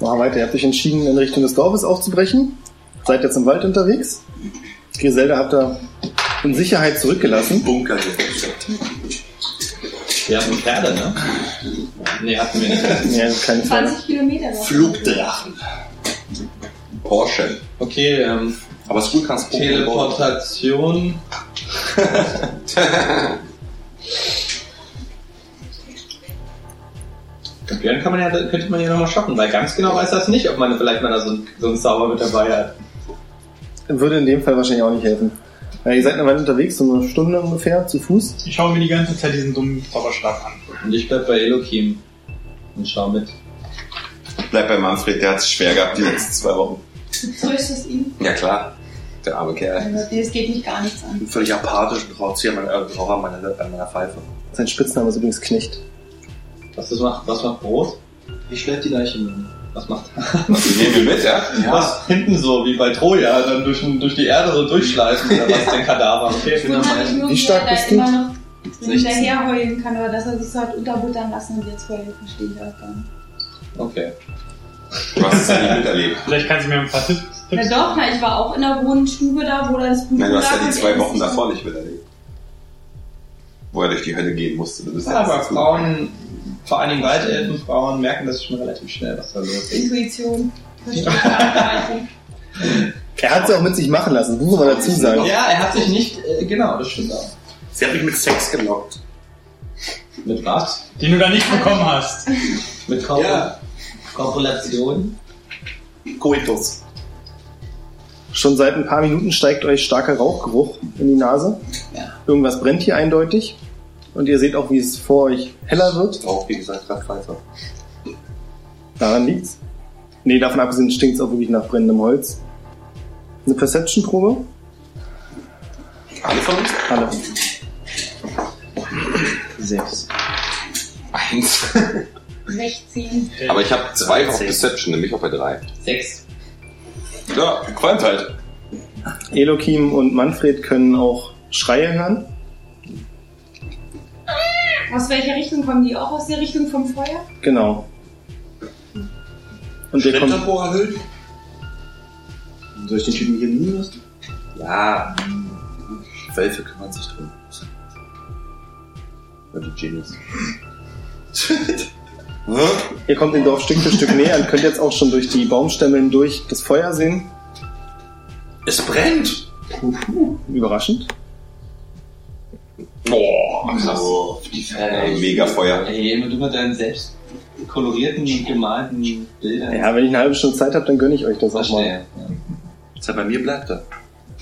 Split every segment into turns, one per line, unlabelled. Mach weiter. Ihr habt euch entschieden, in Richtung des Dorfes aufzubrechen. Seid jetzt im Wald unterwegs. Griselda habt ihr in Sicherheit zurückgelassen.
Bunker.
Wir hatten Pferde, ne? Ne, hatten wir nicht.
Ja, keine Frage.
20 Kilometer noch.
Flugdrachen. Porsche.
Okay, ähm,
Aber es ist gut, kannst Pokémon bauen.
Teleportation. Den Björn kann man ja, könnte man ja nochmal schocken, weil ganz genau weiß er es nicht, ob man vielleicht mal da so, einen- so einen Zauber mit dabei hat.
Würde in dem Fall wahrscheinlich auch nicht helfen. Ja, ihr seid eine Weile unterwegs, so eine Stunde ungefähr zu Fuß.
Ich schaue mir die ganze Zeit diesen dummen Zauberstab an.
Und ich bleib bei Elohim und schau mit.
Bleib bei Manfred, der hat es schwer gehabt die letzten zwei Wochen.
Du tröstest ihn.
Ja klar, der arme Kerl.
also Das geht mich gar nichts an.
bin völlig apathisch und rauche hier meine, äh, rauche an meiner, an meiner Pfeife.
Sein Spitzname ist übrigens Knecht.
Was, das macht, was macht Brot? Ich schlepp die Leiche mit. Was macht
Die nehmen wir mit, ja?
Was? Hinten so, wie bei Troja, dann durch, durch die Erde so durchschleifen oder was, den Kadaver. Okay, ich bin
Gut, dass ich nur
Wie stark
wieder
bist
da
du?
immer noch hinterher heulen kann, aber dass er sich so hat unterbuttern lassen und jetzt heult, verstehe ich auch gar nicht.
Okay.
Du hast es ja nicht miterlebt.
Vielleicht kannst du mir ein paar Tipps.
Na
Tipps
doch, na, ich war auch in der hohen Stube da, wo das Blut
Nein, du hast ja
lag
die
und
zwei
er
Wochen
ist-
davor nicht miterlebt. Wo er durch die Hölle gehen musste. Du bist ja
Aber
erst dazu.
Frauen, vor allen Dingen Waldelfenfrauen, merken das schon relativ schnell, was da los ist.
Intuition. Verstehe ich auch gar nicht.
Er hat sie auch mit sich machen lassen, das muss man dazu sagen.
Ja, er hat sich nicht, äh, genau, das stimmt auch.
Sie hat mich mit Sex gelockt.
Mit was?
den du da nicht bekommen hast.
Mit Korpul
Ja.
Korpulation?
Coitus.
Schon seit ein paar Minuten steigt euch starker Rauchgeruch in die Nase.
Ja.
Irgendwas brennt hier eindeutig. Und ihr seht auch, wie es vor euch heller wird.
Auch wie gesagt, gerade Pfeife.
Daran liegt's. Nee, davon abgesehen stinkt's auch wirklich nach brennendem Holz. Eine Perception-Probe?
Alle von uns?
Alle. Sechs.
Eins.
16.
Aber ich habe zwei auf Deception, nämlich auch bei drei.
Sechs.
Ja, gequält halt.
Elohim und Manfred können auch Schreie hören.
Aus welcher Richtung kommen die? Auch aus der Richtung vom Feuer?
Genau. Und der kommt.
erhöht?
Soll ich den Typen hier liegen lassen?
Ja. Wölfe kümmern sich drum.
Ja, die Genies.
Ihr kommt dem Dorf Stück für Stück näher und könnt jetzt auch schon durch die Baumstämme hindurch das Feuer sehen.
Es brennt!
Überraschend.
Boah, krass. Oh, ey, mega Feuer.
Ey, immer Äh, du mit deinen selbst kolorierten und gemalten Bildern.
Ja, wenn ich eine halbe Stunde Zeit habe, dann gönne ich euch das auch mal.
Verstehe.
Das hat bei mir bleibt er.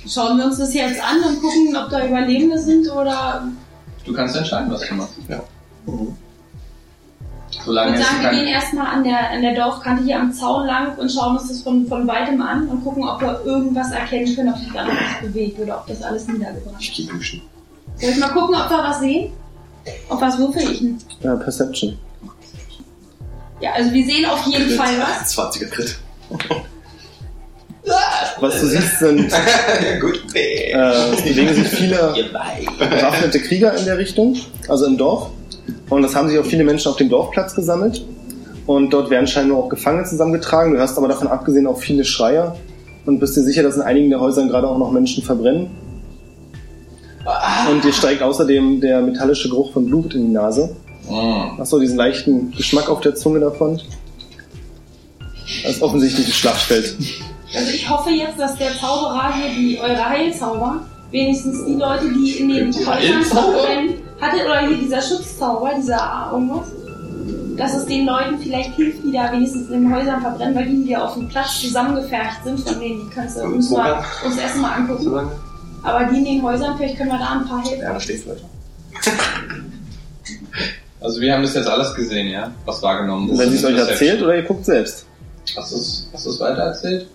Schauen wir uns das jetzt an und gucken, ob da Überlebende sind oder.
Du kannst entscheiden, was du machst. Mhm.
Ja.
Solange
Und
es
sagen, wir gehen
kein...
erstmal an der, an der Dorfkante hier am Zaun lang und schauen uns das von, von weitem an und gucken, ob wir irgendwas erkennen können, ob sich da noch was bewegt oder ob das alles niedergebrannt
Ich geh duschen.
ist. Soll ich mal gucken, ob wir was sehen? Ob was würfel ich denn?
Äh, Perception.
Ja, also wir sehen auf jeden Fall was.
20er Crit.
Was du siehst, sind,
Ja, gut.
äh, es bewegen sich viele bewaffnete Krieger in der Richtung, also im Dorf. Und das haben sich auch viele Menschen auf dem Dorfplatz gesammelt. Und dort werden scheinbar auch Gefangene zusammengetragen. Du hörst aber davon abgesehen auch viele Schreier. Und bist dir sicher, dass in einigen der Häusern gerade auch noch Menschen verbrennen. Und dir steigt außerdem der metallische Geruch von Blut in die Nase.
Mm.
Hast du diesen leichten Geschmack auf der Zunge davon? Das ist offensichtlich ein Schlachtfeld.
Also ich hoffe jetzt, dass der Zauberer hier, die eure Heilzauber, wenigstens die Leute, die in den Häusern verbrennen, hatte oder hier dieser Schutzzauber, dieser irgendwas, dass es den Leuten vielleicht hilft, die da wenigstens in den Häusern verbrennen, weil die hier auf dem Platz zusammengefercht sind. Von denen die kannst du müssen wir uns erstmal angucken. Aber die in den Häusern, vielleicht können wir da ein paar helfen.
Ja, da steht's, Leute.
Also wir haben das jetzt alles gesehen, ja? Was wahrgenommen
Wenn sie es euch
Das ist
erzählt oder ihr guckt selbst.
Hast du es hast du's weiter erzählt?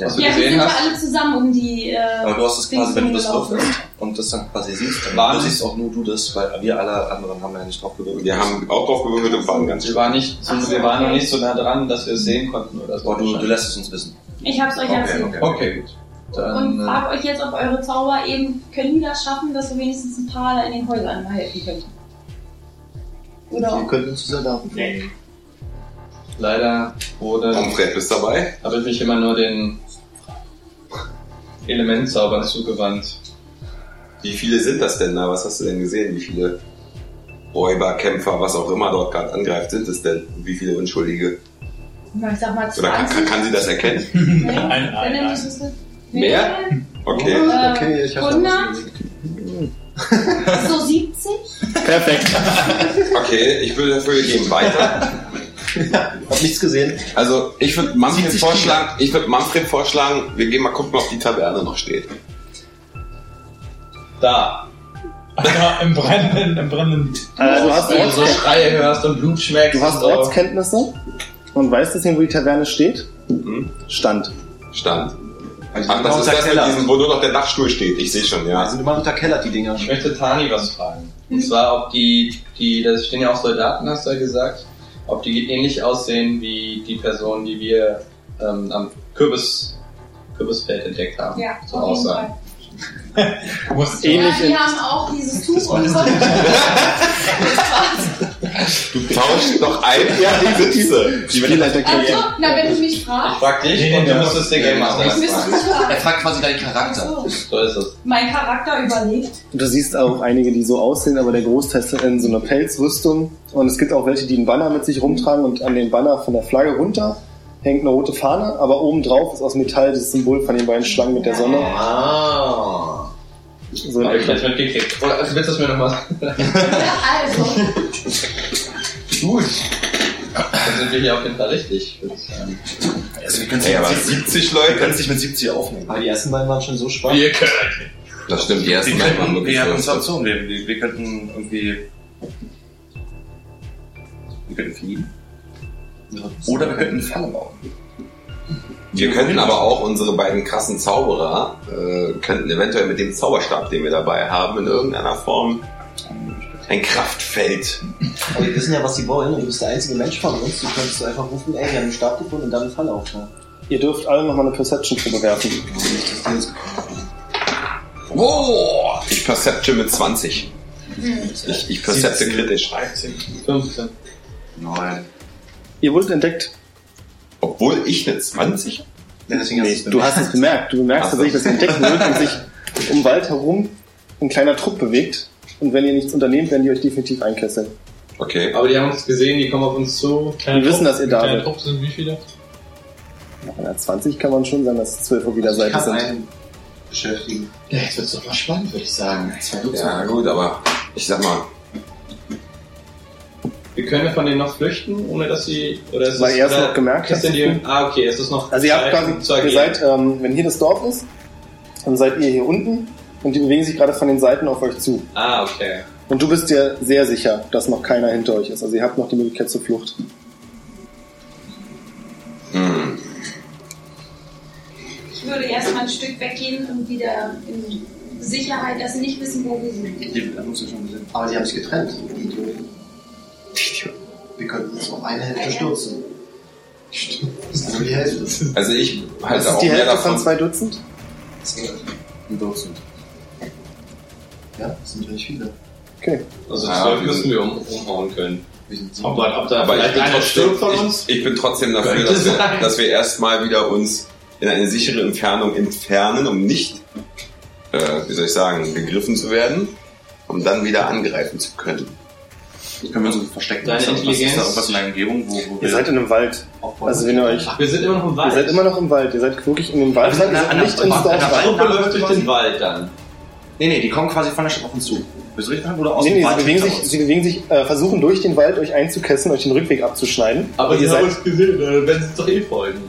Was du
Ja, hier
gesehen
sind wir
hast?
alle zusammen um die. Äh,
Aber du hast es quasi,
Dings
wenn du das
rumgelaufen.
würfelst und das dann quasi siehst, dann
Wahnsinn.
siehst auch nur du das, weil wir alle anderen haben ja nicht drauf gewürfelt.
Wir haben auch drauf gewürfelt und waren ganz
Wir waren, nicht so,
Ach so,
wir waren noch
okay.
nicht so nah dran, dass wir es sehen konnten oder so.
Aber du, du lässt es uns wissen.
Ich hab's euch erzählt.
Okay, gut.
Und
Dann,
fragt euch jetzt, ob eure Zauber eben, können die das schaffen, dass wir wenigstens ein paar da in den Häusern mal helfen können?
Wir
Oder?
könnten uns dieser Daten
nee. Leider wurde,
Umfred ist dabei.
habe ich mich immer nur den Elementzaubern zugewandt.
Wie viele sind das denn da? Was hast du denn gesehen? Wie viele Räuber, Kämpfer, was auch immer dort gerade angreift, sind es denn? Und Wie viele Unschuldige?
Na, ich sag mal
Oder kann, kann,
20.
kann sie das erkennen?
Nee,
Nein,
wenn
nein,
ihr
nein.
das wisst,
Mehr?
nee.
Okay.
Äh,
Okay, ich hab da
100?
was überlegt.
So 70?
Perfekt.
Okay, ich würde dafür gehen weiter.
Hab nichts gesehen.
Also ich würde Manfred vorschlagen, ich würde Manfred vorschlagen, wir gehen mal gucken, ob die Taverne noch steht.
Da,
Ja, im brennenden, im brennenden.
Äh, du, hast
wo du so
Orts,
Schreie hörst und Blut schmeckst.
du hast
Äh,
und so.
Ortskenntnisse und weißt deswegen, wo die Taverne steht?
Mhm.
Stand.
Stand.
Also
Ach, das ist das mit diesem, wo nur noch der Dachstuhl steht. Ich sehe schon,
Ja, die
ja.
sind immer unterkellert, die Dinger.
Ich möchte Tani was fragen. Und zwar, ob die, die, da stehen ja auch Soldaten, hast du ja gesagt, ob die ähnlich aussehen wie die Personen, die wir ähm, am Kürbis, Kürbisfeld entdeckt haben.
Ja,
so
auf jeden
aussahen.
Fall.
Du musst
Ja,
Ähnlich
die haben auch dieses Tuch und so.
Du tauschst doch ein. Ja, diese, diese. Die wird
Spielleiter
Also,
Captain.
na, wenn du mich
Ich
fragst,
frag dich
Nee,
und
nee,
du
nee.
musstest den Game Master
ich müsste
fragen.
mich fragen.
Er fragt quasi deinen
Ach
Charakter.
so.
So ist es.
Mein Charakter überlegt.
Du siehst auch einige, die so aussehen, aber der Großteil ist in so einer Pelzrüstung. Und es gibt auch welche, die einen Banner mit sich rumtragen und an den Banner von der Flagge runter hängt eine rote Fahne, aber oben drauf ist aus Metall das Symbol von den beiden Schlangen mit der Sonne.
Ah.
So in
Hab ich
etwa.
jetzt mitgekriegt. Oder, also willst du es mir nochmal sagen?
Also,
Gut. Dann sind wir hier auf jeden Fall richtig, würde ich sagen.
Also, wir können
Ey, aber 70 Leute.
dich mit 70 aufnehmen.
Aber die ersten beiden waren schon so schwach.
Wir können.
Das stimmt, die ersten
Wir
beiden waren
könnten,
wirklich
wir haben
so.
zwei Optionen. Wir, wir, wir könnten irgendwie. Wir könnten fliehen. Oder wir könnten eine Falle bauen.
Wir könnten aber auch unsere beiden krassen Zauberer, äh, könnten eventuell mit dem Zauberstab, den wir dabei haben, in irgendeiner Form ein Kraftfeld.
Aber wir wissen ja, was sie wollen und du bist der einzige Mensch von uns. Du könntest einfach rufen, ey, wir haben einen Stab gefunden und dann einen Fall aufbauen.
Ihr dürft alle nochmal eine Perception-Probe werfen.
Wow! Ich percepte mit 20. Ich, ich percepte kritisch.
15.
Nein.
Ihr wurdet entdeckt.
Obwohl ich eine 20
Ja, deswegen hast
Du hast es bemerkt. Du bemerkst
Ach so.
tatsächlich, dass ihr entdeckt wird und sich um Wald herum ein kleiner Trupp bewegt. Und wenn ihr nichts unternehmt, werden die euch definitiv einkesseln.
Okay.
Aber die haben uns gesehen, die kommen auf uns zu.
Wir wissen, dass ihr da seid.
Trupp sind wie viele?
Nach einer 20 kann man schon sagen, dass es 12 Uhr wieder
Also
Also
Ich
Seite
kann
sind.
einen beschäftigen.
Ja, jetzt wird's
Oh,
doch mal spannend, würde ich sagen.
Zwei Dutzend.
Ja, gut, aber ich sag mal,
Wir können von denen noch flüchten, ohne dass sie. Oder ist
Weil
es,
er es
oder
noch gemerkt
ist
hat.
denn Die, ah, okay, es ist noch.
Also ihr habt
Zeit,
quasi,
um zu agieren.
ihr seid, ähm, wenn hier das Dorf ist, dann seid ihr hier unten und die bewegen sich gerade von den Seiten auf euch zu.
Ah, okay.
Und du bist dir sehr sicher, dass noch keiner hinter euch ist. Also ihr habt noch die Möglichkeit zur Flucht.
hm,
ich würde erstmal ein Stück weggehen und wieder in Sicherheit, dass sie nicht wissen, wo wir sind.
Die haben uns ja schon gesehen.
Aber die haben sich getrennt. die Idioten. Wir könnten uns auf eine Hälfte stürzen. Das ist nur die Hälfte.
also ich
Das
halte
ist
auch
die
mehr
Hälfte von
davon.
zwei Dutzend.
Ein Dutzend.
Ja, das sind ja nicht viele.
Also
Ah,
zwölf
wir
müssen wir um, umhauen können.
Wir sind sieben.
Oh Gott, ob da
Aber ich
vielleicht
bin,
einer
trotzdem,
stirbt von uns?
ich, ich bin trotzdem dafür,
Könnte
dass wir,
sein.
dass wir erstmal wieder uns in eine sichere Entfernung entfernen, um nicht, äh, wie soll ich sagen, gegriffen zu werden, um dann wieder angreifen zu können.
Können wir uns verstecken?
Deine
Was ist da- was
Intelligenz?
Ist da irgendwas in der Umgebung, wo, wo
Ihr seid in einem Wald.
aufbauen?
Also wenn ihr euch...
Ach, wir sind immer noch im
Ihr
Wald.
seid immer noch im Wald. Ihr seid wirklich in dem Wald.
Aber
Ihr
wir sind in
seid also
einer-
nicht
in
ins
einer-
Dorf
in einer
rein.
Die Gruppe
Wald-
läuft durch den Wald dann.
Nee, nee, die kommen quasi von der Stadt auf uns zu. Bist du richtig verstanden? Oder aus
Nee,
dem
nee, sie
Wald
bewegen
hinter
sich,
uns?
sie bewegen sich äh, versuchen durch den Wald euch einzukessen, euch den Rückweg abzuschneiden.
Aber
Und ihr
die haben
seid,
uns gesehen,
äh,
dann werden sie uns doch eh folgen.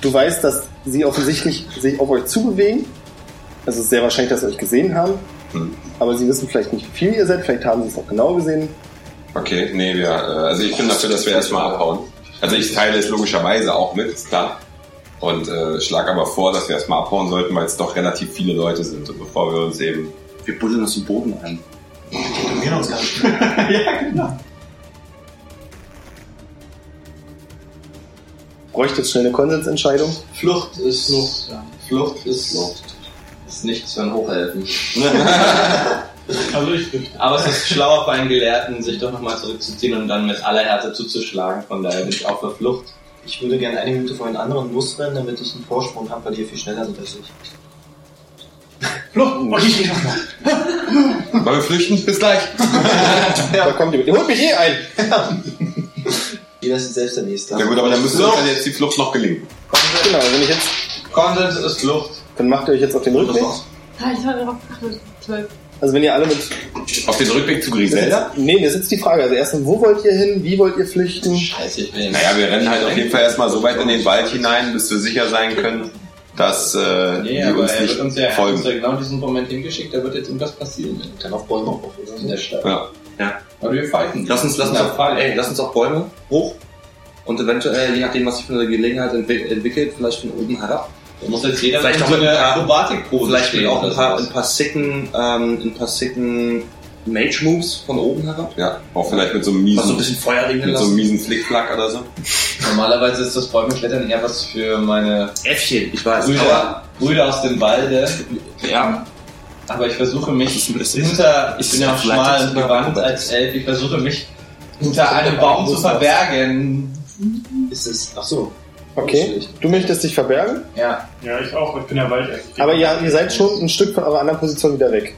Du weißt, dass sie offensichtlich sich auf euch zubewegen. Also es ist sehr wahrscheinlich, dass sie euch gesehen haben.
Hm.
Aber sie wissen vielleicht nicht, wie viel ihr seid. Vielleicht haben sie es auch genau gesehen.
Okay, nee, wir, äh, also ich bin dafür, dass wir erstmal abhauen. Also ich teile es logischerweise auch mit, ist klar. Und äh, schlag aber vor, dass wir erstmal abhauen sollten, weil es doch relativ viele Leute sind. Und bevor wir uns eben
Wir buddeln uns den Boden ein.
Wir gehen uns gar nicht.
bräuchte jetzt schnell eine Konsensentscheidung.
Flucht ist
Flucht, ja.
Flucht ist, ist nichts für einen Hochhelfen.
Also ich bin.
Aber es ist schlauer für einen Gelehrten, sich doch nochmal zurückzuziehen und dann mit aller Härte zuzuschlagen. Von daher bin ich auch für Flucht.
Ich würde gerne eine Minute vor den anderen losrennen, damit ich einen Vorsprung habe, weil die ja viel schneller sind als ich.
Flucht, mach oh, ich nicht nochmal.
Wollen wir flüchten? Bis gleich.
Da kommt jemand. Ihr holt mich eh ein.
Jeder ist selbst der Nächste.
Ja gut, aber dann müsste uns dann jetzt die Flucht noch gelingen.
Genau, wenn ich jetzt,
Konsens ist Flucht.
dann macht ihr euch jetzt auf den Rückweg.
Ah, ich war drauf geachtet. Zwölf.
Also wenn ihr alle mit
Auf den Rückweg zu Griselda?
Nee, das ist jetzt die Frage. Also erstmal, wo wollt ihr hin? Wie wollt ihr flüchten?
Scheiße, ich bin.
Naja, wir rennen halt auf jeden Fall erstmal so weit in den Wald hinein, bis wir sicher sein können, dass äh,
Nee,
die
aber
uns
er
nicht
wird uns ja, er hat uns
folgen.
ja genau diesen Moment hingeschickt, da wird jetzt irgendwas passieren.
Kann auf Bäume auch
In der Stadt.
Ja.
Aber wir fighten.
Lass uns, lass uns,
Ja.
auf, ey, lass uns auf Bäume hoch und eventuell, je nachdem, was sich von der Gelegenheit entwick entwickelt, vielleicht von oben herab.
Da muss jetzt jeder
Vielleicht
in
auch
so
mit ein
eine
paar-
Akrobatikpose
Vielleicht mit
stehen
auch
oder
ein paar,
sowas.
ein paar sicken, ähm, ein paar sicken Mage-Moves von oben herab.
ja, auch vielleicht mit so einem
Was so
miesen,
ein bisschen Feuer regnen
mit so einem
lassen.
miesen Flickflack oder so.
Normalerweise ist das Bäumeklettern eher was für meine
Äffchen, ich weiß. Aber,
Brüder, Brüder aus dem Walde.
ja,
Aber ich versuche mich
das
hinter, ich
ist
bin ja auch
vielleicht
schmal
jetzt
und
sogar
gewandt
Acrobatik.
als Elf, ich versuche mich hinter einem Baum zu verbergen.
Ist es. Ach so.
Okay. Du möchtest dich verbergen,
Ja,
Ja, ich auch, ich bin der Waldelf.
aber ihr, ihr seid schon ein Stück von eurer anderen Position wieder weg.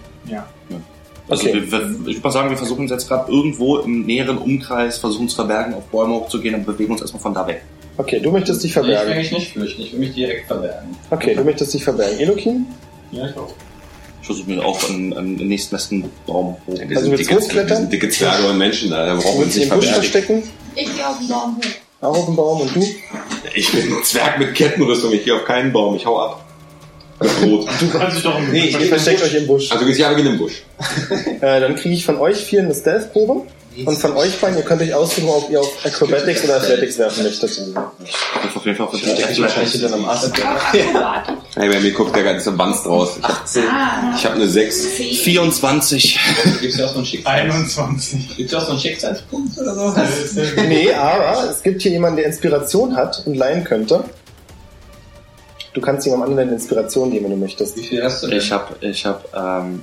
Also
Okay.
wir, wir, ich würde mal sagen, wir versuchen uns jetzt gerade irgendwo im näheren Umkreis, versuchen zu verbergen, auf Bäume hochzugehen und bewegen uns erstmal von da weg.
Okay, du möchtest dich
nee, Also ich will
verbergen.
mich nicht flüchten, ich will mich direkt verbergen.
Okay, du möchtest dich verbergen. Elokin?
Ja, ich auch.
Ich versuche mir auch an, an den nächstbesten Baum hoch.
Wir
Also
sind,
mit
dicke,
Hochklettern?
wir sind dicke Zwerge und Menschen, da da
Du
brauchen wir uns
willst dich
nicht
im Busch
verbergen.
verstecken?
Ich gehe auf den Baum hoch.
Auch auf dem Baum und du?
Ich bin ein Zwerg mit Kettenrüstung, ich gehe auf keinen Baum, ich hau ab. Mit Rot.
Du kannst dich doch um
Nee, ihr versteckt euch im Busch.
Also du gehst ja in den Busch.
Äh, dann kriege ich von euch vier eine Stealth-Probe. Und von euch beiden, ihr könnt euch aussuchen, ob ihr auf Acrobatics oder Athletics werfen möchtet.
Das ist auf jeden Fall auf
Ich
der
wahrscheinlich dann am Ast.
Ja.
Hey, bei mir guckt der ganze Wanz draus. Ich hab,
18,
Ah,
ich hab eine 6.
24.
Gibt's ja auch so ein Schicksal.
21.
Gibt's ja auch so ein Schicksalspunkt oder so?
Nee, aber es gibt hier jemanden, der Inspiration hat und leihen könnte. Du kannst jemandem anderen deine Inspiration geben, wenn du möchtest.
Wie viel hast du denn?
Ich hab, ich hab, ähm,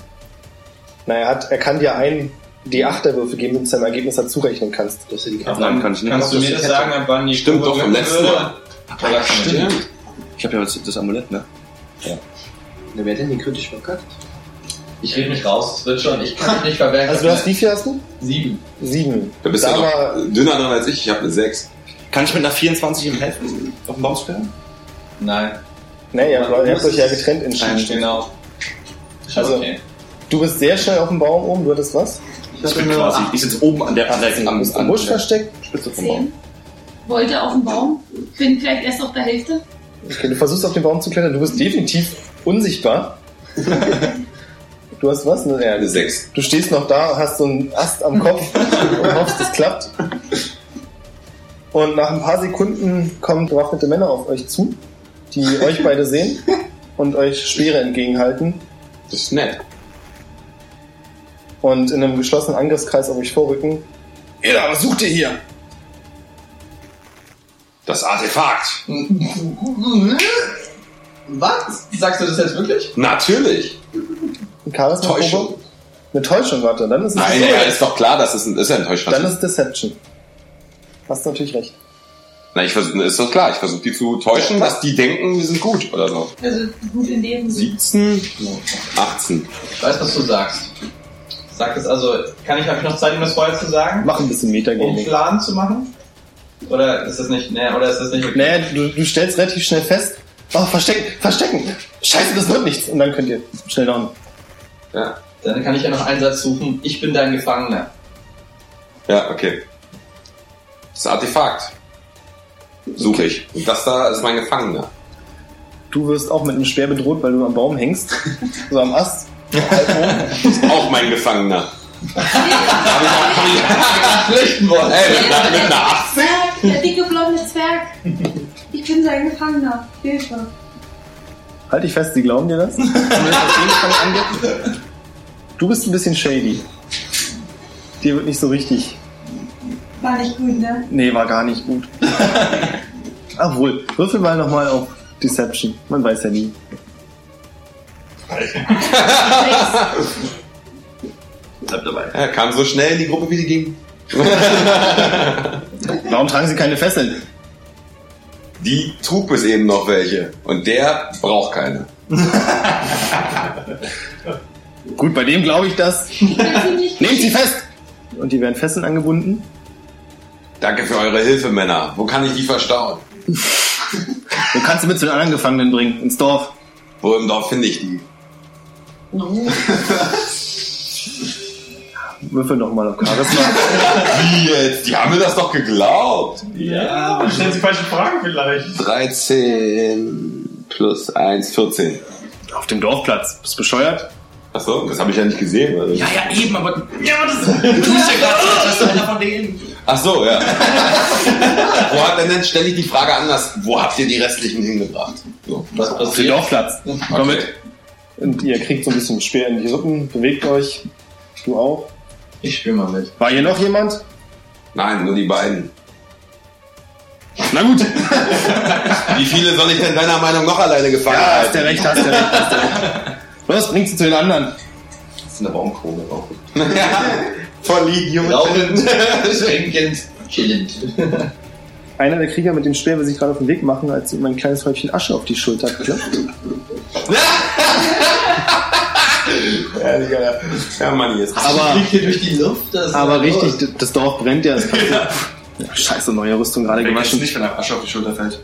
Na, er, hat, er kann dir einen D8er-Würfel geben, wenn du deinem Ergebnis dazu rechnen kannst.
Das ist die
Ab
Karte.
nein,
wann-
kann ich nicht.
Kannst du
Das
mir
ist
das
die
sagen, ab wann die
Stimmt
Probe
doch, vom
wirken
letzten
würde?
Mal.
Oder kann man-
Stimmt.
ich hab ja jetzt das Amulett, ne?
Wer hat denn den kritisch verkackt?
Ich rede mich raus, es wird schon. Ich kann mich nicht verbergen.
Also du hast, wie viel hast du?
sieben.
Sieben.
Da bist du
da
ja
war,
noch dünner dran als ich, ich hab eine 6.
Kann ich mit einer 24 im Helfen auf dem Baum sperren?
Nein.
naja,
Man
ihr habt
muss-
euch ja getrennt entschieden.
Nein, genau. Schon
Also-
okay.
Du bist sehr schnell auf dem Baum oben, du hattest was?
Ich bin quasi, ich sitze oben an der, an der,
Du
am-
bist im
an
Busch
der
versteckt.
Spitze vom Baum.
zehn. Wollte auf den Baum. Bin vielleicht erst auf der Hälfte.
Okay, du versuchst auf den Baum zu klettern, du bist definitiv unsichtbar. du hast was? Naja,
Eine 6.
Du stehst noch da, hast so einen Ast am Kopf und hoffst, es klappt. Und nach ein paar Sekunden kommen bewaffnete Männer auf euch zu, die euch beide sehen und euch Speere entgegenhalten
Das ist nett.
und in einem geschlossenen Angriffskreis auf euch vorrücken. Eda, was sucht ihr hier?
Das Artefakt.
Was? Sagst du das jetzt wirklich?
Natürlich.
Ein Charisma
Täuschung.
Eine Täuschung, warte, dann ist es
Nein, ja, ist doch klar, das ist, ein, ist ja ein Täuschung.
dann ist es Deception. Hast natürlich recht.
Na, ich versuch, ist doch klar, ich versuche die zu täuschen, dass die denken, wir sind gut oder so.
Also gut in dem Sinne.
17, 18.
Ich weiß, was du sagst. Sag es also, kann ich, habe ich noch Zeit, um das vorher zu sagen?
Mach ein bisschen
Um einen
Metagaming.
Plan zu machen? Oder ist das nicht, ne, oder ist das nicht okay?
Naja, du, du stellst relativ schnell fest, oh, verstecken, verstecken, scheiße, das wird nichts. Und dann könnt ihr schnell down.
Dann kann ich ja noch einen Satz suchen. Ich bin dein Gefangener.
Ja, okay. Das Artefakt. Suche ich. Und das da ist mein Gefangener.
Du wirst auch mit einem Speer bedroht, weil du am Baum hängst. so am Ast.
Ist auch mein Gefangener.
Flüchten wollen.
Ey, mit einer, mit einer 8.
Zwerg, der dicke blonde Zwerg. Ich bin sein Gefangener. Hilfe.
Halt dich fest, sie glauben dir das. Zumindest was den Fang angeht. Du bist ein bisschen shady. Dir wird nicht so richtig.
War nicht gut, ne?
Nee, war gar nicht gut. Obwohl, Ah, würfel mal nochmal auf Deception. Man weiß ja nie.
Bleib dabei.
Er kam so schnell in die Gruppe, wie die ging.
Warum tragen sie keine Fesseln?
Die trug bis eben noch welche. Und der braucht keine.
Gut, bei dem glaube ich das.
Ich bin ziemlich
Nehmt sie fest! Und die werden Fesseln angebunden.
Danke für eure Hilfe, Männer. Wo kann ich die verstauen?
Du kannst sie mit zu den anderen Gefangenen bringen, ins Dorf.
Wo im Dorf finde ich die?
Würfel nochmal auf Charisma.
Wie jetzt? Die haben mir das doch geglaubt.
Ja, man stellt die falsche Frage vielleicht.
13 plus 1, 14.
auf dem Dorfplatz. Bist bescheuert?
Achso, das habe ich ja nicht gesehen. Also.
Ja, ja, eben, aber. Ja, aber das. Du bist ja gerade. Das ist einer von denen.
Ach so, ja. wo hat denn dann stelle ich die Frage anders? Wo habt ihr die restlichen hingebracht? So.
Was
Auf dem
passiert?
Dorfplatz. Komm mit. Und ihr kriegt so ein bisschen Speer in die Rippen, bewegt euch. Du auch.
Ich spiel mal mit.
War hier noch jemand?
Nein, nur die beiden.
Na gut.
Wie viele soll ich denn deiner Meinung noch alleine gefangen
Ja, hast
halten?
der recht, hast der recht, hast der recht. Los, bringt sie zu den anderen.
Das ist eine Baumkrone drauf.
ja. Voll liegen, Junge.
Laufend, Genau. schwenkend, chillend.
Einer der Krieger mit dem Speer will sich gerade auf den Weg machen, als ihm ein kleines Häufchen Asche auf die Schulter klappt.
Ja, Digga, ja. ja, Mann, jetzt.
Aber,
Fliegt hier durch die Luft. Das ist
aber
ja
richtig,
los.
d- das Dorf brennt ja. Das kann- ja. Scheiße, neue Rüstung gerade
Vergesst
gewaschen.
nicht, wenn einem Asche auf die Schulter fällt.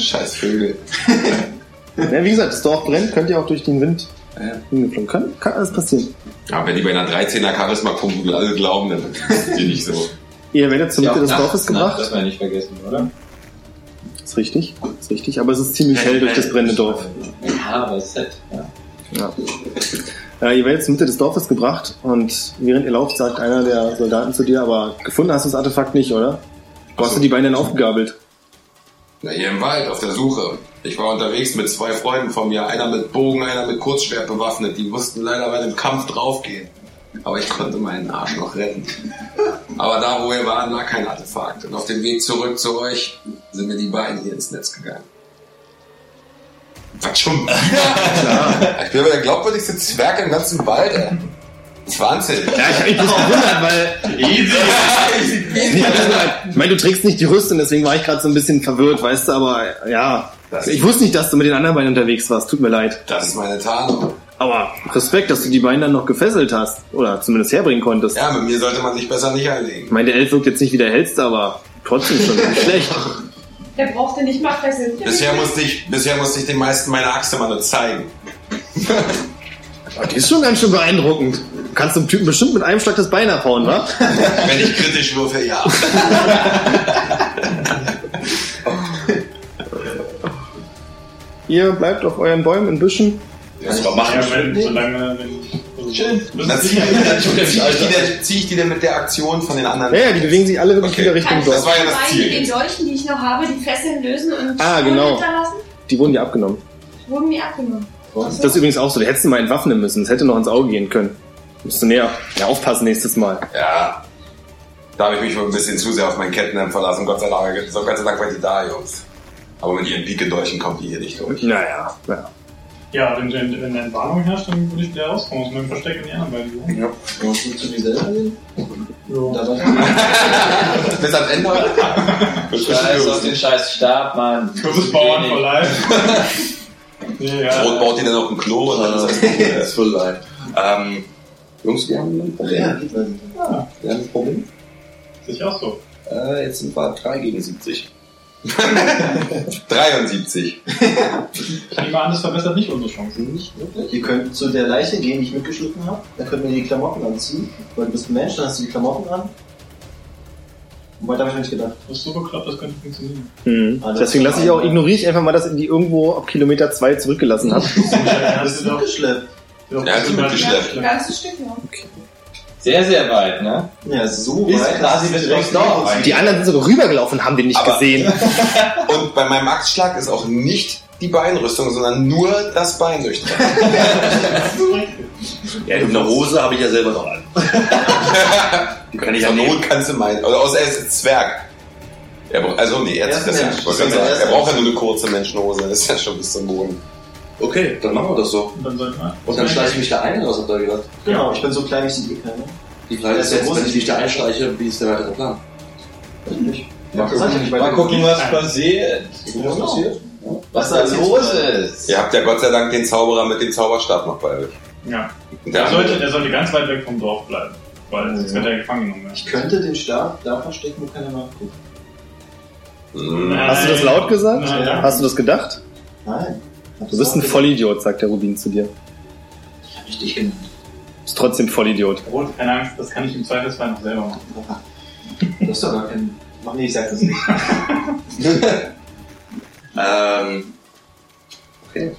Scheiß Vögel.
Ja, wie gesagt, das Dorf brennt, könnt ihr auch durch den Wind
Ja.
hingeflogen. Kann, kann alles passieren.
Ja, wenn die bei einer 13er Charisma-Kumpel alle glauben, dann sind die nicht so.
Ihr werdet zur
Ja,
Mitte des
nachts,
Dorfes
nachts,
gebracht.
Das wir nicht vergessen, oder?
Ist richtig, ist richtig. Aber es ist ziemlich hell durch das brennende Dorf.
Ja, aber Set. Ja.
halt, Ja. Äh, ihr werdet zur Mitte des Dorfes gebracht und während ihr lauft, sagt einer der Soldaten zu dir, aber gefunden hast du das Artefakt nicht, oder? Wo hast du die Beine denn aufgegabelt?
Na, hier im Wald, auf der Suche. Ich war unterwegs mit zwei Freunden von mir, einer mit Bogen, einer mit Kurzschwert bewaffnet. Die mussten leider bei dem Kampf draufgehen. Aber ich konnte meinen Arsch noch retten. Aber da, wo wir waren, war kein Artefakt. Und auf dem Weg zurück zu euch sind mir die beiden hier ins Netz gegangen. Was schon? ich bin aber der glaubwürdigste Zwerg im ganzen Wald, ey. Das ist Wahnsinn.
Ja, ich habe mich bloß gewundert, weil. also, Ich, hab das mal- ich meine, du trägst nicht die Rüstung, deswegen war ich gerade so ein bisschen verwirrt, weißt du, aber ja.
Das-
Ich wusste nicht, dass du mit den anderen Beinen unterwegs warst, tut mir leid.
Das ist meine Tarnung.
Aber Respekt, dass du die Beine dann noch gefesselt hast. Oder zumindest herbringen konntest.
Ja, mit mir sollte man sich besser nicht anlegen.
Ich meine, der Elf wirkt jetzt nicht wie der hellste, aber trotzdem schon nicht schlecht.
Der brauchte nicht mal Fesseln.
Bisher musste ich, bisher musste ich den meisten meine Axt immer nur zeigen.
Aber die ist schon ganz schön beeindruckend. Du kannst dem Typen bestimmt mit einem Schlag das Bein abhauen, wa?
Wenn ich kritisch würfe, ja.
Ihr bleibt auf euren Bäumen in Büschen.
Das war machen.
Ja, wenn, solange. Wenn, also, Schön.
Dann ziehe ich, die dann- zieh ich, die dann- zieh ich die dann mit der Aktion von den anderen.
Ja, ja, die bewegen sich alle wirklich
Okay.
wieder
Kann
Richtung
ich
Das
Dorf.
war ja das
bei
Ziel.
den Dolchen, die ich noch habe, die Fesseln lösen und
Ah,
Spuren
genau.
hinterlassen?
Die wurden ja abgenommen.
Wurden mir abgenommen.
Das ist übrigens auch so. Du hättest ihn mal entwaffnen müssen. Das hätte noch ins Auge gehen können. Musst du näher ja, aufpassen nächstes Mal.
Ja. Da habe ich mich wohl ein bisschen zu sehr auf meinen Kettenhemd verlassen. Gott sei Dank, so Gott sei Dank waren die da, Jungs. Aber mit ihren Pike-Dolchen kommt die hier nicht durch.
Naja, naja.
Ja, wenn, wenn, wenn eine Warnung herrscht, dann würde ich wieder rauskommen und dann verstecken die anderen beiden. Ja.
Musst du zu mir selber gehen?
So.
Bis ans Ende heute Tag. Bis
Scheiß auf den
Schluss.
scheiß Stab, Mann.
Kürbis Bauern for life. nee, ja.
Rot baut die dann auf dem Klo und dann ist
Das
das
ist wohl leid. Ähm, Jungs, wir haben ein Problem.
Ja.
Wir haben ein Problem.
Sehe ich auch so.
Äh, jetzt sind wir 3 gegen 70.
73.
Ich nehme an, das verbessert nicht unsere Chancen.
Nicht wirklich. Ihr könnt zu der Leiche gehen, die ich mitgeschliffen habe. Dann könnt ihr die Klamotten anziehen. Weil du bist ein Mensch, dann hast du die Klamotten an. Und weiter habe ich nicht gedacht.
Das ist so bekloppt, das könnte funktionieren.
Mhm.
Alles
Deswegen lasse ich auch,
klar.
ignoriere ich einfach mal, dass ihr die irgendwo ab Kilometer 2 zurückgelassen habt.
Ja, das
Hast
ist
du
doch-
mitgeschleppt?
doch
Ja, das ist mitgeschleppt.
Ein ganzes Stück noch.
Sehr, sehr weit, ne?
Ja, so
Ist
weit.
quasi
dass
bis
es direkt
aufs Dorf
neben uns
Die anderen sind sogar rübergelaufen und haben den nicht
Aber-
gesehen.
Und bei meinem Axtschlag ist auch nicht die Beinrüstung, sondern nur das Bein durchtrennt.
Ja, eine Hose habe ich ja selber noch an. Die kann ich ja
Zur
nehmen.
Also Not kannst du meinen. Oder außer er ist ein Zwerg. Er braucht, also nee, er
Er
zieht
ist
das ja.
Mensch.
Ich wollte gerade
Er ist
sagen, er
Mensch.
braucht ja nur eine kurze Menschenhose, das ist ja schon bis zum Boden.
Okay, dann machen wir das so.
Und dann sollten wir.
Und dann schleiche ich mich da ein oder was habt ihr gedacht?
Genau, ich bin so klein, ich sehe eh keinen.
Die Frage
Das
ist
ist
jetzt,
groß.
wenn ich mich da einschleiche, wie ist der weitere Plan?
Ja, das sag ich nicht, weil
Mal
du-
gucken, was passiert.
Was passiert?
Was da
da
los ist.
Ihr habt ja Gott sei Dank den Zauberer mit dem Zauberstab noch bei euch.
Ja.
Und der
Er sollte,
andere,
er sollte ganz weit weg vom Dorf bleiben, weil sonst
Ja.
wird er gefangen genommen werden.
Ich könnte den Stab da verstecken, wo keiner nachguckt.
mh,
Hast du das laut gesagt?
Nein, ja.
Hast du das gedacht?
Nein.
Du bist ein Vollidiot, sagt der Rubin zu dir.
Ich hab dich dich genannt.
Bist trotzdem Vollidiot.
Rot, keine Angst, das kann ich im Zweifelsfall noch selber machen.
Du hast doch gar keinen. Ach nee, ich sag das nicht.
Ähm, okay.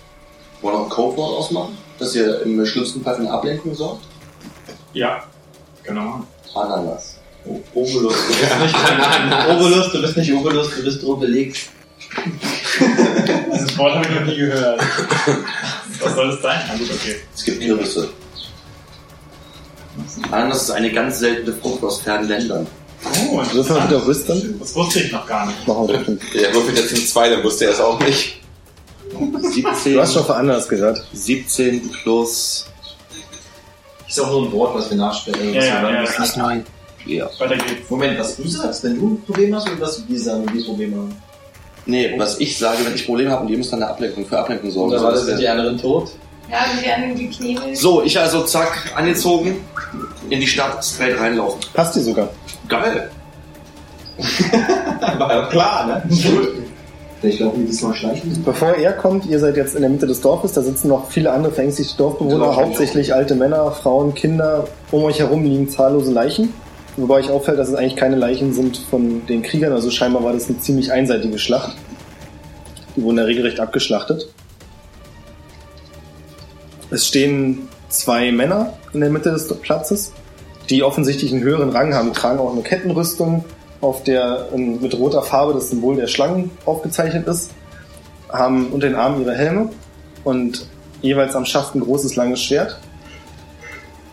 Wollen wir noch ein Codewort ausmachen? Dass ihr im schlimmsten Fall für eine Ablenkung sorgt?
Ja, genau.
Ananas.
Obolus, du bist nicht Obolus, du bist nicht Obolus, du bist Obelix.
Dieses Wort habe ich noch nie gehört. Was soll es sein? Na gut, okay.
Es gibt Kürbisse. Ananas ist eine ganz seltene Frucht aus fernen Ländern.
Oh,
Dürfen wir wieder rüsten?
das wusste ich noch gar nicht.
Machen wir doch nicht.
der würfelt jetzt nicht zwei, dann wusste er es auch nicht.
17,
Du hast schon von anders gehört.
17 plus.
Ist auch nur ein Wort, was wir nachstellen.
Ja,
was
ja,
wir
ja,
dann-
ja.
nein.
Weiter geht's.
Moment, was du sagst, wenn du ein Problem hast oder was wir sagen, wenn wir Probleme haben?
Nee, was ich sage, wenn ich Probleme habe und ihr müsst dann eine Ablenkung für Ablenkung sorgen.
Oder
So,
war
das
das die anderen tot?
Ja, wir werden geknebelt.
so, ich also zack, angezogen, in die Stadt straight reinlaufen.
Passt dir sogar.
Geil.
War ja klar, ne? Ich glaube, wir müssen mal schleichen.
Bevor er kommt, ihr seid jetzt in der Mitte des Dorfes, da sitzen noch viele andere verängstigte Dorfbewohner, hauptsächlich alte Männer, Frauen, Kinder. Um euch herum liegen zahllose Leichen. Wobei euch auffällt, dass es eigentlich keine Leichen sind von den Kriegern, also scheinbar war das eine ziemlich einseitige Schlacht. Die wurden ja regelrecht abgeschlachtet. Es stehen zwei Männer in der Mitte des Platzes, die offensichtlich einen höheren Rang haben, Die tragen auch eine Kettenrüstung, auf der ähm, mit roter Farbe das Symbol der Schlangen aufgezeichnet ist haben unter den Armen ihre Helme und jeweils am Schaft ein großes langes Schwert.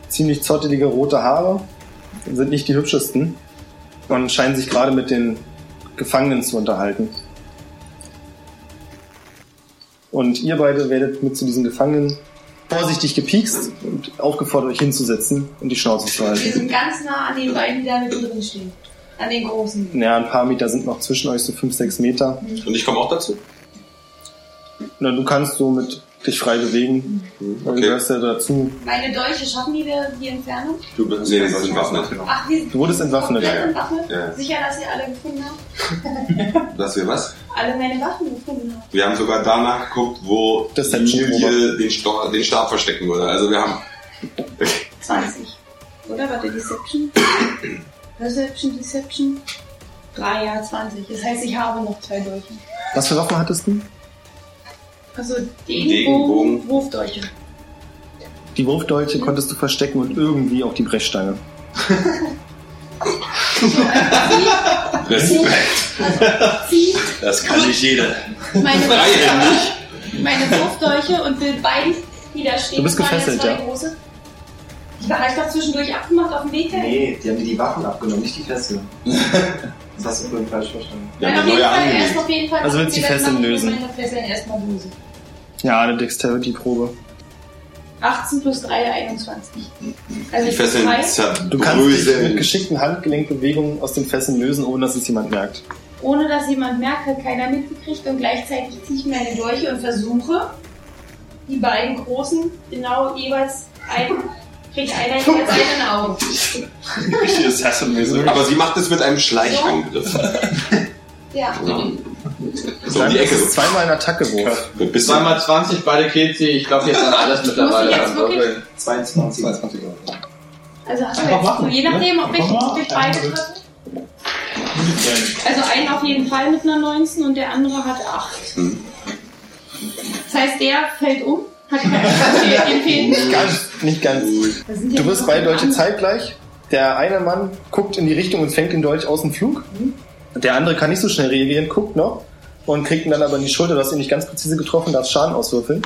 Ziemlich zottelige rote Haare sind nicht die hübschesten und scheinen sich gerade mit den Gefangenen zu unterhalten. Und ihr beide werdet mit zu diesen Gefangenen vorsichtig gepiekst und aufgefordert, euch hinzusetzen und die Schnauze zu
Wir
halten.
sind ganz nah an den beiden, die da mit drin stehen. An den großen.
Naja, ein paar Meter sind noch zwischen euch, so fünf, sechs Meter.
Und ich komme auch dazu.
Na, du kannst so mit dich frei bewegen. weil Du
Okay.
gehörst ja dazu.
Meine Dolche schaffen die wir die Entfernung?
Du bist
Nee, wir sind bewaffnet.
Ach, wir sind
Du wurdest entwaffnet.
komplett entwaffnet.
Ja.
Sicher, dass ihr alle gefunden habt.
Dass wir was?
Alle meine Waffen gefunden habt.
Wir haben sogar danach geguckt, wo
Das ist ein
Lilie den, Sto den Stab verstecken würde. Also wir haben
20. Oder warte, Deception? Deception, Deception. 3, ja, 20. Das heißt, ich habe noch zwei Dolche.
Was für Waffen hattest du?
Also
Degenbogen.
Degenbogen, Wurfdolche.
Die Wurfdolche konntest du verstecken und irgendwie auch die Brechstange.
Respekt.
Also, Zieh
Das kann nicht jeder.
meine,
Dreihändig.
meine Wurfdolche und will beiden niederstehen.
Du bist
Das waren
gefesselt,
zwei
ja.
Große. Ich war ich doch zwischendurch abgemacht auf dem Weg dahin.
Nee, die haben dir die Waffen abgenommen, nicht die Fesseln. Das hast du vorhin falsch verstanden.
Wir
Nein,
haben
auf
eine neue
jeden Fall,
angelegt.
erst auf jeden Fall.
Also willst du die
das
Fesseln
machen wir
lösen?
Meine Fesseln erstmal lose.
Ja, eine Dexterity-Probe.
18 plus 3, 21. Also
Die Fesseln
zwei,
Du kannst dich mit
zerbröseln.
geschickten Handgelenkbewegungen aus den Fesseln lösen, ohne dass es jemand merkt.
ohne dass jemand merkt, hat keiner mitgekriegt und gleichzeitig ziehe ich meine Dolche und versuche, die beiden Großen genau jeweils ein, kriegt einer jeweils einen Augen.
Richtig Assassin-mäßig.
Aber sie macht es mit einem Schleichangriff.
Ja.
So um die Ecke. so.
Zweimal ein Attacke-Wurf.
Ein bisschen.
2x20, beide killt sie. Ich glaube, hier ist dann alles mittlerweile
jetzt
am
wirklich-
Würfeln.
22.
Also hast du
Einfach
jetzt,
machen,
je nachdem, ob ich,
Einfach
ob ich
machen.
beide treffe. Also einen auf jeden Fall mit einer 19 und der andere hat 8.
Hm.
Das heißt, der fällt um, hat keinen Fäden.
Ganz, nicht ganz. Du wirst beide Dolche zeitgleich. Der eine Mann guckt in die Richtung und fängt den Dolch aus dem Flug. Der andere kann nicht so schnell reagieren, guckt noch und kriegt ihn dann aber in die Schulter. Du hast ihn nicht ganz präzise getroffen, darfst Schaden auswürfeln.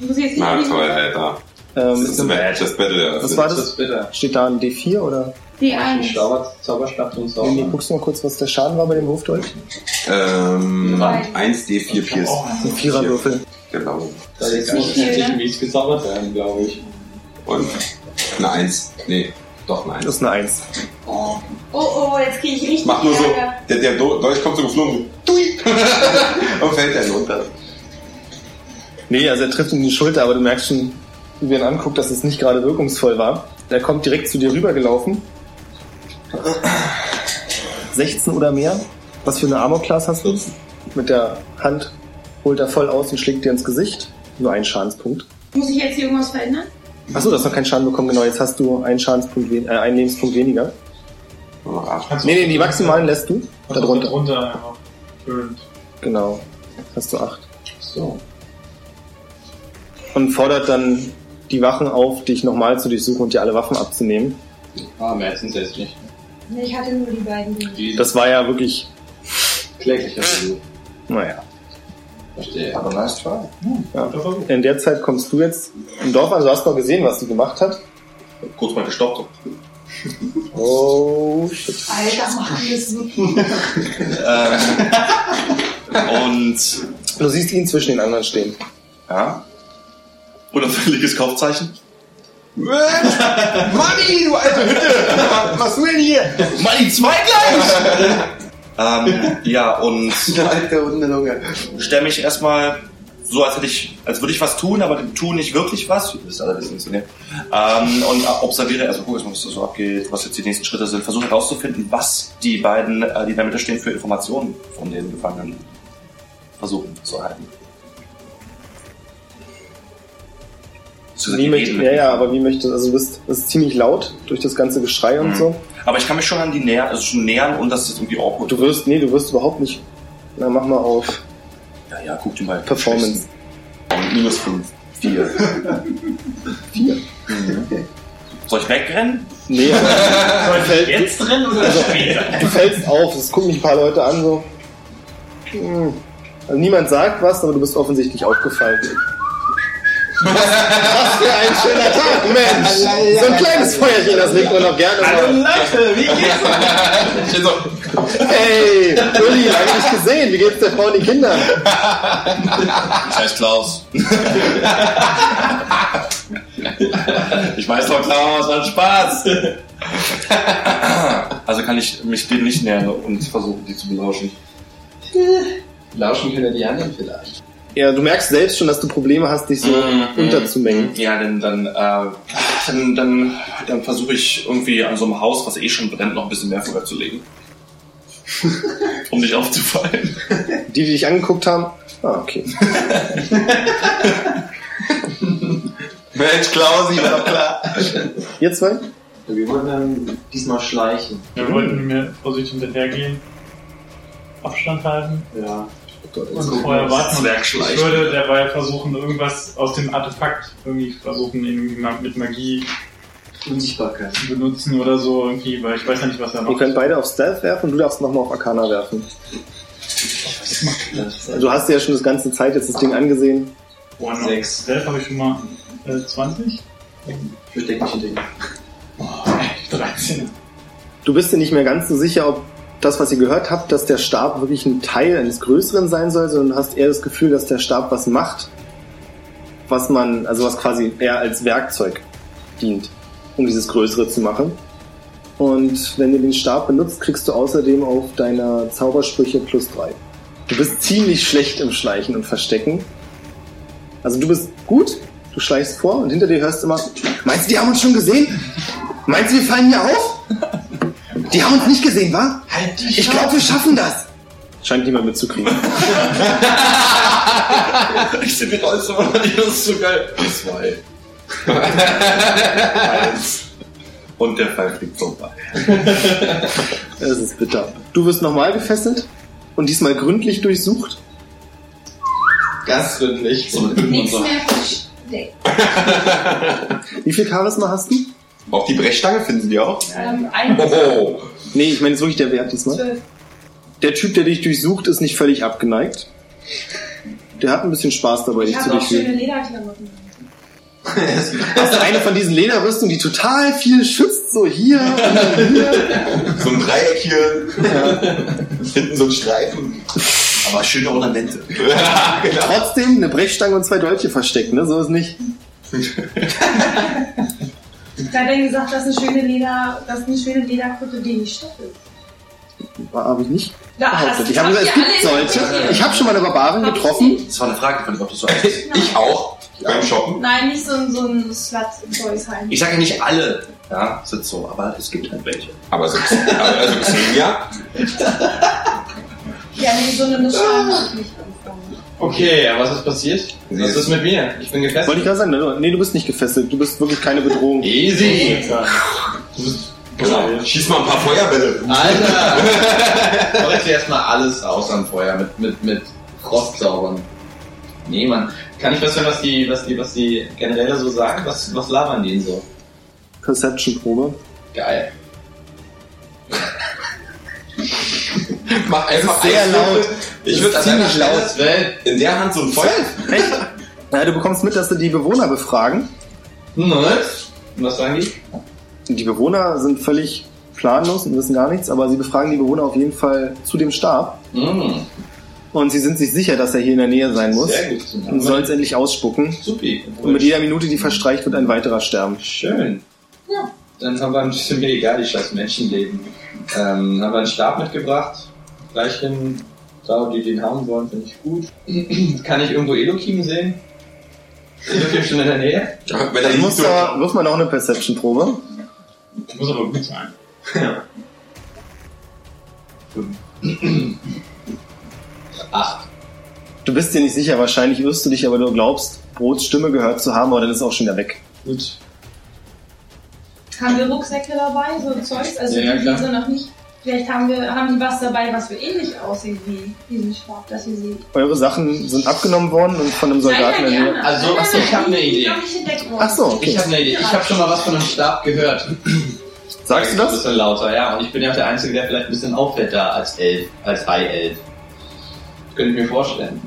Muss ich jetzt nicht
Na
unbedingt-
toll, Alter.
Ähm,
Das ist ein Badge, das Battle
was
eröffnet.
war
Das
das?
ist bitter.
Steht da ein D4 oder?
Die
Die
eins.
Zauber, Zauberstab
Irgendwie
und Zauber.
guckst du mal kurz, was der Schaden war bei dem Hofdeutsch?
Ähm,
Nein.
1D4 Pierce.
Ein Viererwürfel.
Genau.
Da jetzt muss
Ja.
jetzt wie es gezaubert werden, glaube ich.
Und eine 1. Nee, doch eine 1.
Das ist eine Eins.
Oh, oh, oh, jetzt kriege ich richtig
Mach nur so,
Ärger.
der, der Do- Dolch kommt so geflogen, so, tui, und fällt dann runter.
Nee, also er trifft ihn in die Schulter, aber du merkst schon, wie wir ihn anguckt, dass es nicht gerade wirkungsvoll war. Er kommt direkt zu dir rübergelaufen. 16 oder mehr. Was für eine Armor-Class hast du? Mit der Hand holt er voll aus und schlägt dir ins Gesicht. Nur einen Schadenspunkt.
Muss ich jetzt hier irgendwas verändern?
Achso, du hast noch keinen Schaden bekommen, genau. Jetzt hast du einen Schadenspunkt, wen- äh, einen Lebenspunkt weniger.
Nur noch acht.
Kannst du-
Nee, nee, die maximalen lässt du.
kannst du
Darunter.
Darunter einfach. Schön.
Genau. Hast du acht.
So.
Und fordert dann die Wachen auf, dich nochmal zu durchsuchen und dir alle Waffen abzunehmen.
Ah, mehr sind es jetzt nicht.
Nee, Ich hatte nur die beiden. Dinge.
Die
Das war ja wirklich,
kläglicher Versuch.
naja.
also, Verstehe.
Aber nice try.
Ja.
Guter Versuch.
In der Zeit kommst du jetzt im Dorf an, du hast mal gesehen, was sie gemacht hat.
Kurz mal gestoppt.
Oh, shit.
Alter, mach alles so.
Und
Du siehst ihn zwischen den anderen stehen.
ja. Unauffälliges Kaufzeichen.
Manni, du alte Hütte! Was machst du denn hier?
Mal die zwei gleich! ähm, ja, und
Der alte Hundelunge.
stelle mich erstmal so, als hätte ich, als würde ich was tun, aber dem tun nicht wirklich was. Das ist allerdings nicht so ne? ähm, Und observiere erstmal, guck erstmal, was da so abgeht, was jetzt die nächsten Schritte sind. Versuche herauszufinden, was die beiden, äh, die in der Mitte stehen, für Informationen von den Gefangenen versuchen zu erhalten. Sie
Also Wie möchte,
reden
ja,
mit
ja,
mir.
aber wie möchte, also du bist, es ist ziemlich laut durch das ganze Geschrei und
Mhm.
so.
aber ich kann mich schon an die näher, also schon nähern und das ist irgendwie awkward.
Du wirst, nee, du wirst überhaupt nicht. Na, mach mal auf
ja, ja, guck dir mal.
Performance.
Minus 5.
Vier. Vier? Soll ich wegrennen?
Nee, aber du, fällst,
Jetzt drin oder
Also,
später?
du fällst auf, es gucken mich ein paar Leute an, so. Hm. Also niemand sagt was, aber du bist offensichtlich aufgefallen. Was für ein schöner Tag, Mensch! So ein kleines Feuerchen, das legt man doch gerne
Also,
mal.
Leute, wie geht's?
Ich bin so,
Hey, Uli, lange nicht gesehen. Wie geht's der Frau und den Kindern?
Ich heiße Klaus. ich weiß doch, Klaus, hat Spaß. Also kann ich mich denen nicht nähern und versuchen, die zu belauschen.
Lauschen können die anderen vielleicht.
Ja, du merkst selbst schon, dass du Probleme hast, dich so unterzumengen.
Mhm. Ja, dann, dann, äh, dann, dann, dann versuche ich irgendwie an so einem Haus, was eh schon brennt, noch ein bisschen mehr Feuer zu legen. um nicht aufzufallen.
Die, die dich angeguckt haben, ah, okay.
Mensch, Klausi, war doch klar.
Ihr zwei?
Wir wollen dann diesmal schleichen.
Wir wollten mir vorsichtig hinterhergehen, Abstand halten
Ja.
und vorher warten. Und Ich
Zwergschleichen.
würde dabei versuchen, irgendwas aus dem Artefakt irgendwie versuchen, irgendwie ma- mit Magie
Unsichtbarkeit.
zu benutzen oder so irgendwie, weil ich weiß ja nicht, was er
Ihr
macht.
könnt beide auf Stealth werfen und du darfst nochmal auf Arcana werfen. Du hast dir ja schon das ganze Zeit jetzt das Ding angesehen.
Boah, noch
Sechs.
Elf habe ich schon mal äh, 20,
Ich denke nicht in den.
13.
Du bist dir nicht mehr ganz so sicher, ob das, was ihr gehört habt, dass der Stab wirklich ein Teil eines Größeren sein soll, sondern du hast eher das Gefühl, dass der Stab was macht, was man, also was quasi eher als Werkzeug dient, um dieses Größere zu machen. Und wenn du den Stab benutzt, kriegst du außerdem auf deiner Zaubersprüche plus drei. Du bist ziemlich schlecht im Schleichen und Verstecken. Also du bist gut, du schleichst vor und hinter dir hörst du immer, meinst du, die haben uns schon gesehen? Meinst du, wir fallen hier auf? Die haben uns nicht gesehen, wa?
Halt dich!
Ich glaube, wir schaffen das. Scheint niemand mitzukriegen.
Ich sehe die Rolls immer noch nicht, das ist so geil. Zwei. Eins. Und der Fall fliegt vorbei.
Das ist bitter. Du wirst nochmal gefesselt und diesmal gründlich durchsucht.
Ganz gründlich.
So mit Dünnen und
Nichts
so.
mehr versteckt.
Wie viel Charisma hast du?
Auch die Brechstange finden die auch?
Ähm, eins,
Oh,
Nee, ich meine, es ist wirklich der Wert diesmal.
zwölf.
Der Typ, der dich durchsucht, ist nicht völlig abgeneigt. Der hat ein bisschen Spaß dabei,
Ich
dich zu
habe auch schöne
durchsuchen.
Lederklamotten.
Hast du eine von diesen Lederrüstungen, die total viel schützt, so hier und dann hier?
So ein Dreieck hier, hinten so ein Streifen.
Aber schöne Ornamente.
ja, genau.
Trotzdem eine Brechstange und zwei Dolche versteckt, ne? So ist nicht.
Da hat er gesagt, das ist eine schöne Leder, das ist eine schöne Lederkutte, die nicht stoppelt.
Habe ich nicht
Da,
behauptet. Ich habe gesagt, es gibt solche. Ich habe schon mal eine Barbarin getroffen.
Das war eine Frage, von ob das so einfach ist.
Ich auch, beim Shoppen.
Nein, nicht so ein, so ein Slut-Boys heim.
Ich sage ja nicht alle, ja, sind so, aber es gibt halt welche.
Aber so, aber also Xenia,
Ja, nee, so eine Mischung
Ah.
hab ich nicht empfunden.
Okay, aber was ist passiert?
Sie
Was
ist-
ist mit mir? Ich bin
Wollte ich
gefesselt.
gerade sagen, ne? nee, du bist nicht gefesselt. Du bist wirklich keine Bedrohung.
Easy!
genau. schieß mal ein paar Feuerbälle.
Alter! Heute erstmal alles aus am Feuer mit, mit, mit Frostsaubern. Nee, Mann. Kann ich was hören, was die, was die, was die Generäle so sagen? Was, was labern die denn so?
Perception-Probe.
Geil.
Mach einfach
Also Sehr
eins.
laut.
Ich würde an deiner
Ziemlich laut.
Stelle
Well,
in der Hand so ein Feuer.
Echt? Ja, du bekommst mit, dass sie die Bewohner befragen.
hm, und? Und was sagen die?
Und Die Bewohner sind völlig planlos und wissen gar nichts, aber sie befragen die Bewohner auf jeden Fall zu dem Stab.
Hm,
Und sie sind sich sicher, dass er hier in der Nähe sein muss.
sehr gut.
Und soll es endlich ausspucken.
Supi.
Und mit jeder Minute, die verstreicht, wird ein weiterer sterben.
Schön. Ja. Dann haben wir ein bisschen mir egal, die scheiß Menschenleben. Ähm, haben wir einen Stab mitgebracht. Gleich hin, da die den haben wollen, finde ich gut. Kann ich irgendwo Elokim sehen? Elokim schon in der Nähe?
Wenn er
Dann
nicht
muss
so
da, wirf mal noch eine Perception-Probe.
Muss aber gut sein.
Acht.
Du bist dir nicht sicher, wahrscheinlich irrst du dich, aber du glaubst, Brots Stimme gehört zu haben, aber dann ist er auch schon wieder weg.
Gut.
Haben wir Rucksäcke dabei, so Zeugs? Also
Ja, ja,
die
klar.
sind noch nicht. Vielleicht haben wir haben die was dabei, was wir ähnlich aussehen wie diesen Schwab, das ihr seht.
Eure Sachen sind abgenommen worden und von einem Soldaten
Nein, nein, die
erledigt.
anderen.
Also,
Nein, nein,
achso, ich
nein,
hab eine
die, die
Idee.
noch nicht entdeckt worden. Genau.
Ach so,
Ich
okay.
habe eine Idee. Ich habe schon mal was von einem Stab gehört.
Sagst du
Ein
das?
bisschen lauter, ja. Und ich bin ja auch der Einzige, der vielleicht ein bisschen auffällt da als Elf, als High Elf. Könnte ich mir vorstellen.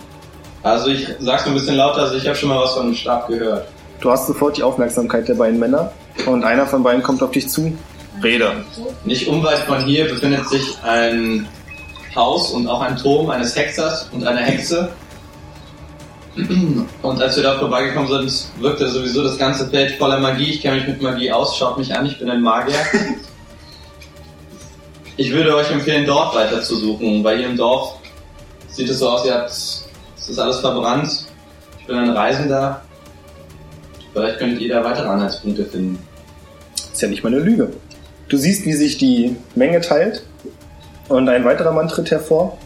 Also ich sag's nur ein bisschen lauter, also ich habe schon mal was von einem Stab gehört.
Du hast sofort die Aufmerksamkeit der beiden Männer und einer von beiden kommt auf dich zu. Rede.
Nicht unweit von hier befindet sich ein Haus und auch ein Turm eines Hexers und einer Hexe. Und als wir da vorbeigekommen sind, wirkte sowieso das ganze Feld voller Magie. Ich kenne mich mit Magie aus, schaut mich an, ich bin ein Magier. Ich würde euch empfehlen, dort weiter zu suchen, weil hier im Dorf sieht es so aus, ihr habt, es ist alles verbrannt. Ich bin ein Reisender. Vielleicht könntet ihr da weitere Anhaltspunkte finden.
Ist ja nicht mal eine Lüge. Du siehst, wie sich die Menge teilt und ein weiterer Mann tritt hervor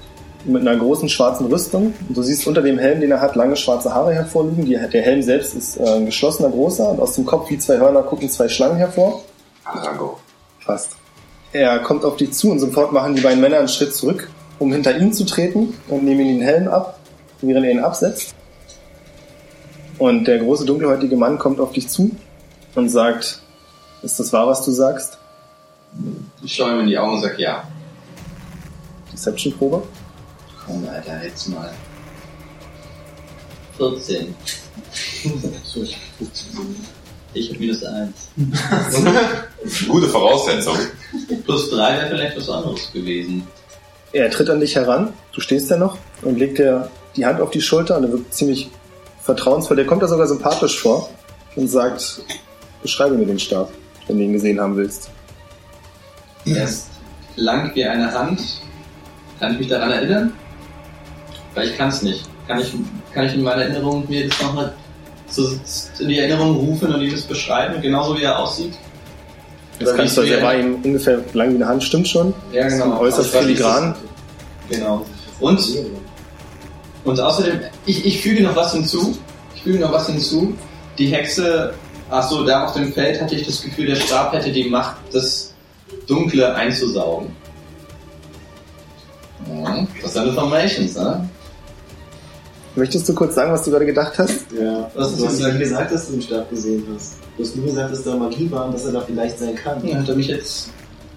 mit einer großen schwarzen Rüstung. Und du siehst unter dem Helm, den er hat, lange schwarze Haare hervorliegen. Die, der Helm selbst ist äh, ein geschlossener großer und aus dem Kopf wie zwei Hörner gucken zwei Schlangen hervor.
Arago.
Fast. Er kommt auf dich zu und sofort machen die beiden Männer einen Schritt zurück, um hinter ihn zu treten und nehmen ihn den Helm ab, während er ihn absetzt. Und der große dunkelhäutige Mann kommt auf dich zu und sagt, ist das wahr, was du sagst?
Ich schaue ihm in die Augen und sage, ja.
Deception-Probe?
Komm, Alter, jetzt mal. 14. Ich hab minus 1.
Gute Voraussetzung.
Plus 3 wäre vielleicht was anderes gewesen.
Er tritt an dich heran, du stehst da noch und legt dir die Hand auf die Schulter und er wirkt ziemlich vertrauensvoll. Der kommt da sogar sympathisch vor und sagt, beschreibe mir den Stab, wenn du ihn gesehen haben willst.
Er ist lang wie eine Hand. Kann ich mich daran erinnern? Weil ich kann es nicht. Kann ich, kann ich in meiner Erinnerung mir das nochmal so in die Erinnerung rufen und ihm das beschreiben, genauso wie er aussieht?
Das kannst du, also er war ihm ungefähr lang wie eine Hand, stimmt schon.
Ja,
Das ist
genau.
äußerst
Aber ich weiß nicht,
filigran.
Genau. Und, und außerdem, ich, ich füge noch was hinzu. Ich füge noch was hinzu. Die Hexe, ach so, da auf dem Feld hatte ich das Gefühl, der Stab hätte die Macht, das Dunkle einzusaugen. Ja, das sind Informations, ne?
Möchtest du kurz sagen, was du gerade gedacht hast?
Ja,
Was
du
hast
hast
du
nicht
gesagt?
gesagt, dass du den Stab gesehen hast. Du hast nur gesagt, dass da Magie war und dass er da vielleicht sein kann.
Dann hat er mich jetzt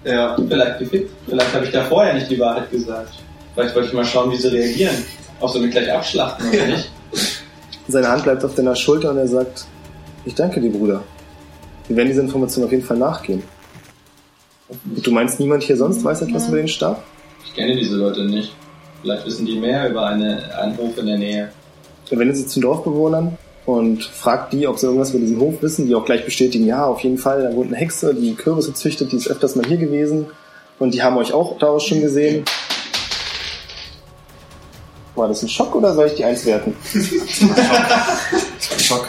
Ja.
vielleicht gefickt. Vielleicht habe ich da vorher nicht die Wahrheit gesagt. Vielleicht wollte ich mal schauen, wie sie reagieren. Ob sie mich gleich abschlachten oder nicht.
Seine Hand bleibt auf deiner Schulter und er sagt, Ich danke dir, Bruder. Wir werden diese Information auf jeden Fall nachgehen. Du meinst, niemand hier sonst weiß etwas über den Stab?
Ich kenne diese Leute nicht. Vielleicht wissen die mehr über eine, einen Hof in der Nähe.
Dann wendet sich zu den Dorfbewohnern und fragt die, ob sie irgendwas über diesen Hof wissen, die auch gleich bestätigen, ja, auf jeden Fall, da wurde eine Hexe, die Kürbisse züchtet, die ist öfters mal hier gewesen und die haben euch auch daraus schon gesehen. War das ein Schock oder soll ich die eins werten?
Schock.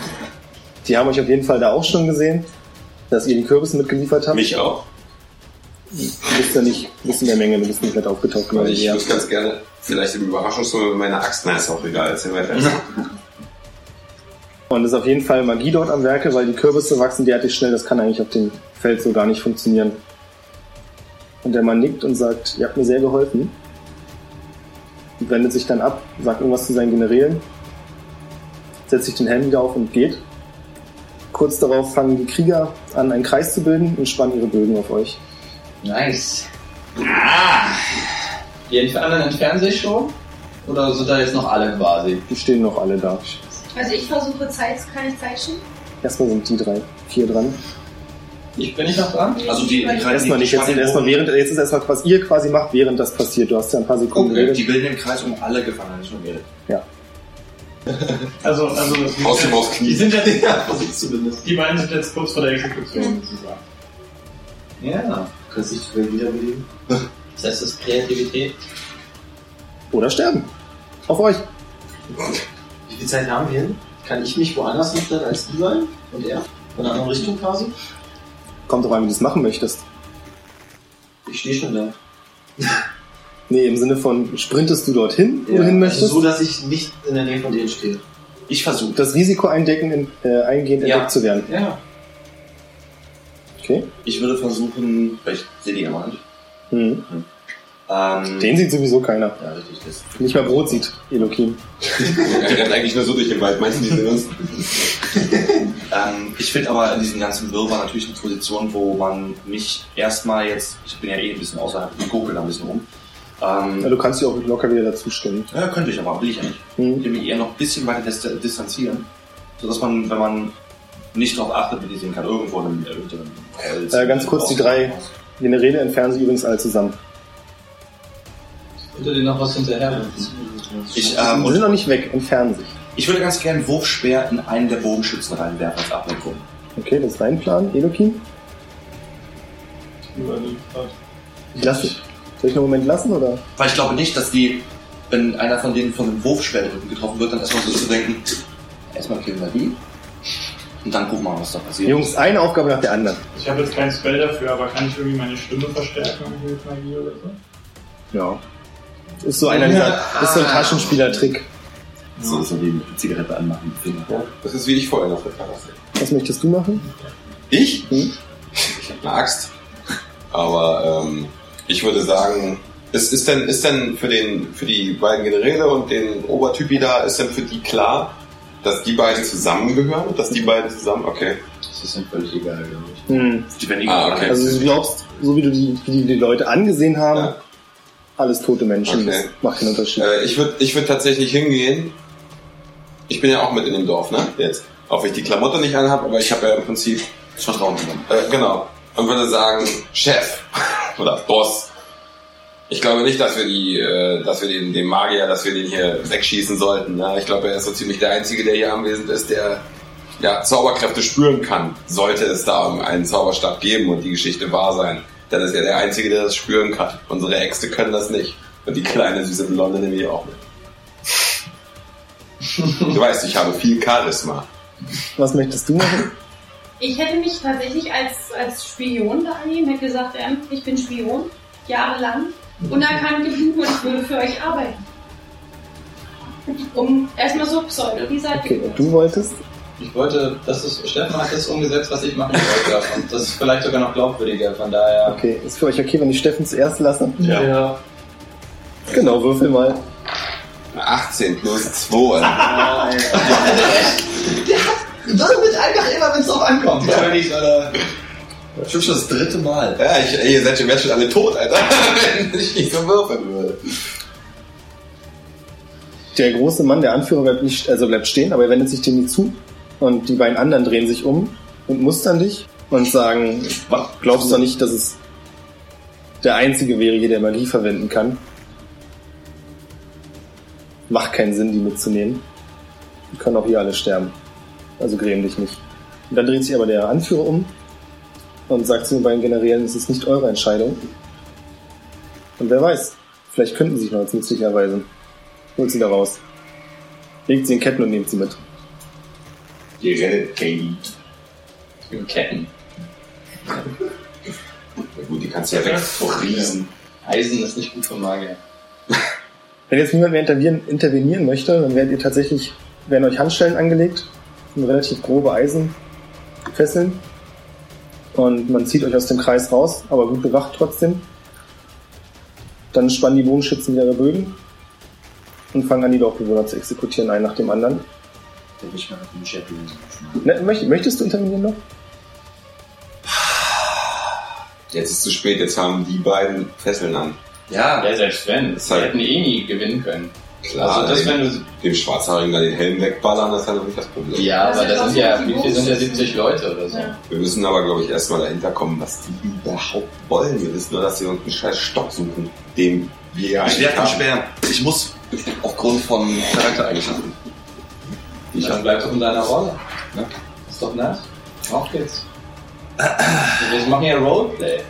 Die haben euch auf jeden Fall da auch schon gesehen, dass ihr die Kürbissen mitgeliefert habt.
Mich auch.
Du bist ja nicht, du bist in der Menge, du bist nicht weit aufgetaucht.
Weil ich
ja.
würde ganz gerne vielleicht im Überraschungsmoment mit meiner Axt, na ist auch egal, erzähl weiter.
Und es ist auf jeden Fall Magie dort am Werke, weil die Kürbisse wachsen derartig schnell, das kann eigentlich auf dem Feld so gar nicht funktionieren. Und der Mann nickt und sagt, ihr habt mir sehr geholfen. Und wendet sich dann ab, sagt irgendwas zu seinen Generälen, setzt sich den Helm wieder auf und geht. Kurz darauf fangen die Krieger an, einen Kreis zu bilden und spannen ihre Bögen auf euch.
Nice. Ah. Die entf- anderen entfernen sich schon? Oder sind da jetzt noch alle quasi?
Die stehen noch alle da.
Also ich versuche Zeit, kann ich Zeit schieben?
Erstmal sind die drei, vier dran.
Ich bin nicht noch dran?
Also die, die Kreise,
Erstmal
die
nicht, jetzt,
spannen
erstmal
um-
während, jetzt ist erstmal, was ihr quasi macht, während das passiert. Du hast ja ein paar Sekunden
Okay,
geredet.
die bilden den Kreis um alle Gefangenen, nicht nur mir.
Also, also das die
Aus
sind
dem
jetzt-
aus
die
Knie.
sind jetzt,
Zumindest.
die beiden sind jetzt kurz vor der Exekution sozusagen.
Ja.
Kannst dich wieder wiederbeleben?
Das heißt, das ist Kreativität.
Oder sterben. Auf euch.
Wie viel Zeit haben wir? Kann ich mich woanders hinstellen als du sein? Und er? Von einer anderen Richtung quasi?
Kommt drauf an, wie du es machen möchtest.
Ich stehe schon da.
Nee, im Sinne von, sprintest du dorthin, wo du hin möchtest?
Also so, dass ich nicht in der Nähe von denen stehe.
Ich versuche.
das Risiko eindecken, in, äh, eingehend
Ja.
entdeckt zu werden.
Ja.
Okay.
Ich würde versuchen, weil ich sehe die ja mal nicht.
Mhm.
Ähm,
Den sieht sowieso keiner.
Ja, richtig, das.
Nicht mal Brot sieht Elokim.
Der rennt eigentlich nur so durch den Wald, meinst du, die sind uns?
Ähm, ich finde aber in diesem ganzen Wirrwarr natürlich eine Position, wo man mich erstmal jetzt, ich bin ja eh ein bisschen außerhalb, ich gucke da ein bisschen rum.
Ja,
Ähm,
Also du kannst dich auch locker wieder dazustellen.
ja, könnte ich aber, will ich ja nicht. Ich
Mhm.
will mich eher noch ein bisschen weiter dis distanzieren, sodass man, wenn man nicht darauf achtet, wie die sehen kann, irgendwo in einem äh, hinter einem Fels.
Äh, ganz kurz, die drei. Generäle entfernen sie übrigens alle zusammen.
Könnte dir noch was hinterher?
Ich, ähm,
sie
und
sind noch nicht weg, entfernen sich.
ich würde ganz gerne einen Wurfspeer in einen der Bogenschützen reinwerfen als Ablenkung.
Okay, das ist dein Plan, Elokim. Ich lasse dich. Soll ich noch einen Moment lassen, oder?
Weil ich glaube nicht, dass die, wenn einer von denen von einem Wurfschwertrücken getroffen wird, dann erstmal so zu denken, erstmal killen wir die. Und dann gucken wir mal, was da passiert.
Jungs, eine Aufgabe nach der anderen.
Ich habe jetzt kein Spell dafür, aber kann ich irgendwie meine Stimme verstärken mit Magie oder so?
Ja. Ist so einer dieser, ist so ein Taschenspielertrick.
So ist wie eine Zigarette anmachen. Finger.
Das ist wie ich vorhin auf der Terrasse.
Was möchtest du machen?
Ich?
Mhm.
Ich habe eine Axt. Aber ähm, ich würde sagen, ist, ist denn, ist denn für, den, für die beiden Generäle und den Obertypi da, ist denn für die klar, dass die beiden zusammengehören? Dass die beiden zusammen, okay.
Das ist ihm völlig egal, glaube ich.
Hm.
Die werden die
Ah, okay.
Also du glaubst, so wie du die, wie die, die Leute angesehen haben,
Ja.
alles tote Menschen.
Okay.
Das macht keinen Unterschied.
Äh, ich würde ich würd tatsächlich hingehen. Ich bin ja auch mit in dem Dorf, ne? Jetzt. Auch wenn ich die Klamotte nicht anhab, aber ich habe ja im Prinzip
Das Vertrauen genommen.
Äh, genau. Und würde sagen, Chef oder Boss. Ich glaube nicht, dass wir die, äh, dass wir den, den Magier, dass wir den hier wegschießen sollten. Ne? Ich glaube, er ist so ziemlich der Einzige, der hier anwesend ist, der ja, Zauberkräfte spüren kann. Sollte es da einen Zauberstab geben und die Geschichte wahr sein, dann ist er der Einzige, der das spüren kann. Unsere Äxte können das nicht. Und die kleine süße Blonde nehme ich auch mit. Du weißt, ich habe viel Charisma.
Was möchtest du machen?
Ich hätte mich tatsächlich als, als Spion da annehmen, hätte gesagt, ähm, ich bin Spion, jahrelang, unerkannt geblieben und ich würde für euch arbeiten. Um erstmal so Pseudo, wie seid
Okay,
ihr?
und du wolltest?
Ich wollte, das ist, Stefan hat das umgesetzt, was ich machen wollte. Und das ist vielleicht sogar noch glaubwürdiger, von daher.
Okay, ist für euch okay, wenn ich Steffen zuerst lasse?
Ja.
Genau, würfel mal.
18 plus 2.
Das wird einfach immer, wenn es drauf ankommt. Ja.
nicht, Alter. Schon schon das dritte Mal.
Ja, ich, ey, ihr seid schon, wärt schon alle tot, Alter, wenn ich nicht so würfeln würde.
Der große Mann, der Anführer, bleibt, nicht, also bleibt stehen, aber er wendet sich dem nicht zu Und die beiden anderen drehen sich um und mustern dich und sagen, glaubst doch nicht, dass es der einzige wäre, hier, der Magie verwenden kann. Macht keinen Sinn, die mitzunehmen. Die können auch hier alle sterben. Also gräm dich nicht. Und dann dreht sich aber der Anführer um und sagt zu den beiden Generälen, es ist nicht eure Entscheidung. Und wer weiß, vielleicht könnten sie sich noch als nützlich erweisen. Holt sie da raus. Legt sie in Ketten und nehmt sie mit.
Ihr rettet Katie.
In Ketten.
Ja, gut, die kannst du ja wegfriesen.
Eisen ist nicht gut für Magier.
Wenn jetzt niemand mehr intervenieren, intervenieren möchte, dann werdet ihr tatsächlich, werden euch Handschellen angelegt, sind relativ grobe Eisenfesseln und man zieht euch aus dem Kreis raus, aber gut bewacht trotzdem. Dann spannen die Bogenschützen wieder ihre Bögen und fangen an, die Dorfbewohner zu exekutieren, einen nach dem anderen.
Da will ich mal auf den Chat lesen.
Ne, möcht, möchtest du intervenieren noch?
Jetzt ist es zu spät, jetzt haben die beiden Fesseln an.
Ja, selbst wenn. Das
halt-
hätten eh nie gewinnen können.
Klar,
also das,
dem,
wenn du.
dem Schwarzhaarigen da den Helm wegballern, das ist halt auch nicht das Problem.
Ja,
Das
aber
ist
das
doch
sind ja,
so
wie viel sind ja 70 Leute oder so.
Ja.
Wir müssen aber, glaube ich, erstmal dahinter kommen, was die überhaupt wollen. Wir wissen nur, dass sie uns einen scheiß Stock suchen, den wir ja
Ich werde
haben.
schwer. Ich muss
Aufgrund von Charaktereigenschaften.
Die Dann bleib doch in deiner Rolle. Ne? Ist doch nett. Auf geht's. Wir machen ja Roleplay.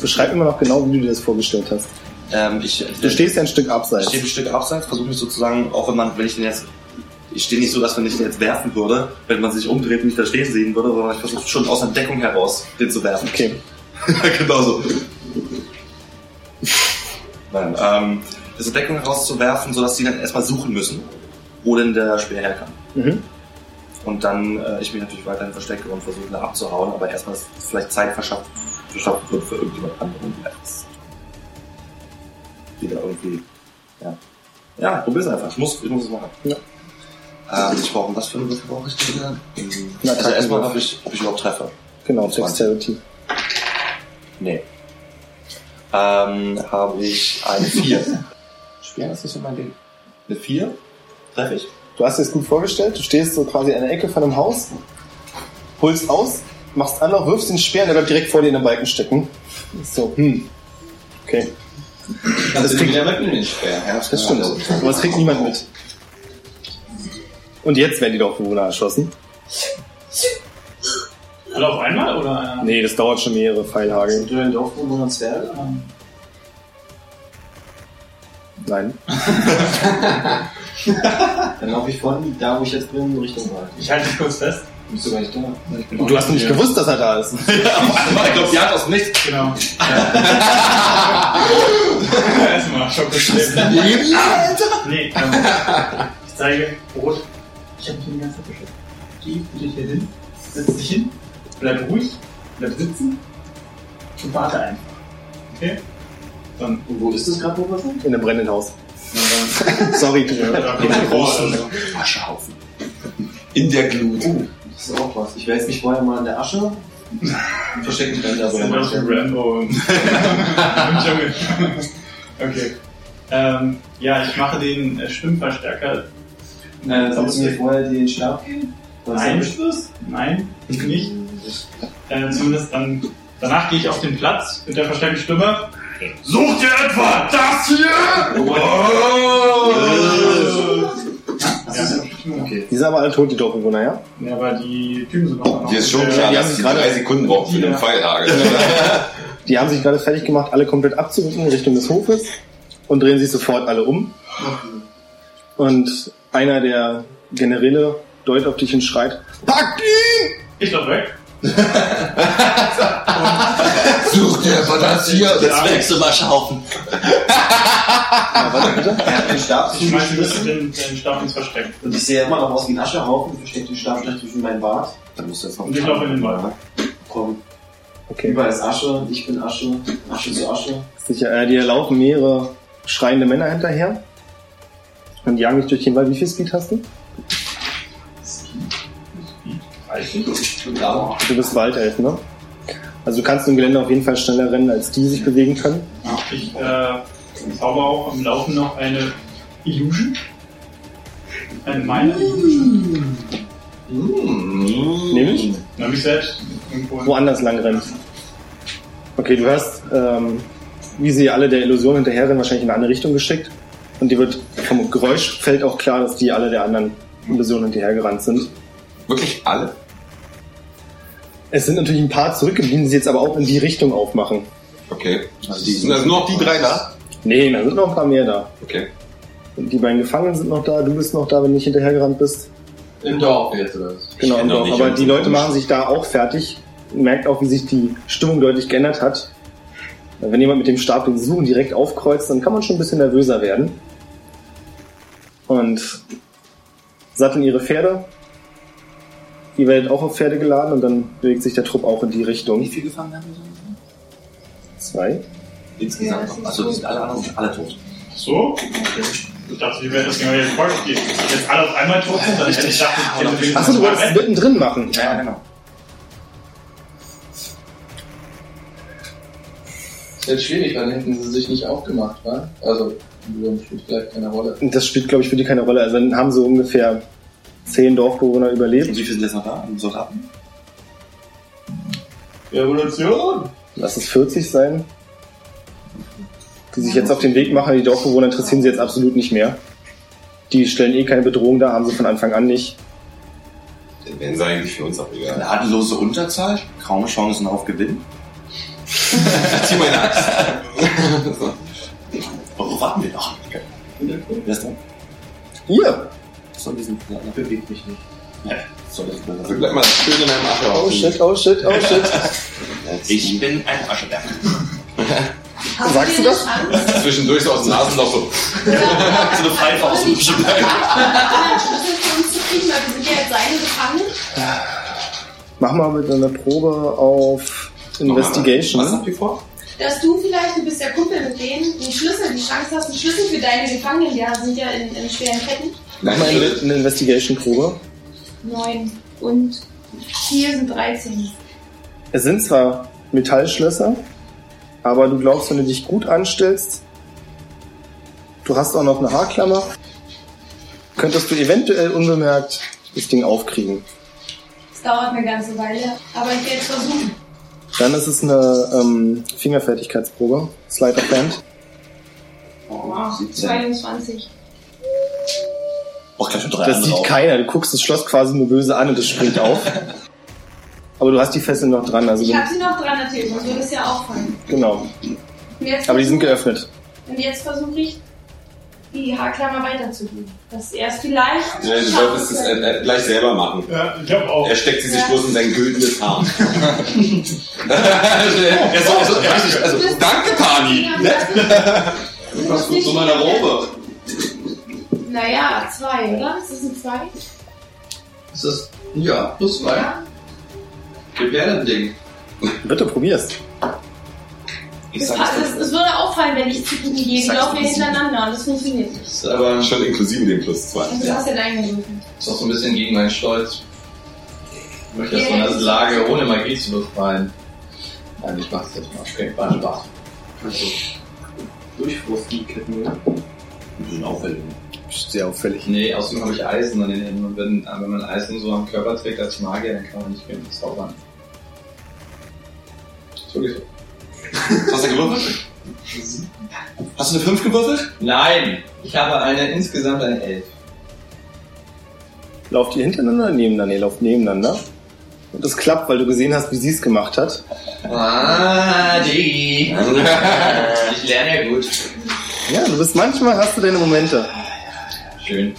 Beschreib mir mal noch genau, wie du dir das vorgestellt hast.
Ähm, ich,
Du stehst ein Stück
ich
abseits.
stehe ein Stück abseits, versuche mich sozusagen, auch wenn man, wenn ich den jetzt, ich stehe nicht so, dass man ich den jetzt werfen würde, wenn man sich umdreht und mich da stehen sehen würde, sondern ich versuche schon aus der Deckung heraus, den zu werfen.
Okay.
genau so. Nein, ähm, diese Deckung herauszuwerfen, sodass sie dann erstmal suchen müssen, wo denn der Speer her kann.
Mhm.
Und dann äh, ich mich natürlich weiterhin verstecke und versuche da abzuhauen, aber erstmal dass vielleicht Zeit verschafft, verschafft wird für irgendjemand anderen, der etwas zu tun hat. die da irgendwie. Ja. Ja, probier's einfach. Ich muss, ich muss es machen.
Ja.
Ähm, ich brauche was für einen Würfel brauche ich denn da? Ähm,
Na,
Also erstmal ob ich, ob ich überhaupt treffe.
Genau,
20.
Dexterity.
Nee. Ähm, habe ich eine 4.
Schwer ist das so mein Ding.
eine 4? Treffe ich?
Du hast dir das gut vorgestellt, du stehst so quasi an der Ecke von einem Haus, holst aus, machst Anlauf, wirfst den Speer und der bleibt direkt vor dir in den Balken stecken. So, hm. Okay,
Kannst du
klingt-
die wieder mitnehmen, den Speer.
das stimmt. Aber das kriegt niemand mit. Und jetzt werden die Dorfbewohner erschossen.
Alle auf einmal oder?
Nee, das dauert schon mehrere Pfeilhagel.
Sind Also, du ein Dorfbewohner und Zwerge?
Nein.
Dann laufe ich von da, wo ich jetzt bin, Richtung Wald.
Ich halte dich kurz fest.
Bist du gar nicht da? Ich bin
Du hast nicht gewusst, dass er da ist.
Ich glaube, die hat aus dem Nichts.
Genau. Erstmal Schock geschnitten. Nee, ähm, ich zeige Rot. Ich habe dich die ganze Zeit beschützt. Geh bitte hier hin, setz dich hin, bleib ruhig, bleib sitzen und warte einfach. Okay? Dann.
Und wo ist das gerade, wo wir sind?
In einem brennenden Haus. Sorry.
großen.
Aschehaufen.
In der Glut.
Das ist auch was. Ich wälze mich vorher mal in der Asche und verstecke mich dann da
Zum Beispiel
so.
Rambo im im Dschungel. Okay. Ähm, ja, ich mache den äh, Stimmverstärker. Äh,
Sollst du mir
zum
vorher den Stab geben? Sonst-
Einschluss? Nein, nicht. Äh, zumindest dann. Danach gehe ich auf den Platz mit der verstärkten Stimme. Sucht ihr etwa das hier? Oh.
Die sind aber alle tot, die Dorfbewohner, ja?
Ja, aber die Typen sind noch.
Dir ist schon
äh,
klar,
die haben
dass
sich
die
gerade-
drei Sekunden brauchen für
Ja.
den Pfeilhagel. oder?
Die haben sich gerade fertig gemacht, alle komplett abzurücken in Richtung des Hofes und drehen sich sofort alle um. Und einer der Generäle deutet auf dich und schreit, Pack ihn!
Ich lauf weg.
Such dir aber das hier.
Ja.
Jetzt wächst du mal Schaufen.
Ah, warte bitte.
Er hat den Stab
Ich schmeiße ein bisschen
zugeschmissen
den, den Stab ins Versteck.
und ich sehe immer noch aus wie ein Aschehaufen und verstecke den Stab gleich zwischen meinen Bart.
Dann musst du jetzt noch.
Und ich laufe in den Wald.
Komm,
Okay,
überall ist Asche, ich bin Asche, Asche zu Asche.
sicher. Äh, dir laufen mehrere schreiende Männer hinterher und jagen dich durch den Wald. Wie viel Speed hast du?
Ja.
Du bist Waldelf, ne? Also du kannst im Gelände auf jeden Fall schneller rennen, als die sich bewegen können.
Ich äh, zauber auch am Laufen noch eine Illusion. Eine meine Illusion.
Hm.
Nehme ich?
Na, mich selbst. Irgendwo.
woanders lang rennt. Okay, du hörst, ähm, wie sie alle der Illusion hinterherrennen, wahrscheinlich in eine andere Richtung geschickt. Und die wird vom Geräusch fällt auch klar, dass die alle der anderen Illusion hinterhergerannt sind.
Wirklich alle?
Es sind natürlich ein paar zurückgeblieben, die sie jetzt aber auch in die Richtung aufmachen.
Okay.
Also
sind das nur noch die drei da?
Nee, da sind noch ein paar mehr da.
Okay.
Und Die beiden Gefangenen sind noch da, du bist noch da, wenn du nicht hinterhergerannt bist.
Im Dorf jetzt oder was?
Genau,
kenn
und
doch
auch,
nicht,
aber
um
die
zu
Leute
kommen.
machen sich da auch fertig. Merkt auch, wie sich die Stimmung deutlich geändert hat. Wenn jemand mit dem Stab den Suchen direkt aufkreuzt, dann kann man schon ein bisschen nervöser werden. Und satteln ihre Pferde. Ihr werdet auch auf Pferde geladen und dann bewegt sich der Trupp auch in die Richtung.
viel gefangen haben wir sonst?
Zwei.
Insgesamt. Achso, die sind alle anderen, sind alle tot.
So? Okay. Ich dachte, wir werden das genau jetzt vorgespielt. Wenn Jetzt alle auf einmal tot sind, dann hätte ich gedacht, ich hätte wenigstens
Achso, du
mal
wolltest es
retten.
mittendrin machen.
Ja, ja, genau.
Ist jetzt schwierig, weil hätten sie sich nicht aufgemacht, wa? Also, Illusion spielt vielleicht keine Rolle.
Und das spielt, glaube ich, für die keine Rolle. Also dann haben so ungefähr zehn Dorfbewohner
Und
überlebt.
wie viele sind jetzt noch da? An Soldaten?
Revolution!
Lass es 40 sein. Die sich jetzt auf den Weg machen, die Dorfbewohner interessieren sie jetzt absolut nicht mehr. Die stellen eh keine Bedrohung dar, haben sie von Anfang an nicht.
Dann wären sie eigentlich für uns auch egal.
Eine hadellose Unterzahl, kaum Chancen auf Gewinn.
Ich zieh meine Axt.
Warum Oh, warten wir noch? Okay. Wer ist dran?
Ihr!
Soll diesen Plan
Bewegt mich nicht.
Soll das
Also bleib mal schön in deinem Asche
Oh shit, oh shit, oh shit.
Ich bin ein Ascheberg.
Hast
Sagst du
dir
das?
nicht Angst?
Zwischendurch so aus dem Nasenloch so.
So eine Pfeife aus dem Ascheberg.
Nein, das ist für uns zu kriegen, weil wir sind ja jetzt seine Gefangenen.
Mach mal mit einer Probe auf
Was
Investigation.
habt ihr vor?
Dass du vielleicht, du bist der Kumpel mit denen, den Schlüssel, die Chance hast, einen Schlüssel für deine Gefangenen, die sind ja in, in schweren Ketten.
Mach mal eine eine Investigation-Probe.
Neun und vier sind 13.
Es sind zwar Metallschlösser, aber du glaubst, wenn du dich gut anstellst, du hast auch noch eine Haarklammer, könntest du eventuell unbemerkt das Ding aufkriegen.
Es dauert eine ganze Weile, aber ich werde es versuchen.
Dann ist es eine ähm, Fingerfertigkeitsprobe. Slide of Hand. Oh,
Wow, 22.
Braucht gleich schon drei
Das
andere
sieht
auf.
keiner. Du guckst das Schloss quasi nur böse an und es springt auf. Aber du hast die Fesseln noch dran. Also
Ich
wenn,
habe sie noch dran natürlich, sonst würde es ja auffallen.
genau.
Und jetzt
Aber die sind geöffnet.
Und jetzt versuche ich, die Haarklammer weiterzugeben. Das erst vielleicht.
Ja, du solltest es äh, äh, gleich selber machen.
Ja, ich glaube auch.
Er steckt sie sich bloß in sein güldenes Haar.
Er ist auch so- er ist-
Also, danke, Pani!
Du
Was tut so meine Robe?
Naja, zwei, oder? Ist das ein zwei?
Ist das, ja, plus zwei. Wir werden ein Ding.
Bitte probier's.
Ich
Es,
sag
also,
es
es,
dir.
es würde auffallen, wenn ich Zicken gehe. Die
Sag's
laufen ja
nicht.
hintereinander und das funktioniert nicht.
Das ist aber,
Schon inklusive dem Plus 2.
Und das hast du ja eingerufen.
ist auch so ein bisschen gegen meinen Stolz. Ich möchte, dass man das Lage ohne Magie zu befreien. Nein, ich mach's jetzt mal. Okay, war Spaß.
Durchfrusten, Ketten, oder?
Die sind auffällig.
Sehr auffällig.
Nee, außerdem habe ich Eisen an den Händen und wenn, äh, wenn man Eisen so am Körper trägt als Magier, dann kann man nicht mehr zaubern. Ist wirklich so.
Was hast du gewürfelt? Hast du eine 5 gewürfelt?
Nein! Ich habe eine insgesamt eine Elf.
Lauft ihr hintereinander oder nebeneinander? Ihr lauft nebeneinander. Und das klappt, weil du gesehen hast, wie sie es gemacht hat.
Ah, Diggi! ich lerne ja gut.
Ja, du bist manchmal hast du deine Momente.
Schön.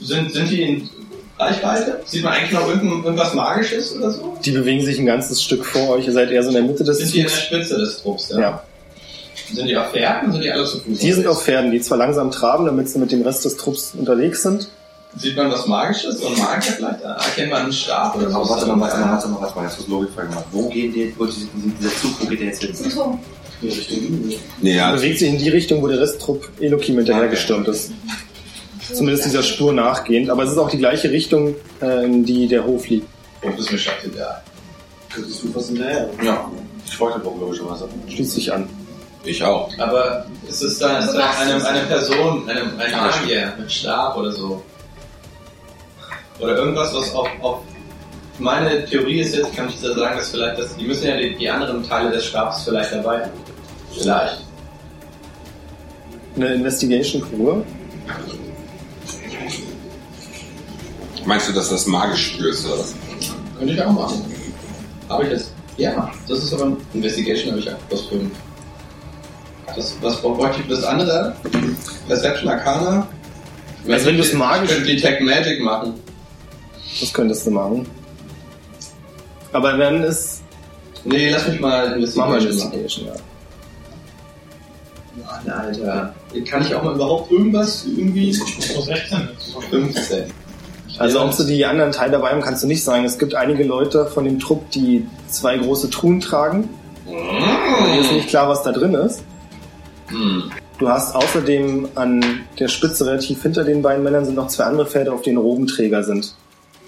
Sind, sind die in Reichweite? Sieht man eigentlich noch irgend, irgendwas Magisches oder so?
Die bewegen sich ein ganzes Stück vor euch. Ihr seid eher so in der Mitte des
Sind die in der
Zugs.
Spitze des Trupps, ja?
Ja.
Sind die auf Pferden? Sind die alle zu Fuß?
Die sind auf
unterwegs?
Pferden, die zwar langsam traben, damit sie mit dem Rest des Trupps unterwegs sind.
Sieht man was Magisches? So ein Magier vielleicht? Ah, Erkennt man einen Stab oder
Aber
so?
warte mal, warte mal, warte mal, warte mal. Jetzt muss Logik fragen. Wo geht der, wo diese- dieser Zug, wo geht der jetzt hin?
So,
Nee,
Er
ja,
bewegt sich in die Richtung, wo der Resttrupp Elokim hinterhergestürmt ist. Zumindest dieser Spur nachgehend. Aber es ist auch die gleiche Richtung, äh, in die der Hof liegt.
Und das ist mir scheißegal.
Könntest du was hinterher?
Ja. Ich wollte doch logischerweise.
Schließt sich an.
ich auch.
Aber ist es da, ist da eine, eine Person, eine, ein
Ja.
Magier mit Stab oder so? Oder irgendwas, was auf, auf meine Theorie ist jetzt, kann ich da sagen, dass vielleicht das, die müssen ja die, die anderen Teile des Stabs vielleicht dabei haben. Vielleicht.
Eine Investigation-Figur.
Meinst du, dass das magisch spürst oder was?
Könnte ich auch machen. Habe ich jetzt? Ja, das ist aber ein Investigation, habe ich auch plus 5. Das, was bräuchte ich für das andere? Perception Arcana?
Also wenn du es magisch-
Ich könnte Detect Magic machen.
Das könntest du machen. Aber dann ist.
Nee, lass mich
Mach
mal
mal
Investigation machen.
Investigation, ja.
Mann, Alter. Kann ich auch mal überhaupt irgendwas irgendwie?
Muss recht sein. das ist auch-
15.
Also
Ja.
ob sie die anderen Teile dabei haben, kannst du nicht sagen. Es gibt einige Leute von dem Trupp, die zwei große Truhen tragen. Mir ist nicht klar, was da drin ist.
Hm.
Du hast außerdem an der Spitze relativ hinter den beiden Männern sind noch zwei andere Felder, auf denen Robenträger sind.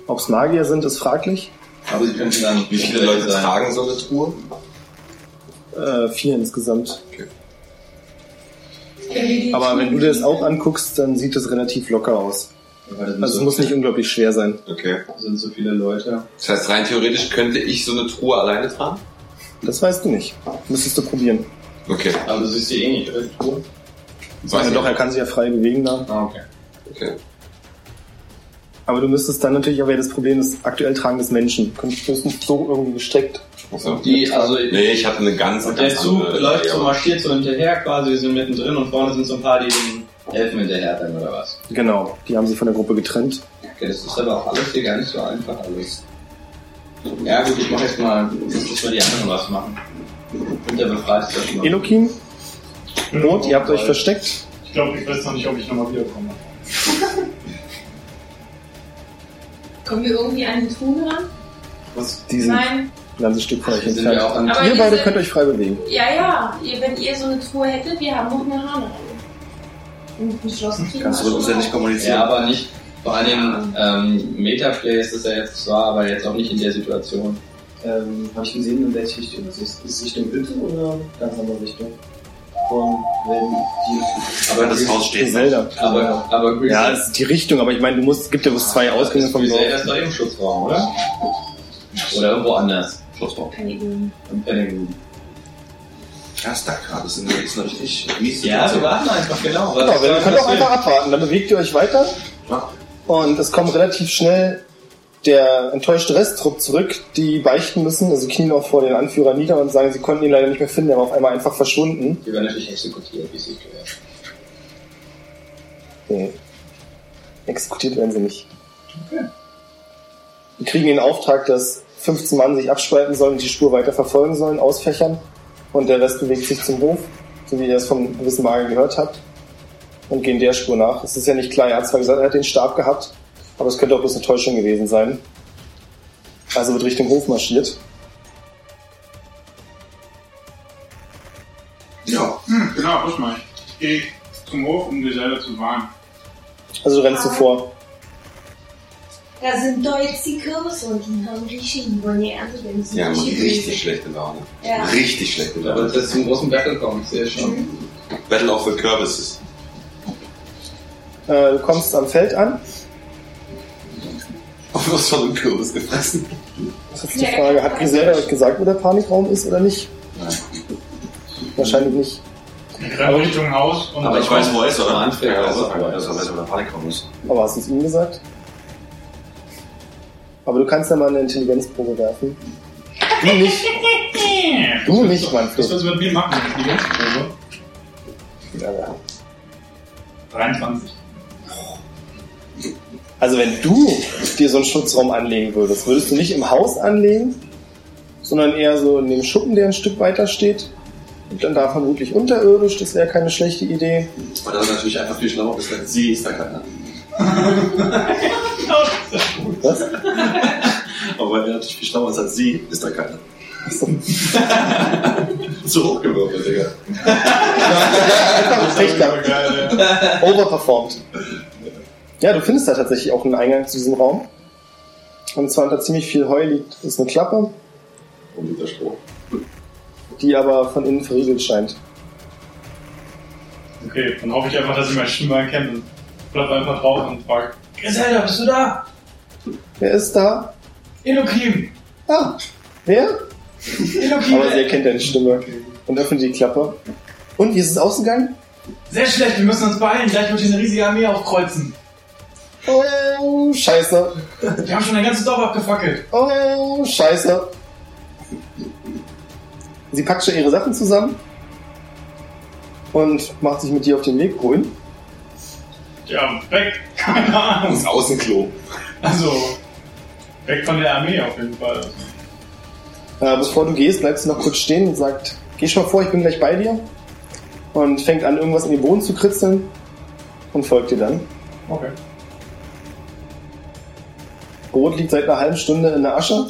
Ob es Magier sind, ist fraglich.
Aber sie könnten dann
Wie viele Leute tragen so eine Truhe?
Äh, vier insgesamt.
Wenn wir die
Aber
Truhen-
wenn du dir das auch anguckst, dann sieht es relativ locker aus. Also es muss nicht unglaublich schwer sein.
Okay.
sind so viele Leute.
Das heißt, rein theoretisch könnte ich so eine Truhe alleine tragen?
Das weißt du nicht. Müsstest du probieren.
Okay.
Aber du siehst die eh nicht irgendwo.
Also doch, er kann sich ja frei bewegen da.
Ah, okay.
Okay.
Aber du müsstest dann natürlich auch wieder das Problem des aktuell tragen des Menschen. Könntest du höchstens so irgendwie gestreckt.
Also,
Die, also,
nee, ich hatte eine ganz,
der
ganz
Zug
andere
läuft
Idee,
so
aber-
marschiert so hinterher quasi, wir sind mittendrin und vorne sind so ein paar, die den helfen hinterher dann oder was.
Genau, die haben sie von der Gruppe getrennt.
Okay, das ist aber auch alles hier gar nicht so einfach alles. Ja gut, ich mach jetzt mal, jetzt müssen wir die anderen was machen. Und der befreit ist das schon mal.
Elokin, Not, ihr habt euch versteckt.
Ich glaube, ich weiß noch nicht, ob ich nochmal wiederkomme.
Kommen wir irgendwie an die Truhen ran?
Was die sind ein
Nein.
ganzes Stück von euch
Hier sind wir auch
entfernt.
an
Aber
Ihr
die
beide
sind-
könnt euch frei bewegen.
Ja, ja. Ihr, wenn ihr so eine Truhe hättet, wir haben noch eine Hahn Und ein Schloss kriegen
Kannst du
wir
uns
schon
ja nicht
mal.
kommunizieren.
Ja, aber nicht, vor allen Dingen ähm, Metaplay ist es ja jetzt zwar, aber jetzt auch nicht in der Situation.
Ähm, Habe ich gesehen, in welche Richtung das ist. Ist es Richtung Hütte oder ganz andere Richtung? Von wenn die.
Aber
das Haus steht.
Zelda.
Aber, aber Grease-
Ja, es ist die Richtung, aber ich meine, du musst, es gibt ja bloß zwei Ausgänge vom
Grease
Dorf.
ist doch im Schutzraum, oder? Oder irgendwo anders.
Schlusswort.
Keine Idee.
Im Pentagon.
Ja, ist da gerade. Das ist eine, ist eine richtig miese
Ja, wir
Situation.
warten einfach, genau. Was
Genau, ihr
was
könnt auch
passiert?
einfach abwarten, dann bewegt ihr euch weiter. Und es kommt relativ schnell der enttäuschte Resttrupp zurück, die beichten müssen, also knien auch vor den Anführer nieder und sagen, sie konnten ihn leider nicht mehr finden, er war auf einmal einfach verschwunden.
Die werden natürlich exekutiert, wie es sich gehört.
Nee. Exekutiert werden sie nicht. Die kriegen den Auftrag, dass 15 Mann sich abspalten sollen und die Spur weiter verfolgen sollen, ausfächern. Und der Rest bewegt sich zum Hof, so wie ihr es vom gewissen Magen gehört habt. Und gehen der Spur nach. Es ist ja nicht klar, er hat zwar gesagt, er hat den Stab gehabt, aber es könnte auch bloß eine Täuschung gewesen sein. Also wird Richtung Hof marschiert.
Ja.
Hm, genau, was mach ich? Ich gehe zum Hof, um Geselle zu warnen.
Also du rennst du vor.
Da sind doch jetzt die Kürbisse und die haben richtig, die wollen ja ernten, wenn sie
Die haben
nicht
richtig schlechte Laune.
Ja.
Richtig schlechte
Aber
Laune.
das ist zum großen Battle kommen, ich sehe schon.
Battle of the Curvises.
Äh, du kommst am Feld an.
Und was von einem Kürbis gefressen.
Das ist die Frage, hat Griselda euch gesagt, wo der Panikraum ist oder nicht?
Nein.
Wahrscheinlich nicht.
Ich renne Richtung Haus und
Aber ich weiß, wo er ist, oder?
Anfänger,
Ja,
also.
aber- Also, weiß, wo der Panikraum ist.
Aber hast du es ihm gesagt? Aber du kannst ja mal eine Intelligenzprobe werfen. Du nicht, du nicht,
Was
Manfred.
willst du mit mir machen? Die ganze Probe?
Ja, ja.
23.
Also wenn du dir so einen Schutzraum anlegen würdest, würdest du nicht im Haus anlegen, sondern eher so in dem Schuppen, der ein Stück weiter steht. Und dann da vermutlich unterirdisch, das wäre keine schlechte Idee.
Und das ist natürlich einfach viel schlauer, bis dann ne? sie ist da keiner.
Was?
Aber weil er natürlich viel schlauer ist als sie, ist da keiner. ne? Zu hochgewürfelt, Digga.
Einfach schlechter.
geil, ja.
Overperformed. Ja, du findest da tatsächlich auch einen Eingang zu diesem Raum. Und zwar unter ziemlich viel Heu liegt ist eine Klappe,
Und dieser Stroh.
die aber von innen verriegelt scheint.
Okay, dann hoffe ich einfach, dass ich meinen Stimme erkenne. Bleib einfach drauf und frag. Griselda, bist du da?
Wer ist da?
Elokim!
Ah, wer?
Elokim!
Aber sie erkennt deine Stimme und öffnet die Klappe. Und wie ist es ausgegangen?
Sehr schlecht, wir müssen uns beeilen. Gleich wird hier eine riesige Armee aufkreuzen.
Oh, scheiße.
Wir haben schon ein ganzes Dorf abgefackelt.
Oh, scheiße. Sie packt schon ihre Sachen zusammen und macht sich mit dir auf den Weg wohin.
Ja, weg. Keine Ahnung.
Das Außenklo.
Also, weg von der Armee auf jeden Fall.
Äh, bevor du gehst, bleibst du noch kurz stehen und sagt, geh schon mal vor, ich bin gleich bei dir. Und fängt an, irgendwas in den Boden zu kritzeln und folgt dir dann.
Okay.
Rot liegt seit einer halben Stunde in der Asche,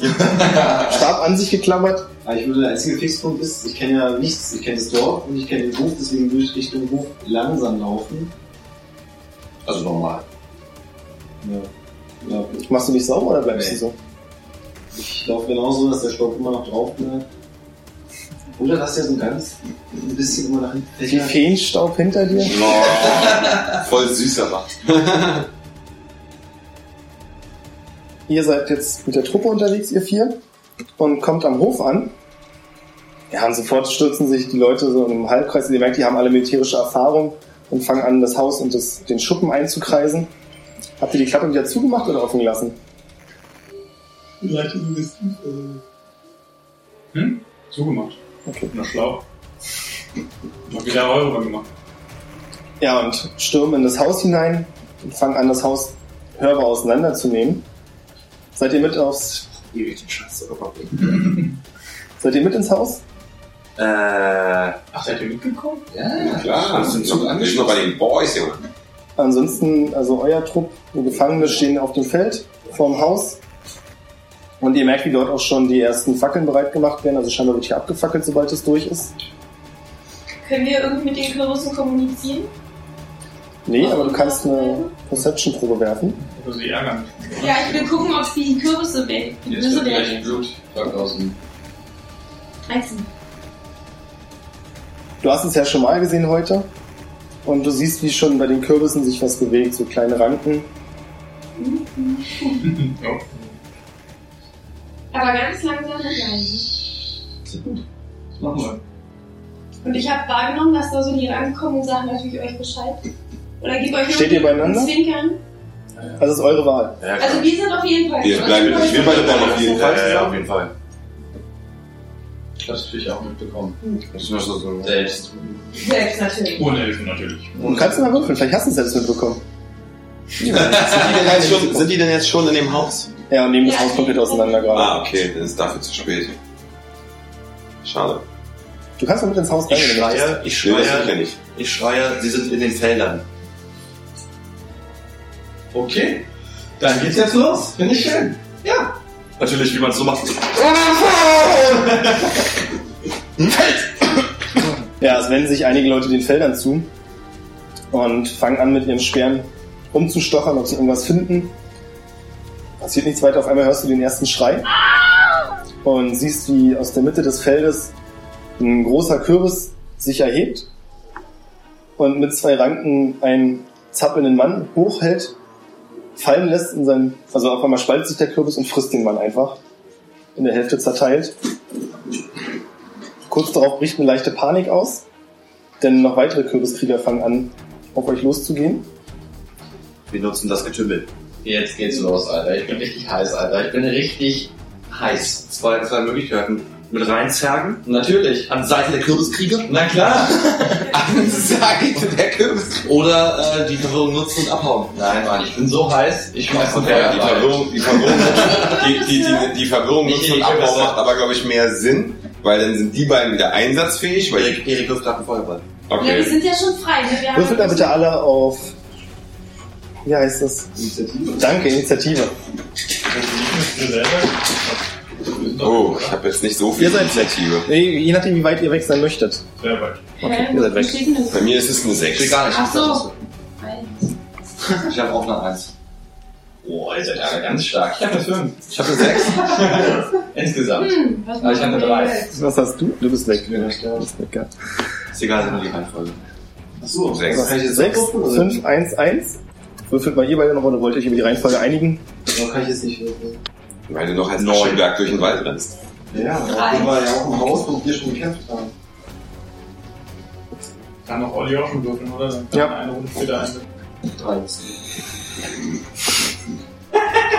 Stab an sich geklammert.
Aber ich würde, der einzige Fixpunkt ist, ich kenne ja nichts, ich kenne das Dorf und ich kenne den Hof, deswegen würde ich Richtung Hof langsam laufen.
Also normal.
Ja. ja okay.
Machst du dich sauber oder bleibst
Nee.
du so?
Ich laufe genauso, dass der Stock immer noch drauf bleibt. Oder dass der so ganz ein bisschen immer nach hinten
Viel Feenstaub hinter dir?
Voll süß aber.
Ihr seid jetzt mit der Truppe unterwegs, ihr vier, und kommt am Hof an. Ja, und sofort stürzen sich die Leute so im Halbkreis. Und Ihr merkt, die haben alle militärische Erfahrung und fangen an, das Haus und das, den Schuppen einzukreisen. Habt ihr die Klappe wieder zugemacht oder offen gelassen?
Vielleicht ein bisschen. also- Hm? Zugemacht.
Okay.
Na schlau. Noch wieder Euro gemacht.
Ja, und stürmen in das Haus hinein und fangen an, das Haus hörbar auseinanderzunehmen. Seid ihr mit aufs... Seid ihr mit ins Haus?
Äh,
Ach, seid ihr mitgekommen?
Ja, klar.
Das
Wir
sind
sind
so
noch- wir sind noch bei den Boys, Junge.
Ansonsten, also euer Trupp, die Gefangene stehen auf dem Feld vorm Haus. Und ihr merkt, wie dort auch schon die ersten Fackeln bereit gemacht werden. Also scheinbar wird hier abgefackelt, sobald es durch ist.
Können wir irgendwie mit den Kürbissen kommunizieren?
Nee, aber du kannst eine Perception-Probe werfen.
Oder sie ärgern mich.
Ja, ich will gucken, ob sie die Kürbisse wählen.
Hier ist
Kürbisse
vielleicht ein
wählen.
Blut. Fuck aus dem.
13.
Du hast es ja schon mal gesehen heute. Und du siehst, wie schon bei den Kürbissen sich was bewegt, so kleine Ranken.
Mhm.
Ja.
Aber ganz langsam und leise.
Machen wir.
Und ich habe wahrgenommen, dass da so die rankommen und sagen natürlich euch Bescheid. Oder gebt euch
Steht ihr beieinander?
ein Zwinkern.
Also ist eure Wahl.
ja, klar.
Also wir sind auf jeden Fall.
Wir bleiben- wir beide bleiben auf jeden
ja, ja, ja, auf jeden Fall.
Das natürlich auch mitbekommen.
Hm.
Das ist nur so, so.
Selbst.
Selbst natürlich.
Ohne Hilfe natürlich.
Du kannst mal würfeln, vielleicht hast du es selbst mitbekommen.
Sind die, denn jetzt schon, sind die denn jetzt schon in dem Haus?
Ja, und nehmen das
Ja.
Haus komplett auseinander gerade.
Ah, okay, dann ist dafür zu spät. Schade.
Du kannst mal mit ins Haus rein,
Ich
wenn du möchtest.
schreie, ich
Nee, das
schreie,
kenne ich.
ich schreie, sie sind in den Feldern.
Okay. Dann geht's jetzt los. Finde ich schön.
Natürlich, wie man es so macht.
Ja, es wenden sich einige Leute den Feldern zu und fangen an, mit ihren Speeren rumzustochern, ob sie irgendwas finden. Passiert nichts weiter, auf einmal hörst du den ersten Schrei und siehst, wie aus der Mitte des Feldes ein großer Kürbis sich erhebt und mit zwei Ranken einen zappelnden Mann hochhält, fallen lässt in seinem, also auf einmal spaltet sich der Kürbis und frisst den Mann einfach. In der Hälfte zerteilt. Kurz darauf bricht eine leichte Panik aus, denn noch weitere Kürbiskrieger fangen an, auf euch loszugehen.
Wir nutzen das Getümmel.
Jetzt geht's los, Alter. Ich bin richtig heiß, Alter. Ich bin richtig heiß.
Zwei, zwei Möglichkeiten.
Mit reinzergen?
Natürlich.
An Seite der Kürbiskrieger?
Na klar.
An Seite der Kürbiskrieger. Oder äh, die Verwirrung nutzen und abhauen.
Nein, Mann. Ich bin so heiß. Ich schmeiß ein
Ja, die
Feuer.
Verwirrung, die Verwirrung, die, die, die, die Verwirrung
Nicht
nutzen
die
und Abbau
Kürbisse.
macht aber, glaube ich, mehr Sinn, weil dann sind die beiden wieder einsatzfähig, weil ich,
Erik, Erik wirft gerade einen Feuerball.
Ja, wir
okay,
sind ja schon frei. Ne? Wir haben-
Würfelt da bitte alle auf. Wie heißt das?
Initiative.
Danke, Initiative.
oh, ich habe jetzt nicht so viel
Ihr seid-
Initiative.
Nee, Je nachdem, wie weit ihr weg sein möchtet.
Sehr weit.
Hä?
ihr seid weg.
Wo steht denn das?
Bei mir ist es eine 6.
gar
Ach so.
Ich habe auch eine Eins.
Boah, ihr seid ja ganz stark. Ich hab eine 5.
Ich habe eine Sechs.
Insgesamt.
Hm, was
Aber ich hatte drei.
Was hast du? Du bist weg. Ja,
Ist egal, sind nur die Reihenfolge.
Achso,
Sechs.
kann ich jetzt
6,
sechs,
5, 1, 1. Würfelt mal ihr beide noch oder wollt ihr euch über die Reihenfolge einigen?
Da kann ich jetzt nicht würfeln.
Weil du noch als Neuberg durch den Wald rennst.
Ja,
Drei.
aber wir waren ja auch im Haus, wo wir schon gekämpft haben.
Kann doch Olli auch schon würfeln, oder? Dann kann
Ja.
man eine Runde später ein.
Drei.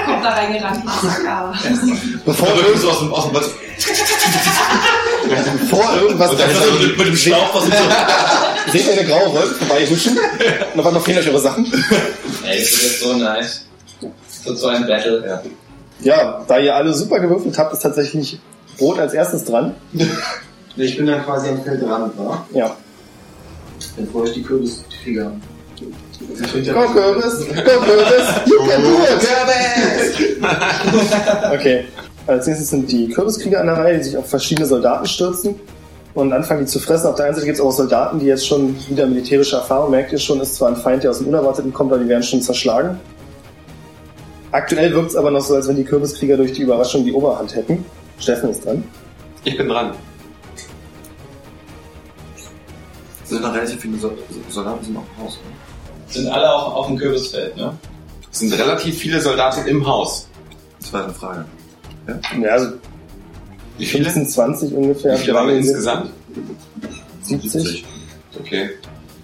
Kommt da reingerannt. Aber
Bevor,
würdest du aus dem, aus dem was,
bevor irgendwas da ist,
mit dem Schlauch was
seht ihr eine graue Wolke vorbeihuschen? Und auf einmal fehlen euch eure Sachen.
Ey, das ist jetzt so nice. So zu einem Battle. Ja.
Ja, da ihr alle super gewürfelt habt, ist tatsächlich Rot als erstes dran.
Ich bin dann quasi am Feldrand, wa?
Ja.
Bevor ich die Kürbis kriege. habe. Ich finde
Go, Kürbis! Go, Kürbis! You can do it! Okay. Als nächstes sind die Kürbiskrieger an der Reihe, die sich auf verschiedene Soldaten stürzen und anfangen, die zu fressen. Auf der einen Seite gibt es auch Soldaten, die jetzt schon wieder militärische Erfahrung, merkt ihr schon, ist zwar ein Feind, der aus dem Unerwarteten kommt, aber die werden schon zerschlagen. Aktuell wirkt es aber noch so, als wenn die Kürbiskrieger durch die Überraschung die Oberhand hätten. Steffen ist dran.
Ich bin dran.
Sind noch relativ viele Sol- Soldaten sind auch im Haus. ne?
Sind alle auch auf dem Kürbisfeld, ne?
Es sind relativ viele Soldaten im Haus.
Das war eine Frage.
Ja, also
Wie viele?
15, 20 ungefähr.
Wie viele waren wir insgesamt?
70.
Okay.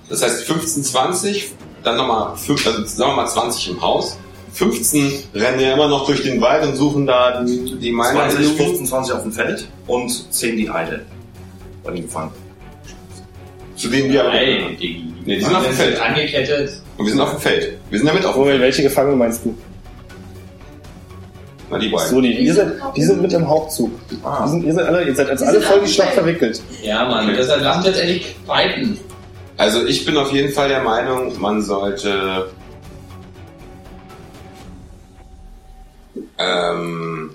Das heißt 15, 20, dann nochmal 5, also sagen wir mal 20 im Haus. 15 rennen ja immer noch durch den Wald und suchen da die, die Miner.
20, 15, 20 auf dem Feld und 10 die Heide. Bei den Gefangenen.
Zu denen wir
Nein, die,
Nee, die sind auf dem Feld.
Angekettet.
Und wir sind auf dem Feld. Wir sind damit auf dem
Moment,
Feld.
welche Gefangene meinst du?
Na, die beiden.
So, die, die, sind, die sind mit im Hauptzug. Die
Ah.
sind, ihr seid alle, ihr seid als
Die
alle
sind
voll
alle
die Schlacht
dabei.
verwickelt.
Ja, Mann,
Okay.
deshalb lasst jetzt endlich fighten.
Also ich bin auf jeden Fall der Meinung, man sollte ähm,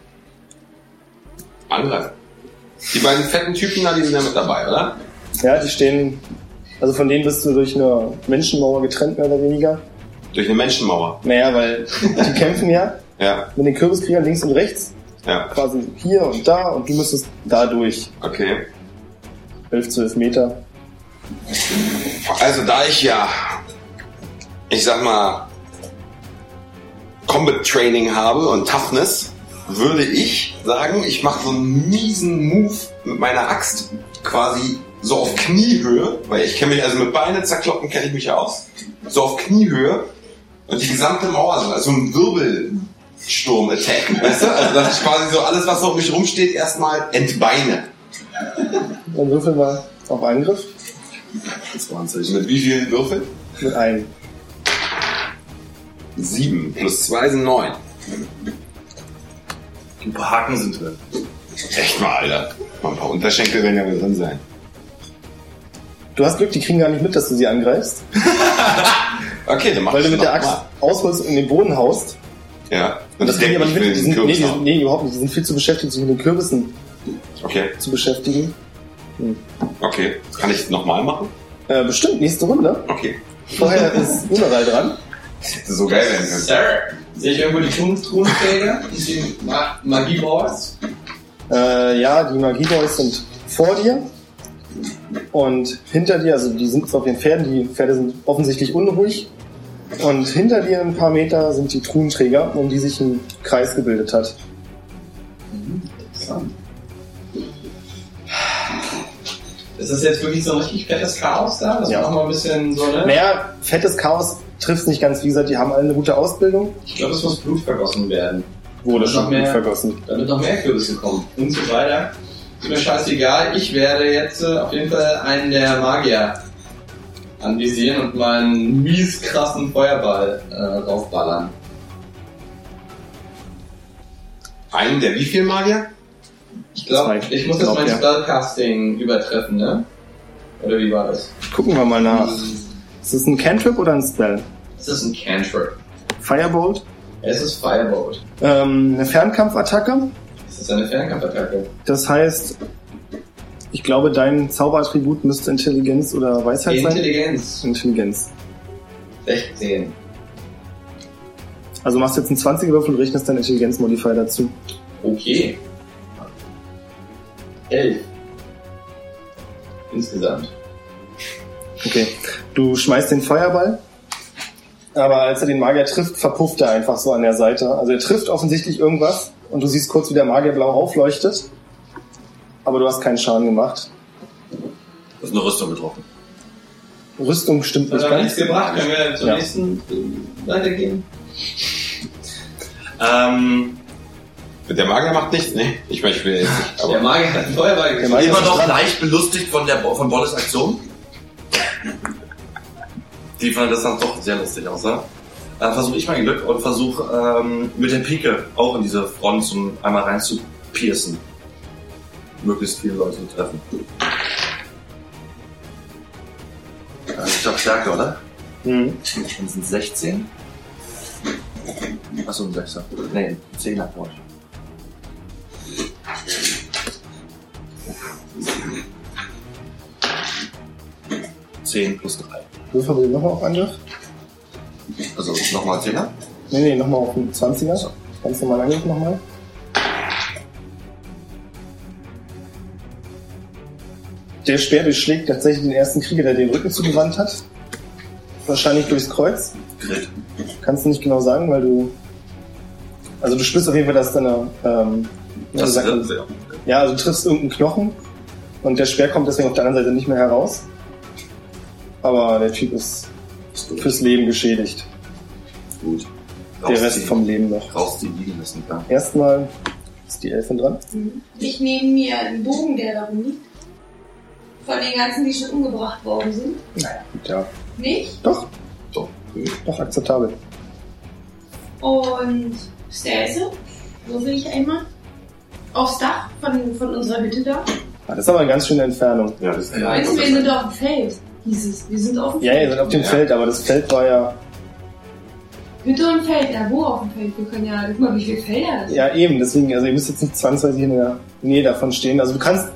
angreifen. Die beiden fetten Typen da, die sind ja mit dabei, oder?
Ja, die stehen, also von denen bist du durch eine Menschenmauer getrennt, mehr oder weniger.
Durch eine Menschenmauer.
Naja, weil die kämpfen ja
Ja,
mit den Kürbiskriegern links und rechts,
ja,
quasi hier und da und du müsstest da durch.
okay.
11, 12 Meter.
Also da ich ja, ich sag mal, Combat Training habe und Toughness, würde ich sagen, ich mache so einen miesen Move mit meiner Axt quasi so auf Kniehöhe, weil ich kenne mich, also mit Beine zerkloppen kenne ich mich ja aus, so auf Kniehöhe und die gesamte Mauer, so- also ein Wirbelsturm-Attack, weißt du? Also dass ich quasi so alles, was so um mich rumsteht, erstmal entbeine.
Dann würfeln wir auf Angriff
20. Mit wie vielen Würfeln?
mit einem.
7 plus 2 sind 9.
Ein paar Haken sind drin.
Echt mal, Alter. Mal ein paar Unterschenkel werden ja wohl drin sein.
Du hast Glück, die kriegen gar nicht mit, dass du sie angreifst,
Okay, dann mach
weil du
ich's
mit der
noch
Axt
mal.
ausholst und in den Boden haust.
Ja.
Und das kriegen die aber nicht mit. Die sind, nee,
Kürbis
die sind,
haben.
nee, überhaupt nicht. Die sind viel zu beschäftigt, sich mit den Kürbissen
Okay,
zu beschäftigen.
okay. Kann ich nochmal machen?
Äh, bestimmt, nächste Runde.
Okay.
Vorher ist Uneral dran.
Hätte so geil werden können.
Sir. Sehe ich irgendwo die Tun- Truhenschläger? Die sind Ma Magieboards?
Äh, ja, die Magieboys sind vor dir und hinter dir, also die sind auf den Pferden, die Pferde sind offensichtlich unruhig. Und hinter dir ein paar Meter sind die Truhenträger, um die sich ein Kreis gebildet hat.
Ist das jetzt wirklich so ein richtig fettes Chaos da? Das
Ja.
war auch mal ein bisschen so, ne?
Naja, fettes Chaos trifft nicht ganz, wie gesagt, die haben alle eine gute Ausbildung.
Ich glaube, es muss Blut vergossen werden.
Wurde
Noch
schon gut
mehr.
vergossen.
Damit noch mehr Kürbisse kommen. Und so weiter. Ist mir scheißegal. Ich werde jetzt äh, auf jeden Fall einen der Magier anvisieren und meinen mies krassen Feuerball äh, draufballern.
Einen der wie viel Magier?
Ich glaube,
Zwei.
ich muss jetzt
Glaub,
mein
ja.
Spellcasting übertreffen, ne? Oder wie war das?
Gucken wir mal nach. Ist das ein Cantrip oder ein Spell?
Es ist ein Cantrip.
Firebolt?
Es ist Firebolt.
Ähm, eine Fernkampfattacke?
Es ist eine Fernkampfattacke.
Das heißt, ich glaube, dein Zauberattribut müsste Intelligenz oder Weisheit sein.
Intelligenz.
Intelligenz.
16.
Also machst jetzt einen 20er Würfel und rechnest deinen Intelligenzmodifier dazu.
Okay. 11. Insgesamt.
Okay. Du schmeißt den Feuerball Aber als er den Magier trifft, verpufft er einfach so an der Seite. Also er trifft offensichtlich irgendwas und du siehst kurz, wie der Magier blau aufleuchtet. Aber du hast keinen Schaden gemacht.
Das ist eine Rüstung getroffen.
Rüstung stimmt
Das
nicht
hat Äh, nichts
ganz.
gebracht. Können wir zum
Ja.
nächsten äh, weitergehen?
Ähm,
Der Magier macht nichts, ne? Ich meine, ich will jetzt nicht.
Der
Aber
Magier hat einen Feuerball
Der
geschossen.
Magier
immer
ist
noch
dran.
leicht belustigt von, der, von Bolles Aktion. Die fand das dann doch sehr lustig aus, ne? Äh, versuche ich mein Glück und versuche ähm, mit der Pike auch in diese Front zum einmal rein zu piercen. Möglichst viele Leute zu treffen. Äh, Ich glaube Stärke, oder?
Hm.
Dann sind 16. Achso, ein 6er. Nee, ein 10er brauche ich. Zehn plus drei.
Würfel wir nochmal auf Angriff?
Also nochmal Zehner.
Nee, nee, nochmal auf den 20er.
So.
Ganz normal Angriff nochmal. Der Speer durchschlägt tatsächlich den ersten Krieger, der den Rücken zugewandt hat. Wahrscheinlich durchs Kreuz.
Grit.
Kannst du nicht genau sagen, weil du. Also du spürst auf jeden Fall, dass deine. Ähm,
Das
deine Sachen-
ist sehr.
ja, also du triffst irgendeinen Knochen und der Speer kommt deswegen auf der anderen Seite nicht mehr heraus. Aber der Typ ist fürs Leben geschädigt.
Gut.
Der Rest vom Leben noch.
Rausziehen liegen lassen, klar.
Erstmal ist die Elfin dran.
Ich nehme mir einen Bogen, der da rumliegt. Von den ganzen, die schon umgebracht worden sind.
Ja.
Nicht?
Doch,
Doch.
doch akzeptabel.
Und Stelse, so will ich einmal. Aufs Dach von, von unserer Hütte da.
Ah, das ist aber eine ganz schöne Entfernung.
Ja, das ist
Ja, Meinst du, wir sind auf dem Feld? Hieß es. Wir sind auf dem
Ja, ihr
Feld.
seid auf dem
Ja.
Feld, aber das Feld war ja.
Hütte und Feld. Na, wo auf dem Feld? Wir können ja, guck mal, wie viele Felder das sind.
Ja, eben, deswegen, also ihr müsst jetzt nicht zwangsweise in der Nähe davon stehen. Also du kannst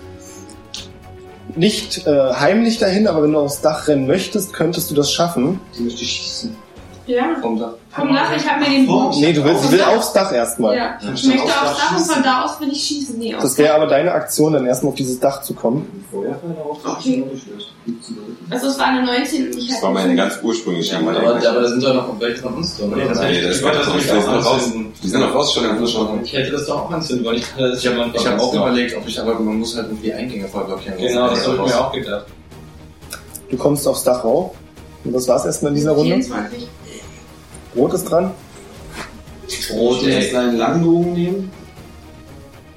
nicht äh, heimlich dahin, aber wenn du aufs Dach rennen möchtest, könntest du das schaffen.
Die möchte ich schießen.
Ja.
Vom Dach.
Komm nach, ich habe mir den Bogen.
Nee, du willst, sie will aufs Dach erstmal.
Ja. Ich
Stimmt,
möchte
aufs
aufs
Dach
Dach und von
schießen.
da aus will ich schießen. Nee, aufs
Das wäre aber deine Aktion, dann erstmal auf dieses Dach zu kommen.
Die Feuerwehr darauf.
Okay. Also es war eine 19 und ich
das
hatte
war meine ganz ursprüngliche
Aber,
Idee.
aber da sind doch noch welche von uns drin.
Nee, das
oder?
Nee, das war das nicht. Die sind noch raus. Die sind noch raus schon im Flussschrank.
ich hätte das doch auch anzünden wollen. Ich, dachte, das
Ich habe
jemand
hab auch
anderes noch.
überlegt, ob ich, aber man muss halt irgendwie Eingänge voll blockieren.
Genau, das habe ich
muss
mir auch gedacht.
Du kommst aufs Dach rauf. Und das war's erstmal in dieser Runde.
24.
Rot ist dran.
Brot,
Ich will jetzt
ey.
einen Langbogen nehmen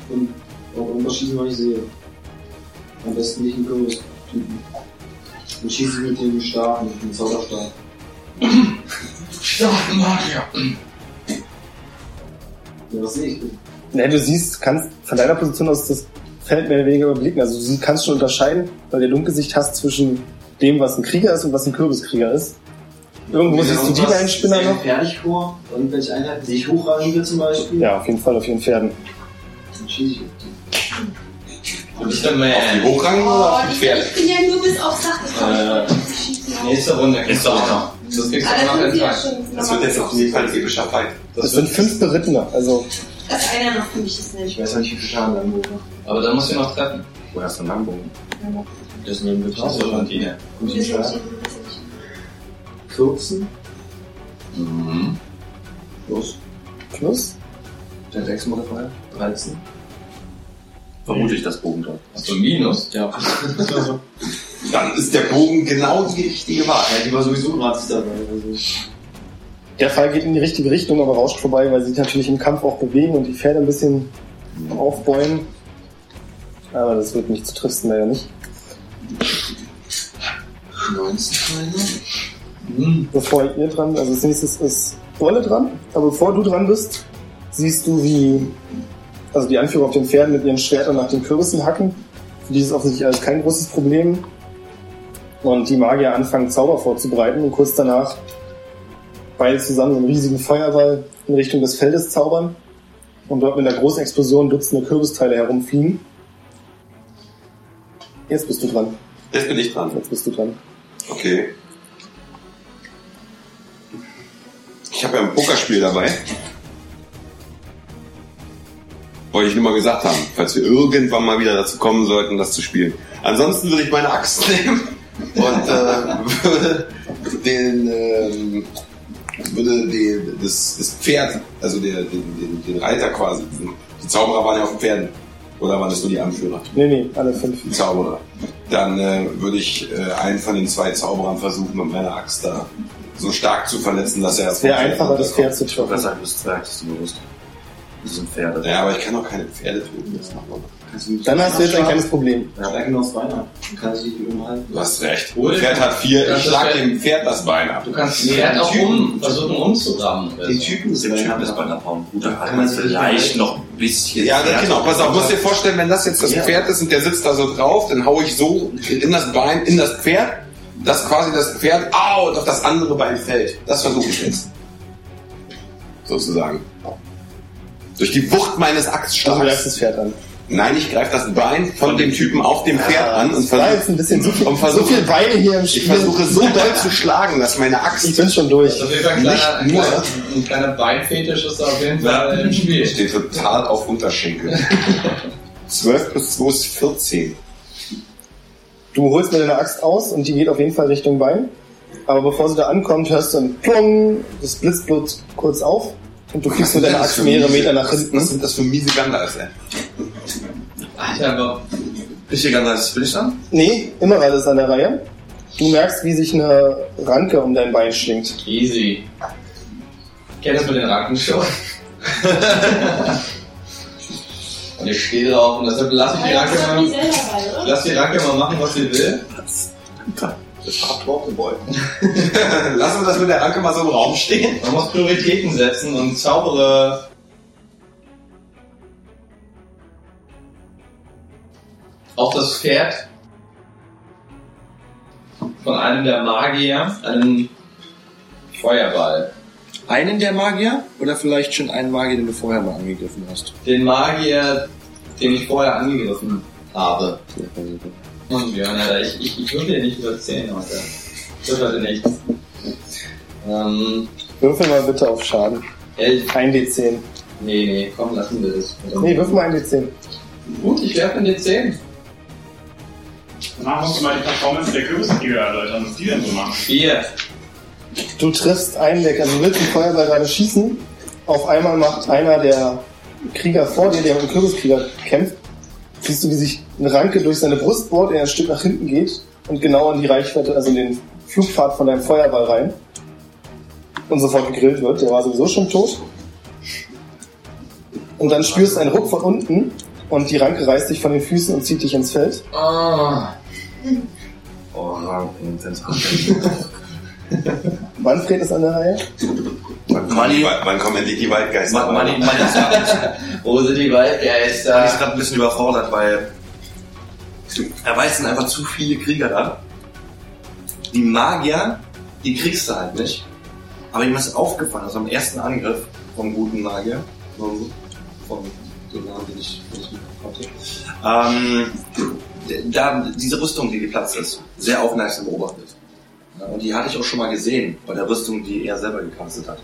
und auch irgendwas schießen, was ich sehe. Am besten nicht einen Kürbis-Typen. Dann schieße ich mit dem Stab, mit dem Zauberstab.
Stark Magier.
Ja, was sehe ich denn?
Ne, du siehst, kannst von deiner Position aus das Feld mehr oder weniger überblicken. Also du sie- kannst schon unterscheiden, weil du Dunkelsicht hast zwischen dem, was ein Krieger ist und was ein Kürbiskrieger ist. Irgendwo siehst du die
Irgendwas
beiden Spinner
sehr
noch.
gefährlich vor. Irgendwelche Einheiten, die ich hochrangige zum Beispiel.
Ja, auf jeden Fall auf ihren Pferden.
Dann schieße ich auf die.
Du bist der Man.
Die Hochrangen oder
Oh,
auf die
ich,
Pferde?
ich bin ja nur bis aufs
Äh,
Dach gekommen. Ich schieße noch.
Nächste Runde kriegst du auch noch. Das
Das
kriegst du auch
Aber
noch
Ah, das sind
den
sie ja
Tag.
schon.
Das wird jetzt auf jeden Fall ein halt epischer Fight.
Das sind fünf Berittene. Also
Dass einer noch für mich ist,
Ich
nicht.
weiß ja nicht, wie viel Schaden Langbogen macht.
Aber da musst du noch treffen.
Woher hast du einen Langbogen?
Das nehmen wir
Das ist schon die. ne?
Und den Schaden. 14.
Mhm.
Los.
plus.
Der 6 Modifier. 13.
Vermute ich das Bogen dort.
Hast du Minus? Ja.
Dann ist der Bogen genau die richtige Wahl.
Ja, die war sowieso gratis dabei. Also.
Der Fall geht in die richtige Richtung, aber rauscht vorbei, weil sie sich natürlich im Kampf auch bewegen und die Pferde ein bisschen aufbäumen. Aber das wird nicht zu tristen, leider nicht.
19
bevor ihr dran, also als nächstes ist Wolle dran, aber bevor du dran bist, siehst du, wie also die Anführer auf den Pferden mit ihren Schwertern nach den Kürbissen hacken. Für die ist offensichtlich alles kein großes Problem. Und die Magier anfangen, Zauber vorzubereiten und kurz danach beide zusammen so einen riesigen Feuerball in Richtung des Feldes zaubern und dort mit einer großen Explosion dutzende Kürbisteile herumfliegen. Jetzt bist du dran.
Jetzt bin ich dran.
Jetzt bist du dran.
Okay. Ich habe ja ein Pokerspiel dabei. Wollte ich nur mal gesagt haben, falls wir irgendwann mal wieder dazu kommen sollten, das zu spielen. Ansonsten würde ich meine Axt nehmen und äh, würde den ähm, würde die, das, das Pferd, also der, den, den, den Reiter quasi, die Zauberer waren ja auf den Pferden. Oder waren das nur die Anführer?
Nee, nee, alle fünf.
Die Zauberer. Dann äh, würde ich äh, einen von den zwei Zauberern versuchen, mit meiner Axt da so stark zu verletzen, dass er erst
Sehr einfacher, das Pferd zu
Ich würde
treffen.
sagen, das Zwerg ist bewusst. Das sind Pferde.
Ja, aber ich kann doch keine Pferde töten. Das macht man.
Dann hast du jetzt ein kleines Problem.
Stärke noch zweimal. Dann kannst du dich nicht umhalten.
Du hast recht. Ein Pferd hat vier. Ich
Das
schlag
Pferd-
dem Pferd das Bein ab.
Du kannst nee, Pferd auch um, versuchen umzurammen. oder
Den
so.
Typen ist
äh,
Dem Typen ist
das
bei einer Braun. Gut, da hat
Kann
man
man sich
vielleicht
mal-
noch ein bisschen.
Ja,
Pferd.
genau. Pass auf, musst dir vorstellen, wenn das jetzt das
Ja.
Pferd ist und der sitzt da so drauf, dann hau ich so in das Bein, in das Pferd, dass quasi das Pferd au, und auf das andere Bein fällt. Das versuche ich jetzt. Sozusagen. Durch die Wucht meines
Also greifst
Axtschlags.
das Pferd an.
Nein, ich greife das Bein von dem Typen auf dem Pferd an und
Da ist
versuche
ein bisschen so viel,
und
so
versuch-
viel Beine hier im
ich
Spiel.
versuche so doll zu schlagen, dass meine
Ich
Axt
bin schon durch.
Das ist auf jeden Fall ein kleiner, ein
Nicht nur.
kleiner, ein kleiner Beinfetisch ist da auf jeden Fall im Spiel.
steht total auf Unterschenkel. 12 plus 2 ist 14.
Du holst mit deiner Axt aus und die geht auf jeden Fall Richtung Bein. Aber bevor sie da ankommt, hörst du ein Plong, das Blitzblut kurz auf und du kriegst mit deiner
Das
Axt
sind
mehrere
miese-
Meter nach hinten.
Was sind das für miese Gandalfs, ey?
Alter, aber
Richtig, ganz nice. Bin ich dann?
Nee, immer alles an der Reihe. Du merkst, wie sich eine Ranke um dein Bein schlingt.
easy. Kennt das mit den Ranken schon? und ich stehe drauf und deshalb lass ich die
Also,
Ranke
das haben die
mal,
selber bei, oder?
lass die Ranke mal machen, was sie will.
Lass uns das mit der Ranke mal so im Raum stehen.
Man muss Prioritäten setzen und zaubere. Auf das Pferd von einem der Magier einen Feuerball.
Einen der Magier? Oder vielleicht schon einen Magier, den du vorher mal angegriffen hast?
Den Magier, den ich vorher angegriffen habe. Und Björn, Alter, ich, ich, ich würde dir nicht überzählen heute. Ich würde heute nichts. Ähm,
Würfel mal bitte auf Schaden.
elf.
1d10.
Nee, nee, komm, lassen wir das. Also,
Nee, würfel mal 1d10.
Gut, ich werfe in dir 10.
Danach musst du mal die Performance der Kürbiskrieger erläutern, was die denn so machen.
Vier.
Du triffst einen der, also du willst den Feuerball gerade schießen. Auf einmal macht einer der Krieger vor dir, der mit dem Kürbiskrieger kämpft, siehst du, wie sich eine Ranke durch seine Brust bohrt, er ein Stück nach hinten geht und genau in die Reichweite, also in den Flugpfad von deinem Feuerball rein. Und sofort gegrillt wird. Der war sowieso schon tot. Und dann spürst du einen Ruck von unten und die Ranke reißt dich von den Füßen und zieht dich ins Feld.
Oh.
Oh, intens.
Manfred ist an der Reihe.
Wann kommen,
Manni.
die, Wa- wann kommen endlich die Waldgeister?
Man, man, man ist
Wo sind die
gerade
Waldgeister?
ein bisschen überfordert, weil er weiß, es sind einfach zu viele Krieger da. Die Magier, die kriegst du halt nicht. Aber ihm ist aufgefallen, also am ersten Angriff vom guten Magier, vom, vom den Namen, den ich den ich nicht hatte, ähm, da diese Rüstung, die geplatzt ist, sehr aufmerksam beobachtet. Ja, Und die hatte ich auch schon mal gesehen, bei der Rüstung, die er selber gekastet hat.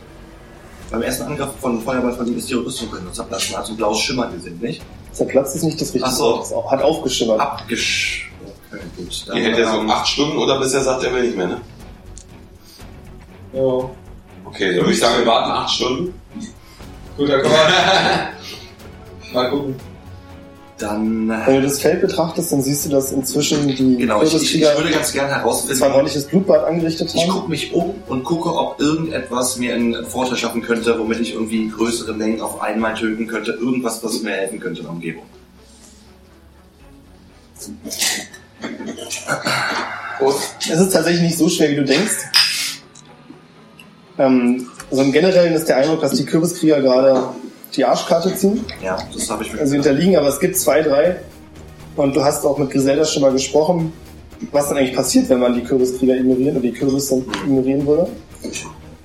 Beim ersten Angriff von Feuerball von ihm ist die Rüstung benutzt, hat man so ein blaues Schimmer gesehen, nicht?
Zerplatzt ist nicht das richtige
Ach so.
Wort. Das Hat aufgeschimmert.
Abgesch... Okay, gut. Dann,
Die hält er so
ähm,
um 8 Stunden oder bis er sagt, er will nicht mehr, ne?
Oh.
Okay, dann würde ich sagen, wir warten 8 Stunden.
Guter Call. Mal gucken.
dann
Wenn
äh,
du das Feld betrachtest, dann siehst du, dass inzwischen die
genau, ich, ich, ich
Kürbiskrieger
würde ganz gerne
zwar ein
herausfinden,
ordentliches Blutbad angerichtet
ich
haben.
gucke mich um und gucke, ob irgendetwas mir einen Vorteil schaffen könnte, womit ich irgendwie größere Mengen auf einmal töten könnte, irgendwas, was mir helfen könnte in der Umgebung.
Es ist tatsächlich nicht so schwer, wie du denkst. Ähm, also im Generellen ist der Eindruck, dass die Kürbiskrieger gerade die Arschkarte ziehen.
Ja, das habe ich mir
Also hinterliegen, aber es gibt zwei, drei. Und du hast auch mit Griselda schon mal gesprochen, was dann eigentlich passiert, wenn man die Kürbiskrieger ignorieren oder die Kürbisse ignorieren würde.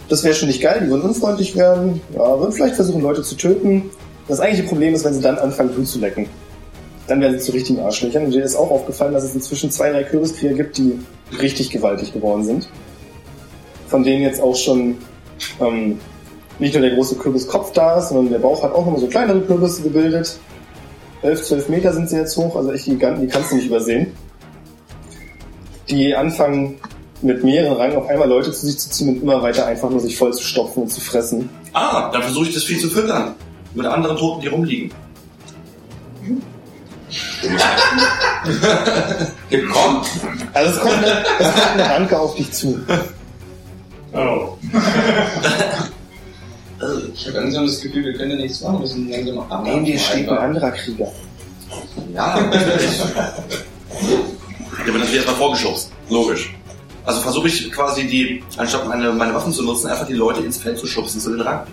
Das wäre schon nicht geil, die würden unfreundlich werden, ja, würden vielleicht versuchen, Leute zu töten. Das eigentliche Problem ist, wenn sie dann anfangen, Blut zu lecken. Dann werden sie zu richtigen Arschlöchern. Und dir ist auch aufgefallen, dass es inzwischen zwei, drei Kürbiskrieger gibt, die richtig gewaltig geworden sind. Von denen jetzt auch schon ähm, nicht nur der große Kürbiskopf da ist, sondern der Bauch hat auch nochmal so kleinere Kürbisse gebildet. 11, 12 Meter sind sie jetzt hoch, also echt Giganten, die kannst du nicht übersehen. Die anfangen, mit mehreren Rangen auf einmal Leute zu sich zu ziehen und immer weiter einfach nur sich voll zu stopfen und zu fressen.
Ah, dann versuche ich das Vieh zu füttern. Mit anderen Toten, die rumliegen.
Gekommen?
Also es kommt eine, es kommt eine Ranke auf dich zu.
Oh.
Ich habe langsam das Gefühl, wir können da nichts machen, wir müssen langsam abwarten.
Neben dir steht ein
Einfach.
anderer Krieger.
Ja, natürlich.
Ja, aber das wird erstmal vorgeschubst. Logisch. Also versuche ich quasi die, anstatt meine, meine Waffen zu nutzen, einfach die Leute ins Feld zu schubsen, zu den Rang.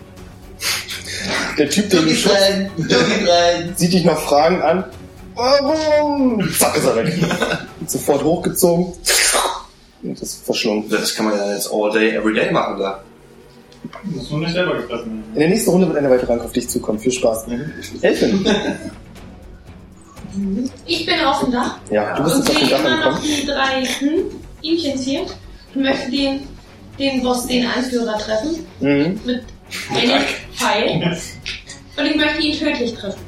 Der Typ, der dich schubst,
rein, Doggy rein.
sieht dich noch fragend an. Warum? Zack, ist er weg. Sofort hochgezogen. Und ist verschlungen.
Das kann man ja jetzt all day, every day machen da.
Muss nur nicht selber gefressen werden.
In der nächsten Runde wird eine weitere Ranke auf dich zukommen. Viel Spaß. Elfen.
Ich bin auf dem Dach.
Ja, du bist
und
jetzt auf
sehe
den Dach
immer noch
angekommen.
die drei hm, Ihmchens hier und möchte den, den Boss, den Anführer treffen
Mhm.
mit einem Pfeil und ich möchte ihn tödlich treffen.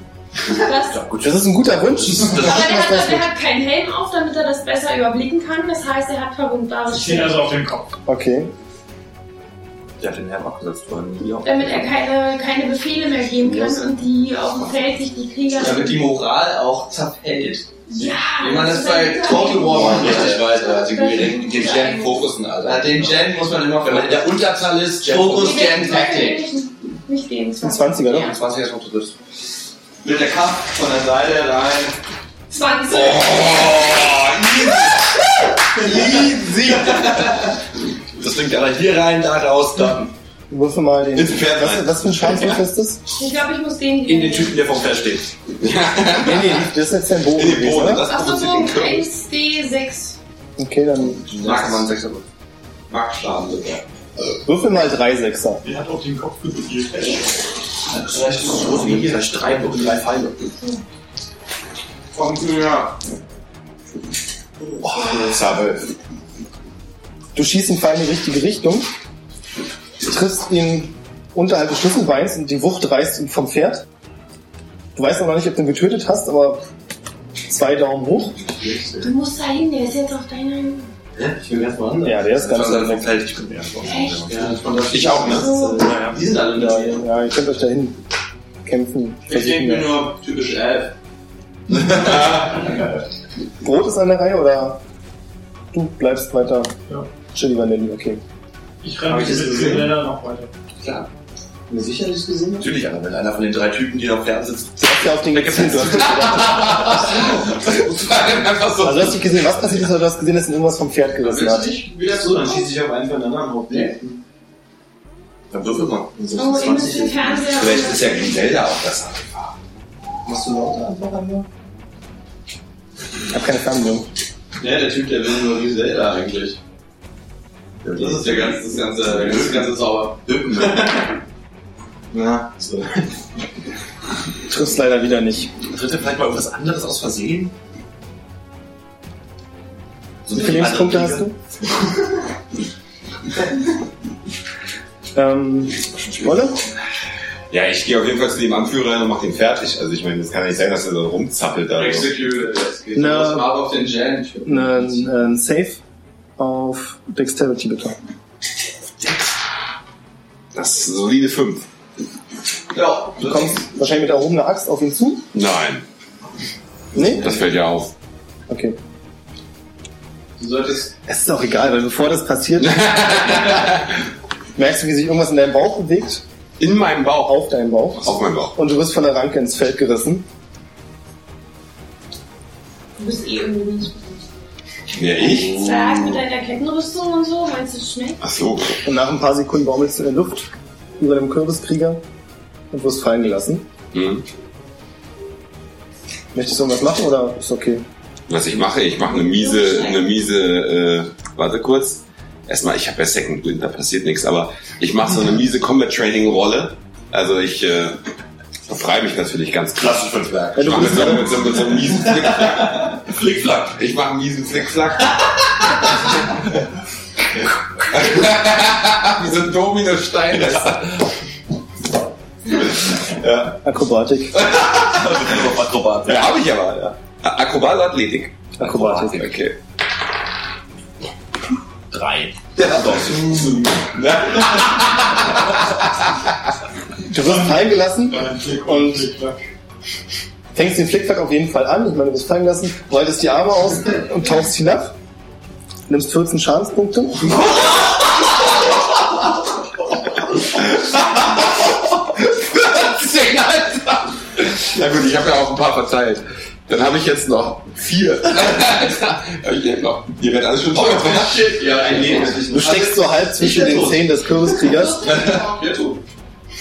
Das, aber
Das ist ein guter Wunsch.
der hat, der hat keinen Helm auf, damit er das besser überblicken kann. Das heißt, er hat verwundbares
Ich stehe
Schild,
also auf dem Kopf.
Okay.
Der hat den Herrn abgesetzt worden. Ja.
damit er keine, keine Befehle mehr geben kann
Yes.
und die auf dem Feld sich die Krieger... Ah,
Da wird die Moral auch zerfällt.
ja,
Wie man das
ist
bei
ein-
Total War
Boah, man
macht.
richtig weiter.
äh,
Also den, den
Ja.
Gen fokussen,
Na,
Alter.
Den Gen muss man immer
Wenn man in der Unterzahl ist, Gen
Fokus.
Nee,
fokussen.
der-
Gen Taktik.
nicht- Nicht den
Ein 20er, ne?
Ja.
20 erstmal zu dritt.
Mit der Kraft von der Seite rein. Oh.
20.
Easy!
Das bringt einer hier rein, da raus, dann.
Würfel mal den.
Ins Pferd
Was,
rein.
was für ein Schadenswürfel ist das?
Ich glaube, ich muss den...
In den Typen, der vom Pferd steht.
Nee, nee, das ist jetzt dein Bogen
In den
gewesen,
Boden,
oder?
das
Achso,
provoziert den
so
Kürbis.
1D6.
Okay, dann
Max man 6
Max Schaden sogar.
würfel mal drei Sechser.
Der hat auf den Kopf gedrückt.
Vielleicht so wie hier, vielleicht drei, drei Pfeile.
Ja.
Du schießt ihn vor in die richtige Richtung, triffst ihn unterhalb des Schlüsselbeins und die Wucht reißt ihn vom Pferd. Du weißt noch nicht, ob du ihn getötet hast, aber zwei Daumen hoch.
Du musst da hin, der ist jetzt auf deiner.
Ich will erstmal an.
Ja, der ist
Das
ganz
war dann vom
weg.
Feld, ich bin mehr.
Echt?
Ja, von der
Ich auch, ne?
Äh,
Naja.
Die sind alle da. ja.
Ja, ihr könnt euch dahin kämpfen.
Ich
Versuchen,
denke mir
ja.
nur typisch elf.
Brot ist an der Reihe oder du bleibst weiter?
Ja.
Chili Vanilli, okay.
Ich
Hab
renne
ich
mit
das
dem
gesehen?
Geländer noch weiter.
Mir sicherlich gesehen hat.
Natürlich, aber wenn einer von den drei Typen, die auf Pferden sitzt,
Du hast ja auf den gezielt. Du hast nicht gedacht.
Einfach so.
Also du hast nicht gesehen, was passiert ist, aber du hast gesehen, dass ihn irgendwas vom Pferd gerissen
Willst
hat.
du nicht wieder so, dann schieße ich auf einen von den Also, anderen auf den.
dann würfel mal.
Und so
Oh, ihr müsst
20
den Fernseher.
Vielleicht ist ja Griselda auch besser.
Machst du lauter einfach an mir?
Ich habe keine Fernbedienung.
Ja, der Typ, der will nur die Zelda eigentlich. Das ist der ganze, das ganze, das ganze Zauber.
Na,
Triffst leider wieder nicht.
tritt er vielleicht mal irgendwas anderes aus Versehen? So
Wie viele Lebenspunkte hast du? ähm, Wolle?
Ja, ich gehe auf jeden Fall zu dem Anführer hin und mach den fertig. Also ich meine, das kann ja nicht sein, dass er da rumzappelt. Also.
Execute. Das geht
Na.
los. Mal auf den Gen.
Einen einen Save auf Dexterity bitte.
Das ist eine solide 5.
Ja,
Du kommst wahrscheinlich mit erhobener Axt auf ihn zu.
Nein,
Nee?
das fällt ja auf.
Okay.
du solltest.
Es ist auch egal, weil bevor das passiert, merkst du, wie sich irgendwas in deinem Bauch bewegt,
In meinem Bauch.
auf deinem Bauch.
Auf meinem Bauch.
Und du wirst von der Ranke ins Feld gerissen.
Du bist eh irgendwie nicht.
Ja, ich?
Sag, mit deiner Kettenrüstung und so, meinst du, es schmeckt?
Ach so.
Und nach ein paar Sekunden baumelst du in der Luft über dem Kürbiskrieger und wirst fallen gelassen.
Hm.
Möchtest du irgendwas machen oder ist okay?
Was ich mache, ich mache eine miese, eine miese, äh, warte kurz. Erstmal, ich habe ja Second Wind, da passiert nichts, aber ich mache so eine miese Combat Training Rolle. Also ich äh, befreie mich natürlich ganz krass.
Klassisch fünf Werk.
Ja,
Ich
du
mache mit,
bist
so, mit, so, mit so einem miesen Flickflack. Flickflack. Ich mache einen miesen Flickflack. Wie so ein Dominostein.
Akrobatik.
Akrobat.
Ja, habe ich aber. Ja. Akrobat oder Athletik?
Akrobatik.
Okay.
drei.
Du wirst fallen gelassen und fängst den Flickflack auf jeden Fall an. Ich meine, du wirst fallen gelassen, breitest die Arme aus und tauchst hinab. Nimmst 14 Schadenspunkte.
Na gut, ich habe ja auch ein paar verteilt. Dann habe ich jetzt noch vier. Hab ich jetzt noch. Ihr werdet alles schon teuer.
Ja, ein Leben ist nicht
Du steckst so halb zwischen den Zähnen des Kürbiskriegers.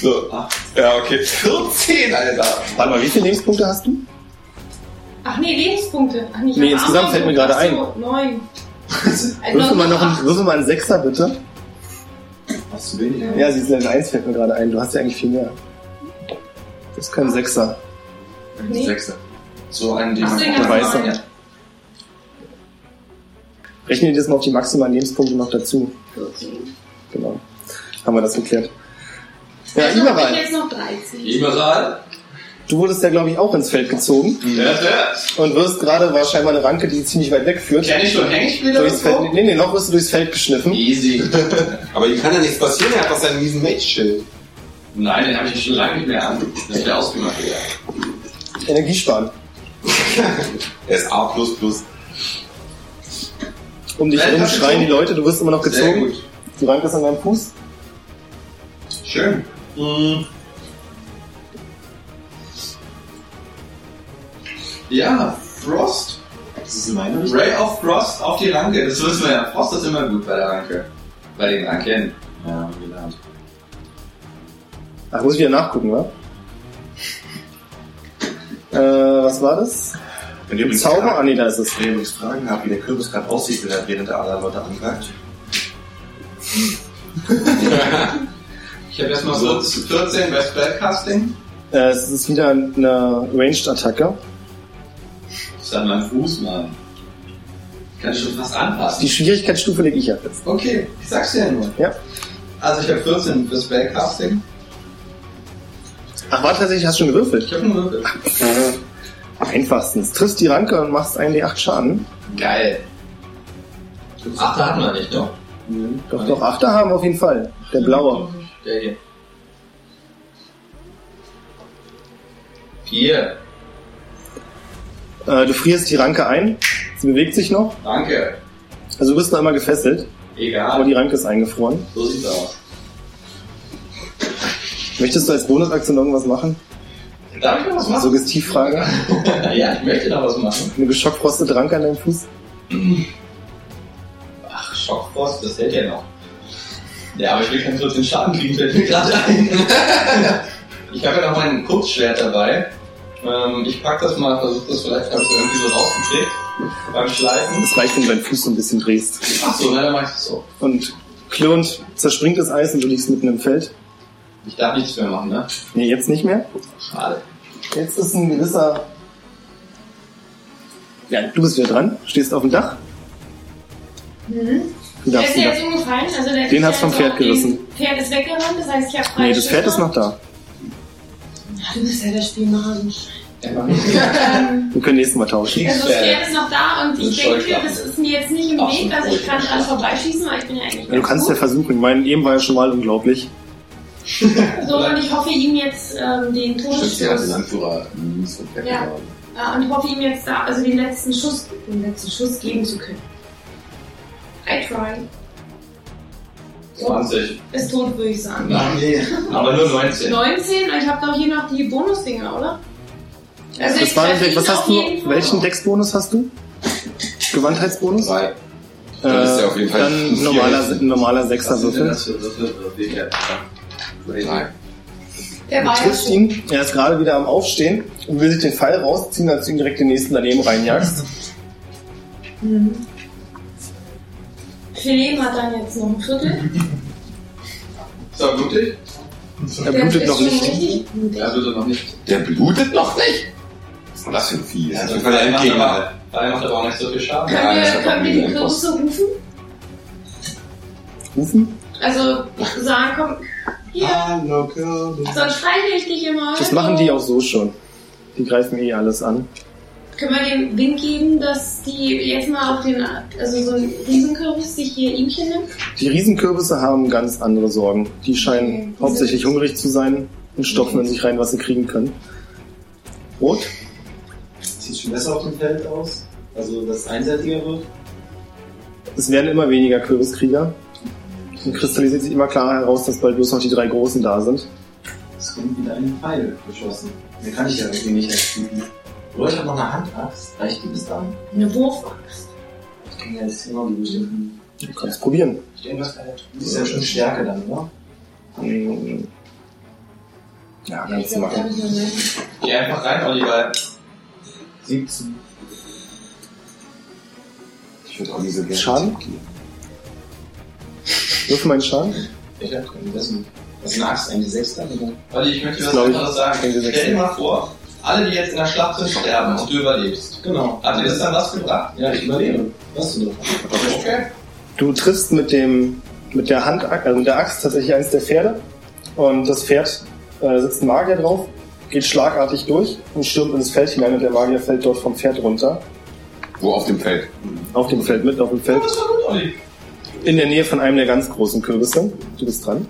So. Ja, okay. 14, Alter.
Warte mal, wie viele Lebenspunkte hast du?
Ach nee, Lebenspunkte. Ach,
Nee, insgesamt fällt mir gerade ein.
So, neun. Also,
Würfel mal noch einen, würfel mal einen Sechser, bitte.
Hast du wenig?
Ja, sie ist Level 1, fällt mir gerade ein. Du hast ja eigentlich viel mehr. Das ist kein Sechser.
Nee.
Sechser.
So einen, den
Ach,
man
den ganz
Weiß
neuen.
Rechne dir das mal auf die maximalen Lebenspunkte noch dazu. Genau. Haben wir das geklärt. Ja,
Also hab ich
Iberal,
jetzt noch 13.
Liberal?
du wurdest ja, glaube ich, auch ins Feld gezogen
Mhm.
Ja, ja.
und wirst gerade wahrscheinlich eine Ranke, die ziemlich weit wegführt.
Kenn ich schon Hängespiele oder
Durchs Feld,
so?
nee, nee, noch wirst du durchs Feld geschniffen.
Easy.
Aber ihm kann ja nichts passieren, er hat doch seinen miesen Mage-Schild.
Nein, den habe ich schon lange nicht mehr an. Das ist der ausgemacht, ja.
Energie sparen.
Er ist A.
Um dich
Ja,
herum
hast du
schreien die
gezogen.
Leute, du wirst immer noch
Sehr
gezogen.
gut.
Die Ranke ist an deinem Fuß.
Schön. Hm. Ja, Frost.
Das ist in meiner Richtung.
Ray of Frost auf die Ranke. Das wissen wir ja. Frost ist immer gut bei der Ranke. Bei den Ranken. Ja, genau.
Ach, muss ich wieder nachgucken, wa? Äh, was war das?
Wenn ihr übrigens,
Zauber? Ah, nee, da ist es.
wenn ihr übrigens Fragen habt, wie der Kürbis gerade aussieht, wenn er während der anderen Leute angreift.
Ich habe erstmal so 14 bei Spellcasting.
Äh, es ist wieder eine Ranged-Attacke.
Das ist an meinem Fuß, Mann. Kann ich schon fast anpassen.
Die Schwierigkeitsstufe lege ich ja fest.
Okay, ich sag's dir ja nur.
Ja.
Also ich habe 14 für Spellcasting.
Ach, warte, tatsächlich hast du schon gewürfelt.
Ich habe einen Würfel.
Einfachstens. Triffst die Ranke und machst 1d8 Schaden.
Geil. Achter hatten wir nicht, ne? doch?
Doch, doch, Achter haben wir auf jeden Fall. Der blaue.
Der hier. Vier.
Äh, du frierst die Ranke ein. Sie bewegt sich noch.
Danke.
Also du bist noch einmal gefesselt, aber
Egal.
die Ranke ist eingefroren.
So sieht's aus.
Möchtest du als Bonusaktion noch irgendwas machen?
Darf ich noch was machen?
Suggestivfrage.
ja, ich möchte noch was machen.
Eine geschockfrostete Ranke an deinem Fuß.
Ach, Schockfrost, das hält ja noch. Ja, aber ich will keinen 14 Schaden kriegen, fällt mir gerade ein. ich habe ja noch mein Kurzschwert dabei. Ähm, ich pack das mal, versuche das vielleicht, habe ich irgendwie so rausgekriegt beim Schleifen.
Es reicht, wenn du deinen Fuß so ein bisschen drehst.
Ach so, na, dann mach ich das so.
Und klirrend zerspringt das Eis und du liegst mitten im Feld.
Ich darf nichts mehr machen, ne?
Nee, jetzt nicht mehr.
Schade.
Jetzt ist ein gewisser. Ja, du bist wieder dran, stehst auf dem Dach.
Mhm.
Du
Der
darfst
ist
wieder.
jetzt umgefallen. Also der
Den
ist
hat's vom
jetzt
Pferd
auch gegen-
gerissen.
Pferd ist weggerannt, das heißt, ich habe
Nee, das Pferd ist noch da.
Du bist ja der Spielmacher.
Wir können nächstes Mal tauschen.
Also das Pferd ist noch da und
Das
ich
ist
denke,
Scheuklappen.
das ist mir jetzt nicht im
Ach,
Weg,
so
also ich
gut.
kann dran vorbeischießen, weil ich bin ja eigentlich
Ja, du
ganz
kannst ja
gut.
versuchen. Mein Eben war ja schon mal unglaublich.
So, und ich hoffe ihm jetzt ähm, den
Stimmt, er hat den
Todesstoß.
Anführer
Mhm,
mies und
Ja. Ja, und hoffe ihm jetzt da, also den letzten Schuss, den letzten Schuss geben zu können. I try. So,
20.
ist tot, würde ich sagen.
Nein, aber nur 19.
19, ich habe doch hier noch die Bonusdinger, oder? Also
Was, war
treffe
denn,
ihn
was
auf
hast du?
jeden Fall.
Welchen Decksbonus hast du? Gewandheitsbonus?
Drei. Dann ist der auf jeden Fall ein
Äh, dann
Vier.
normaler, ein normaler Sechser
Was sind denn
Würfel.
das für Würfel?
Drei.
Der
Du
war ja
triffst
schon.
ihn, er ist gerade wieder am Aufstehen und will sich den Pfeil rausziehen, als du ihn direkt den nächsten daneben reinjagst.
Mhm. Philem hat dann jetzt noch ein
Mhm.
Viertel.
Ist er blutig?
Er
Der
blutet
ist
noch
schon
nicht.
Richtig blutig.
Ja, bitte noch nicht.
Der blutet noch nicht. Was ist denn das für ein Vieh? Das ist auf jeden Fall der
macht
Endgegner.
aber, Weil macht aber auch nicht so viel Schaden.
Ja,
Können
das
wir,
hat auch
Äh, können wir
nie
die
einen Post.
Kürbisse rufen?
Rufen?
Also sagen, komm, hier,
Hallo, Kürbis.
sonst streichle ich dich immer.
Das machen die auch so schon. Die greifen eh alles an.
Können wir den Wink geben, dass die jetzt mal auf den, also so ein Riesenkürbis sich hier ihmchen nimmt?
Die Riesenkürbisse haben ganz andere Sorgen. Die scheinen hauptsächlich hungrig zu sein und stopfen in sich rein, was sie kriegen können. Rot?
Sieht schon besser auf dem Feld aus. Also, dass es einseitiger wird.
Es werden immer weniger Kürbiskrieger. Und kristallisiert sich immer klarer heraus, dass bald bloß noch die drei Großen da sind.
Es kommt wieder ein Pfeil geschossen. Den kann ich ja irgendwie nicht erschießen. Oder ich habe noch eine Handaxt. Reicht die bis dann?
Eine Wurfaxt.
Ich kann ja jetzt immer die bestimmten.
Du kannst probieren.
Ich denke, das kann ja tun. Das ist ja schon Stärke dann, oder?
Hm, Ja, kannst du machen.
Geh einfach rein, Oliver.
17.
Ich würde auch diese gerne.
Schaden? Wirf meinen Schaden.
Ich hab keinen Wissen. Was ist eine Axt? Eine 6 dann? oder?
Olli, ich möchte
Das
dir was
glaub ich.
anderes sagen.
Denke, sechs
Stell dir mal vor, alle, die jetzt in der Schlacht sind, sterben und du überlebst.
Genau.
Hat dir das dann was gebracht?
Ja, ich überlebe. Was du noch?
Okay.
Du triffst mit dem mit der Hand, also mit der Axt tatsächlich eins der Pferde und das Pferd äh, sitzt ein Magier drauf, geht schlagartig durch und stürmt ins Feld hinein und der Magier fällt dort vom Pferd runter.
Wo auf dem Feld?
Auf dem Feld, mitten auf dem Feld. In der Nähe von einem der ganz großen Kürbisse. Du bist dran.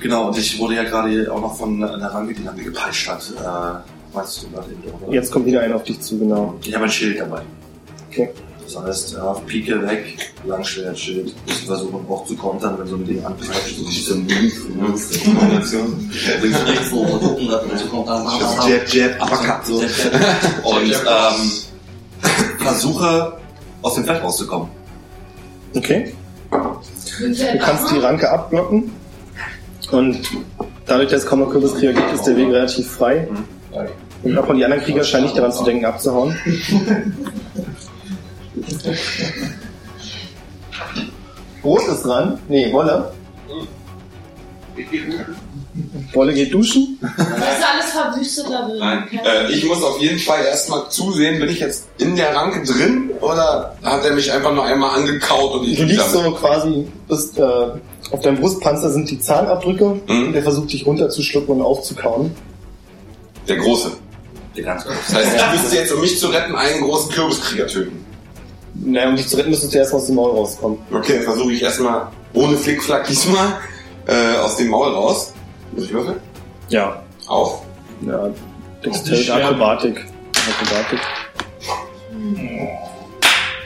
Genau, und ich wurde ja gerade auch noch von einer Range, die lange gepeitscht hat. Äh, meinst du gerade eben, oder?
Jetzt kommt wieder einer auf dich zu, genau.
Ich habe ein Schild dabei.
Okay.
Das heißt, äh, Pike weg, Langschwert, Schild. Ich versuche einen Bock zu kontern, wenn so ein Ding anpeitscht. So diese Move-Kombination.
Links, rechts, so, mal gucken, dass man so ah. kommt, dann machen wir
Jab, Jab, Uppercut. So. Und ähm, versuche, aus dem Feld rauszukommen.
Okay. Du kannst die Ranke abblocken und dadurch, dass es kaum noch Kürbiskrieger gibt, ist der Weg relativ frei. Und auch die anderen Krieger scheinen nicht daran zu denken, abzuhauen. Rot ist dran. Nee, Wolle. Wolle geht duschen.
Das ist alles verwüstet da drin.
Nein. Äh, ich muss auf jeden Fall erstmal zusehen, bin ich jetzt in der Ranke drin oder hat er mich einfach nur einmal angekaut und ich
Du liegst so quasi, bist, äh, auf deinem Brustpanzer sind die Zahnabdrücke.
Mhm.
Der versucht dich runterzuschlucken und aufzukauen.
Der Große.
Der ganze
Das heißt, ich müsste jetzt, um mich zu retten, einen großen Kürbiskrieger töten.
Naja, um dich zu retten, müsstest du erstmal aus dem Maul rauskommen.
Okay, dann versuche ich erstmal ohne Flickflack diesmal äh, aus dem Maul raus. Muss ich würfeln?
Ja,
Auch.
Ja,
nicht
Dexterity,
schwer.
Akrobatik. Akrobatik.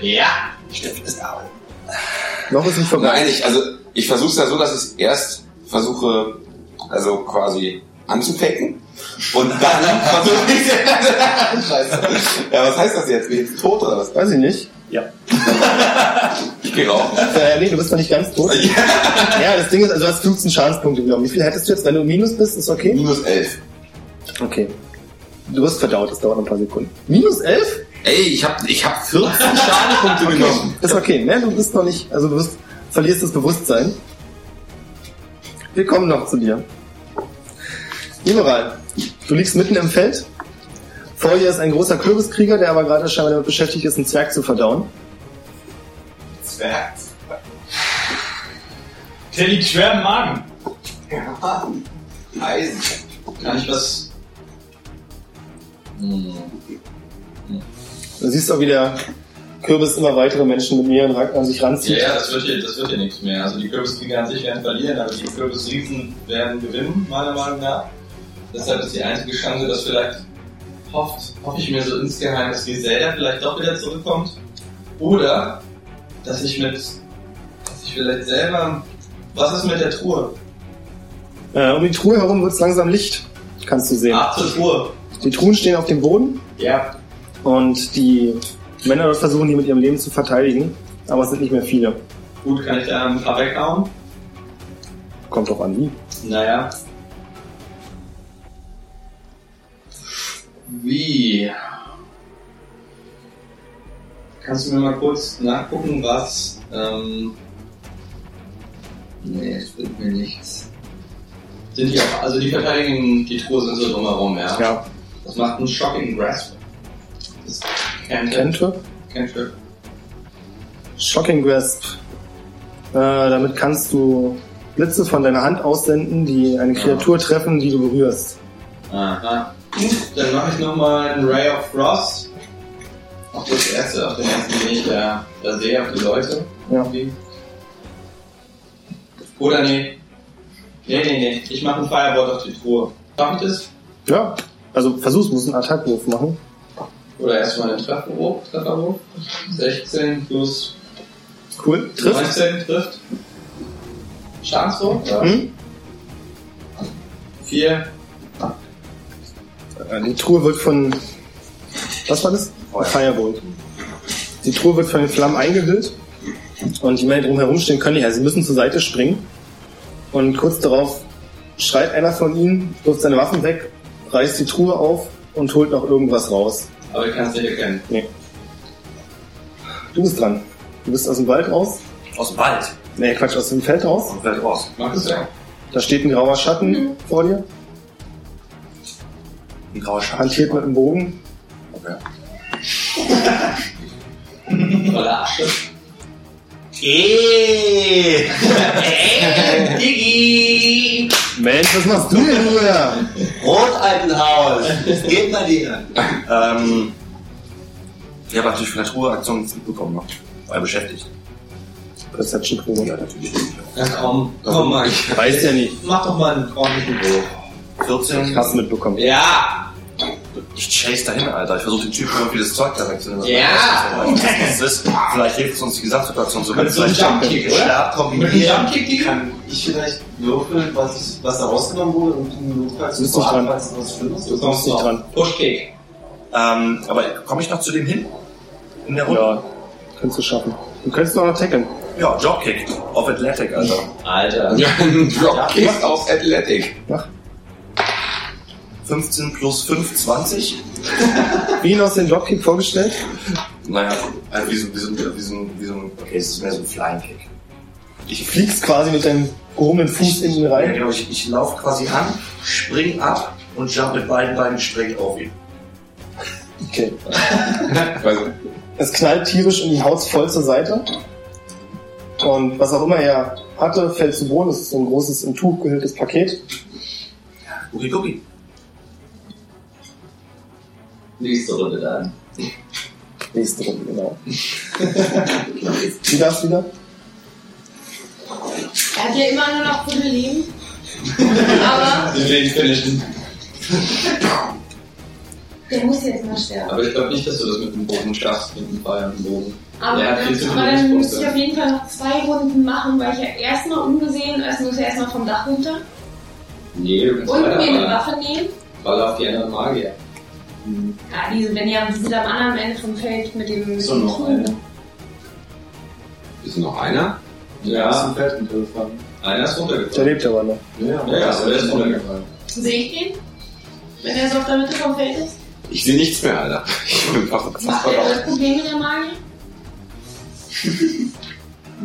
Ja.
Steffen ist da.
Noch ist nicht vorbei.
Nein, ich, also ich versuche es ja so, dass ich erst versuche, also quasi anzufaken. Und dann versuche ich. Scheiße. Ja, was heißt das jetzt? Bin ich jetzt tot oder was?
Weiß ich nicht.
Ich gehe rauf.
Äh, nee, du bist noch nicht ganz tot. ja, das Ding ist, also du hast 15 Schadenspunkte genommen. Wie viel hättest du jetzt, wenn du Minus bist? Ist okay?
Minus 11.
Okay. Du wirst verdaut, das dauert noch ein paar Sekunden. Minus 11?
Ey, ich hab, ich hab 14 Schadenpunkte genommen.
Ist okay, ne? Du bist noch nicht, also du bist, verlierst das Bewusstsein. Wir kommen noch zu dir. Liberal, du liegst mitten im Feld. Vor dir ist ein großer Kürbiskrieger, der aber gerade scheinbar damit beschäftigt ist, einen Zwerg zu verdauen.
Zwerg.
Der liegt schwer im Magen.
Eisen.
Kann ich was? Hm.
Du siehst auch, wie der Kürbis immer weitere Menschen mit mehreren Ranken an sich
Ja,
ranzieht.
ja, das wird hier, das wird hier nichts mehr. Also die Kürbiskrieger an sich werden verlieren, aber die Kürbisriesen werden gewinnen, meiner Meinung nach. Deshalb ist die einzige Chance, dass vielleicht hofft, hoffe ich mir so insgeheim, dass Griselda vielleicht doch wieder zurückkommt. Oder dass ich mit, dass ich vielleicht selber, was ist mit der Truhe?
Äh, um die Truhe herum wird es langsam Licht, kannst du sehen.
Ab zur Truhe.
Die Truhen stehen auf dem Boden
Ja.
und die Männer dort versuchen, die mit ihrem Leben zu verteidigen. Aber es sind nicht mehr viele.
Gut, kann ich da ein paar weghauen?
Kommt doch an, wie.
Naja. Wie? Kannst du mir mal kurz nachgucken, was. Ähm nee, es bringt mir nichts. Sind die auch, also die verteidigen die Truhe sind so drumherum, ja?
Ja,
Das macht einen Shocking Grasp. Das ist kein
Kente.
Cantrip.
Shocking Grasp. Äh, damit kannst du Blitze von deiner Hand aussenden, die
Ah.
eine Kreatur treffen, die du berührst.
Aha. Dann mache ich nochmal einen Ray of Frost auf das erste, auf den ersten Weg der, der See, auf die Leute.
Ja.
Irgendwie. Oder nee. Nee, nee, nee. Ich mache einen Firebolt auf die Truhe. Darf ich das?
Ja, also versuch's, muss einen Attackwurf machen.
Oder erstmal den Trefferwurf, Trefferwurf. 16 plus
Cool, trifft.
19 trifft. Schadenswurf? Ja.
Hm?
4.
Äh, Die Truhe wird von. Was war das? Firebolt. Die Truhe wird von den Flammen eingehüllt. Und die Männer drumherum stehen können nicht. Also sie müssen zur Seite springen. Und kurz darauf schreit einer von ihnen, wirft seine Waffen weg, reißt die Truhe auf und holt noch irgendwas raus.
Aber ich kann es nicht erkennen.
Du bist dran. Du bist aus dem Wald raus.
Aus dem Wald.
Nee, Quatsch, aus dem Feld raus.
Aus dem Feld raus.
Mach es ja.
Da steht ein grauer Schatten vor dir.
Ein grauer Schatten.
Hantiert mit einem Bogen.
Voller Abschluss.
Ey! Ey, Diggi!
Mensch, was machst du denn hier?
Roteisenhaus! Es geht bei dir!
Ähm, ich habe natürlich von der Truhe-Aktion nichts mitbekommen, ne? War ja beschäftigt.
Perception-Probe.
natürlich.
Ja, komm, komm, Mike.
Weiß ja nicht.
Mach doch mal einen ordentlichen Wurf.
14.
Hast du mitbekommen.
Ja!
Ich chase dahin, Alter. Ich versuche den Typen irgendwie das Zeug da wegzunehmen.
Ja!
Das ist, vielleicht hilft es uns die Gesamtsituation sogar.
Mit so einem
Vielleicht-
Jumpkick, oder?
Stark
Mit einem
kombinieren.
Jumpkick liegen?
Kann ich vielleicht würfeln, was, ich, was da rausgenommen wurde und du notfalls
Bist du dran?
was Schlimmes?
Du kommst nicht dran.
Pushkick.
Ähm, aber komme ich noch zu dem hin? In der Runde?
Ja, kannst du schaffen. Du könntest auch noch tackeln.
Ja, Jobkick. Auf Athletic, Alter.
Alter.
Also, Ja, ein Dropkick auf Athletic.
15 plus 5, 20.
Wie ihn aus dem Dropkick vorgestellt?
Naja, halt wie so, wie so, wie so, wie so ein, okay, es ist mehr so ein Flying Kick.
Ich fliegst quasi mit deinem gehobenen Fuß in ihn
Ja,
rein.
genau, ich, ich laufe quasi an, spring ab und jump mit beiden Beinen springt auf ihn.
Okay.
Also,
Es knallt tierisch und die Haut voll zur Seite. Und was auch immer er hatte, fällt zu Boden. Das ist so ein großes, im Tuch gehülltes Paket.
Okay, gucki.
Nächste Runde dann.
Nächste Runde, genau. Wie das wieder?
Er hat ja immer nur noch gute Leben. Aber
Also
Deswegen finishen.
der muss jetzt mal sterben.
Aber ich glaube nicht, dass du das mit dem Bogen schaffst, mit dem Ball und dem Bogen.
Aber,
Ja, viel zu
dann,
viele
aber dann müsste ich
Lebenspunkte.
auf jeden Fall noch zwei Runden machen, weil ich ja erstmal ungesehen, also muss ich erstmal vom Dach runter
Nee, du kannst
und mir eine
weiterballern.
Waffe nehmen.
Ball auf die anderen Magier.
Ja, die sind, wenn die, am- die sind am anderen Ende vom Feld mit dem. mit
So
dem
noch
Tuch.
eine.
ist noch einer?
Aus
Ja,
dem Feld runtergefallen.
einer ist
Der
runtergefallen.
lebt aber noch.
Ja,
Ja, ja, aber der ist runtergefallen.
Sehe ich den? Wenn er so auf der Mitte vom Feld ist?
Ich sehe nichts mehr, Alter. Ich bin fast fast
Macht er
verloren.
das Problem mit der Magie?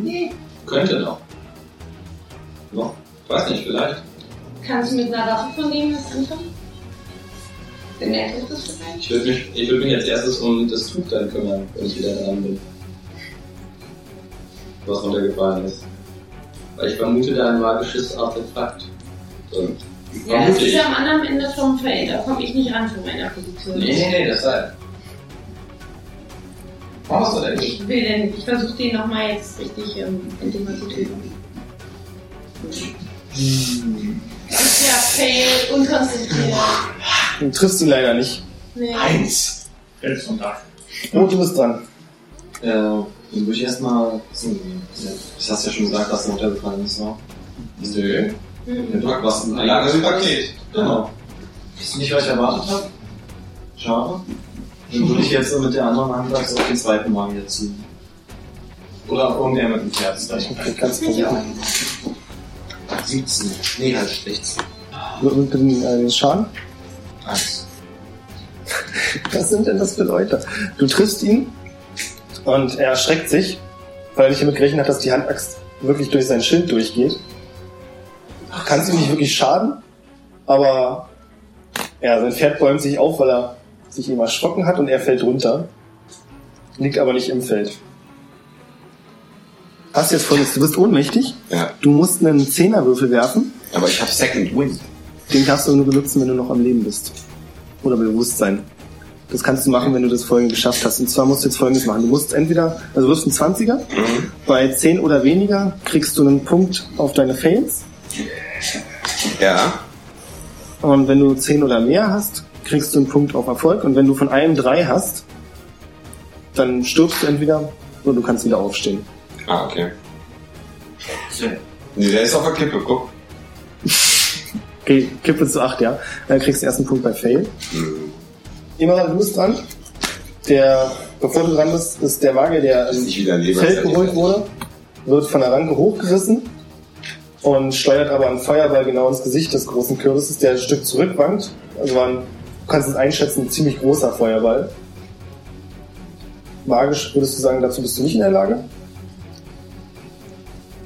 nee.
Könnte noch. Noch? Ich weiß nicht, vielleicht.
Kannst du mit einer Waffe von dem was anfangen? Wenn er tot ist vielleicht?
Ich würde mich, ich würd mich als erstes um das Tuch dann kümmern, wenn ich wieder dran bin. Was runtergefallen ist. Weil ich vermute da ein magisches Artefakt. drin.
Ja, das
Vermute
ist
ich.
am anderen Ende vom Feld. Da komme ich nicht ran von meiner Position.
Nee, nee, nee, das sei. Brauchst du denn nicht?
Ich will den, ich versuche den nochmal jetzt richtig ähm, mit dem mal zu töten. Das ist ja fail, unkonzentriert.
Du triffst ihn leider nicht.
Nee.
Eins.
Feld ist vom Dach.
Oh, du bist dran.
Äh, dann würde ich erstmal. Ich hast ja schon gesagt, dass der runtergefallen ist, ne?
Nö.
Mhm.
Der Druck was ein
Ein langes Paket.
Genau. Ist nicht, was ich erwartet habe. Schade. Dann würde ich jetzt mit der anderen Hand also auf den zweiten Mal hier ziehen. Oder auf irgendwer mit dem Pferd. ist gleich.
Du kannst probieren.
17. Nee, halt 16.
Mit mit dem äh, den Schaden. Was sind denn das für Leute? Du triffst ihn und er erschreckt sich, weil er nicht damit gerechnet hat, dass die Handaxt wirklich durch sein Schild durchgeht. Kannst ihm nicht wirklich schaden, aber ja, sein Pferd bäumt sich auf, weil er sich ihm erschrocken hat und er fällt runter. Liegt aber nicht im Feld. Hast jetzt Folgendes, du bist ohnmächtig.
Ja.
Du musst einen Zehnerwürfel werfen.
Aber ich habe Second Win.
Den darfst du nur benutzen, wenn du noch am Leben bist. Oder Bewusstsein. Das kannst du machen, wenn du das vorhin geschafft hast. Und zwar musst du jetzt folgendes machen. Du musst entweder, also wirfst einen 20er, bei 10 oder weniger kriegst du einen Punkt auf deine Fails.
Ja.
Und wenn du 10 oder mehr hast, kriegst du einen Punkt auf Erfolg. Und wenn du von einem 3 hast, dann stirbst du entweder oder du kannst wieder aufstehen.
Ah, okay. Nee, der ist auf der Kippe, guck.
Okay, Kippe zu 8, ja. Dann kriegst du erst einen Punkt bei Fail. Immer du bist dran. Der, bevor du dran bist, ist der Magier, der ähm,
Ist
im
nicht wieder ein Leber.
Feld geholt wurde, wird von der Ranke hochgerissen und steuert aber einen Feuerball genau ins Gesicht des großen Kürbisses, der ein Stück zurückwankt. Also war ein, du kannst es einschätzen, ein ziemlich großer Feuerball. Magisch würdest du sagen, dazu bist du nicht in der Lage.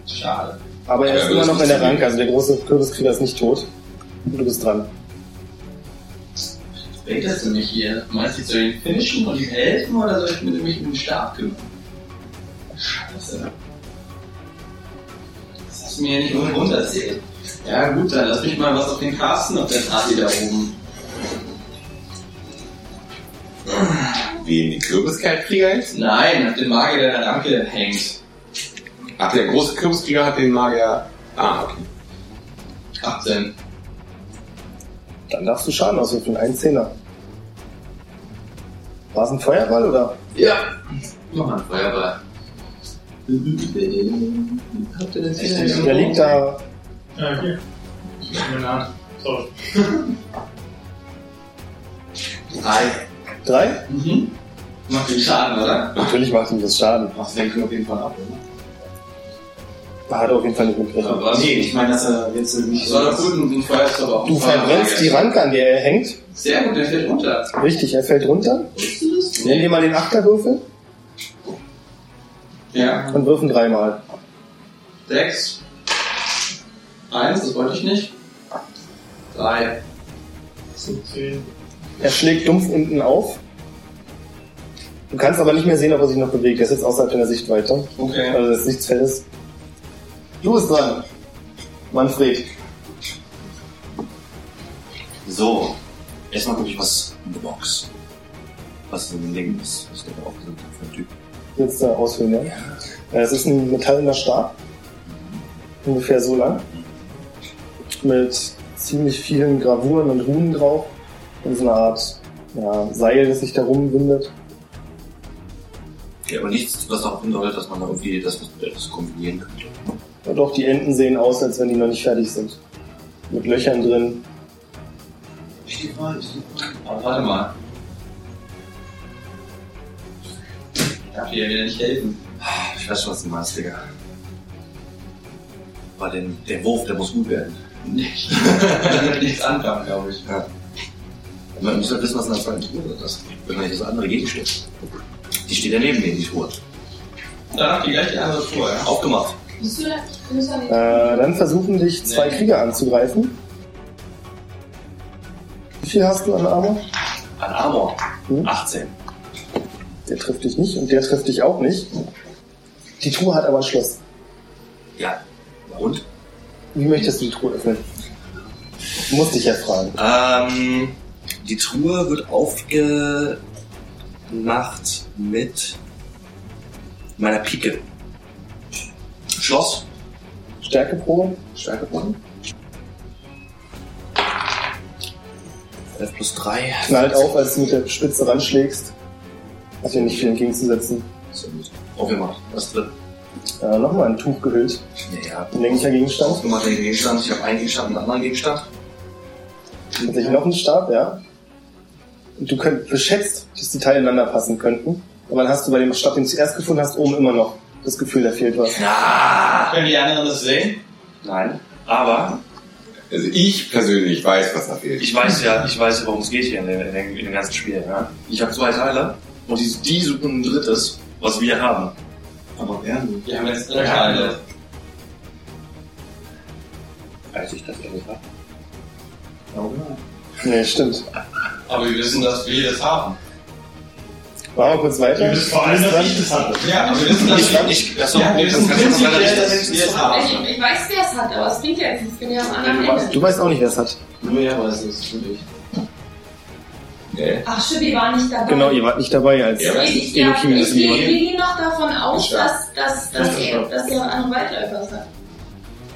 Schade.
Aber er
Ja,
ist
das
immer noch
ist
in der
ziemlich-
Ranke, also der große Kürbiskrieger ist nicht tot. Und du bist dran.
Betest du mich hier? Meinst du, ich soll ihn finishen und ihm helfen oder soll ich mit mich um den Stab kümmern? Scheiße. Das hast du mir ja nicht unten runterzählt. Ja gut, dann lass mich mal was auf den Carsten auf der Party da oben.
Wie in die Kürbiskernkrieger jetzt?
Nein, auf den Magier, der an der Ranke hängt.
Ach, der große Kürbiskrieger hat den Magier. Ah, okay.
18.
Dann darfst du Schaden auswürfeln, ein Zehner. War es ein Feuerball oder?
Ja. Mach mal einen Feuerball. Habt ihr das
Der liegt da
Ja, okay. Ich nehme eine Art. So,
Drei.
drei.
Mhm. Macht den Schaden, oder?
Natürlich macht ihm das Schaden.
Ach, senken auf jeden Fall ab, oder?
Hat er auf jeden Fall nicht mitgerissen.
was?
Nee, ich meine, dass er äh, jetzt
Ich
nicht
soll doch gut und den Feuerzauber auch.
Du verbrennst die Ranke, an der er hängt.
Sehr gut, der fällt runter.
Richtig, er fällt runter.
Wusstest du das?
Nenn dir mal den Achterwürfel
Ja.
und würfen dreimal.
Sechs. Eins, das wollte ich nicht. Drei.
17.
Er schlägt dumpf unten auf. Du kannst aber nicht mehr sehen, ob er sich noch bewegt. Er ist jetzt außerhalb deiner Sichtweite.
Okay.
Also, das ist nichts Fettes. Du bist dran. Manfred.
So, erstmal gucke ich, was in der Box. Was in dem Ding ist, was der da aufgesucht hat für ein Typ.
Willst du ausfüllen, ja? Äh, Es ist ein metallener Stab. Ungefähr so lang. Mit ziemlich vielen Gravuren und Runen drauf. Und so eine Art ja, Seil, das sich da rumwindet.
Ja, aber nichts, was darauf hindeutet, dass man da irgendwie das mit etwas kombinieren könnte.
Ja, doch, die Enden sehen aus, als wenn die noch nicht fertig sind. Mit Löchern drin.
Aber warte mal. Ich darf dir ja wieder nicht helfen.
Ich weiß schon, was du meinst, Digga. Aber den, der Wurf, der muss gut werden.
Nicht. Damit nichts anfangen, glaube ich.
Man muss halt wissen, was in der zweiten Truhe ist. Wenn man nicht das andere gegensteht. Die steht ja neben mir, die Truhe.
Danach die gleich die andere Tour, ja?
Aufgemacht.
Bist du da? Du bist doch
Äh,
nicht.
dann versuchen dich zwei
Nee.
Krieger anzugreifen. Wie viel hast du an Armor?
An Armor.
Hm?
18.
Der trifft dich nicht und der trifft dich auch nicht. Die Truhe hat aber ein Schloss.
Ja. Und?
Wie möchtest du die Truhe öffnen? Muss dich ja fragen.
Ähm, die Truhe wird aufgemacht mit meiner Pike. Schloss.
Stärkeprobe?
Stärkeprobe. 11 plus 3.
Knallt auf, als du mit der Spitze ranschlägst. Hat dir nicht viel entgegenzusetzen.
Aufgemacht. Was drin?
Äh, Nochmal ein Tuch gehüllt.
Ja, ja.
Ein länglicher Gegenstand.
Aufgemacht den Gegenstand. Ich habe einen Gegenstand, einen anderen Gegenstand.
Tatsächlich noch ein Stab, ja. Und du könnt, du schätzt, dass die Teile ineinander passen könnten. Aber dann hast du bei dem Stab, den du zuerst gefunden hast, oben immer noch das Gefühl, da fehlt was.
Na,
Können die anderen das sehen?
nein. Aber
Also ich persönlich weiß, was da fehlt.
ich weiß ja, ich weiß ja, worum es geht hier in, dem- in, dem- in dem ganzen Spiel. Ja? Ich habe zwei Teile und die, die suchen ein drittes, was wir haben.
Aber wer denn?
Wir haben jetzt drei Teile.
Als ich das ehrlich habe.
Nee, stimmt.
Aber wir wissen, dass wir das haben.
Machen wir kurz weiter.
Ihr wisst vor allem, dass ich das hatte.
Ja, aber wir wissen, dass wir
Ich, ich, das
Ja, wir
das
wissen
kann ich noch
prinzipiell,
relativ-
dass wir es haben.
Ich, ich weiß, wer es hat, aber es bringt ja jetzt nichts. Ich bin ja am anderen
Du
Ende.
weißt auch nicht, wer es hat.
Nur er weiß es, für dich.
Nee.
Ach, stimmt, wir waren nicht dabei.
Genau, ihr wart nicht dabei, als
Ja,
Ich, ich, ja, ich,
Enochim das
gehe-
jemand.
wir gehen noch davon aus,
Ja.
dass, dass, dass, er, dass der andere Waldläufer ist.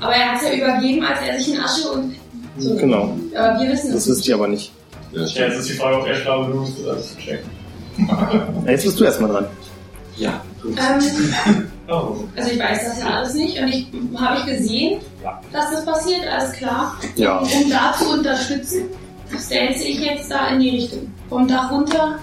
Aber er hat es ja übergeben, als er sich in Asche und. So.
Genau,
Aber wir wissen
das
es nicht.
wisst ihr aber nicht.
Ja,
Ja,
stimmt.
jetzt ist die Frage, ob er schlau genug ist, das alles zu checken.
Ja, jetzt bist du erstmal dran.
Ähm,
Oh.
also ich weiß das ja alles nicht und ich habe ich gesehen, dass das passiert, alles klar.
Ja.
Um da zu unterstützen, stellst ich jetzt da in die Richtung. Vom Dach runter.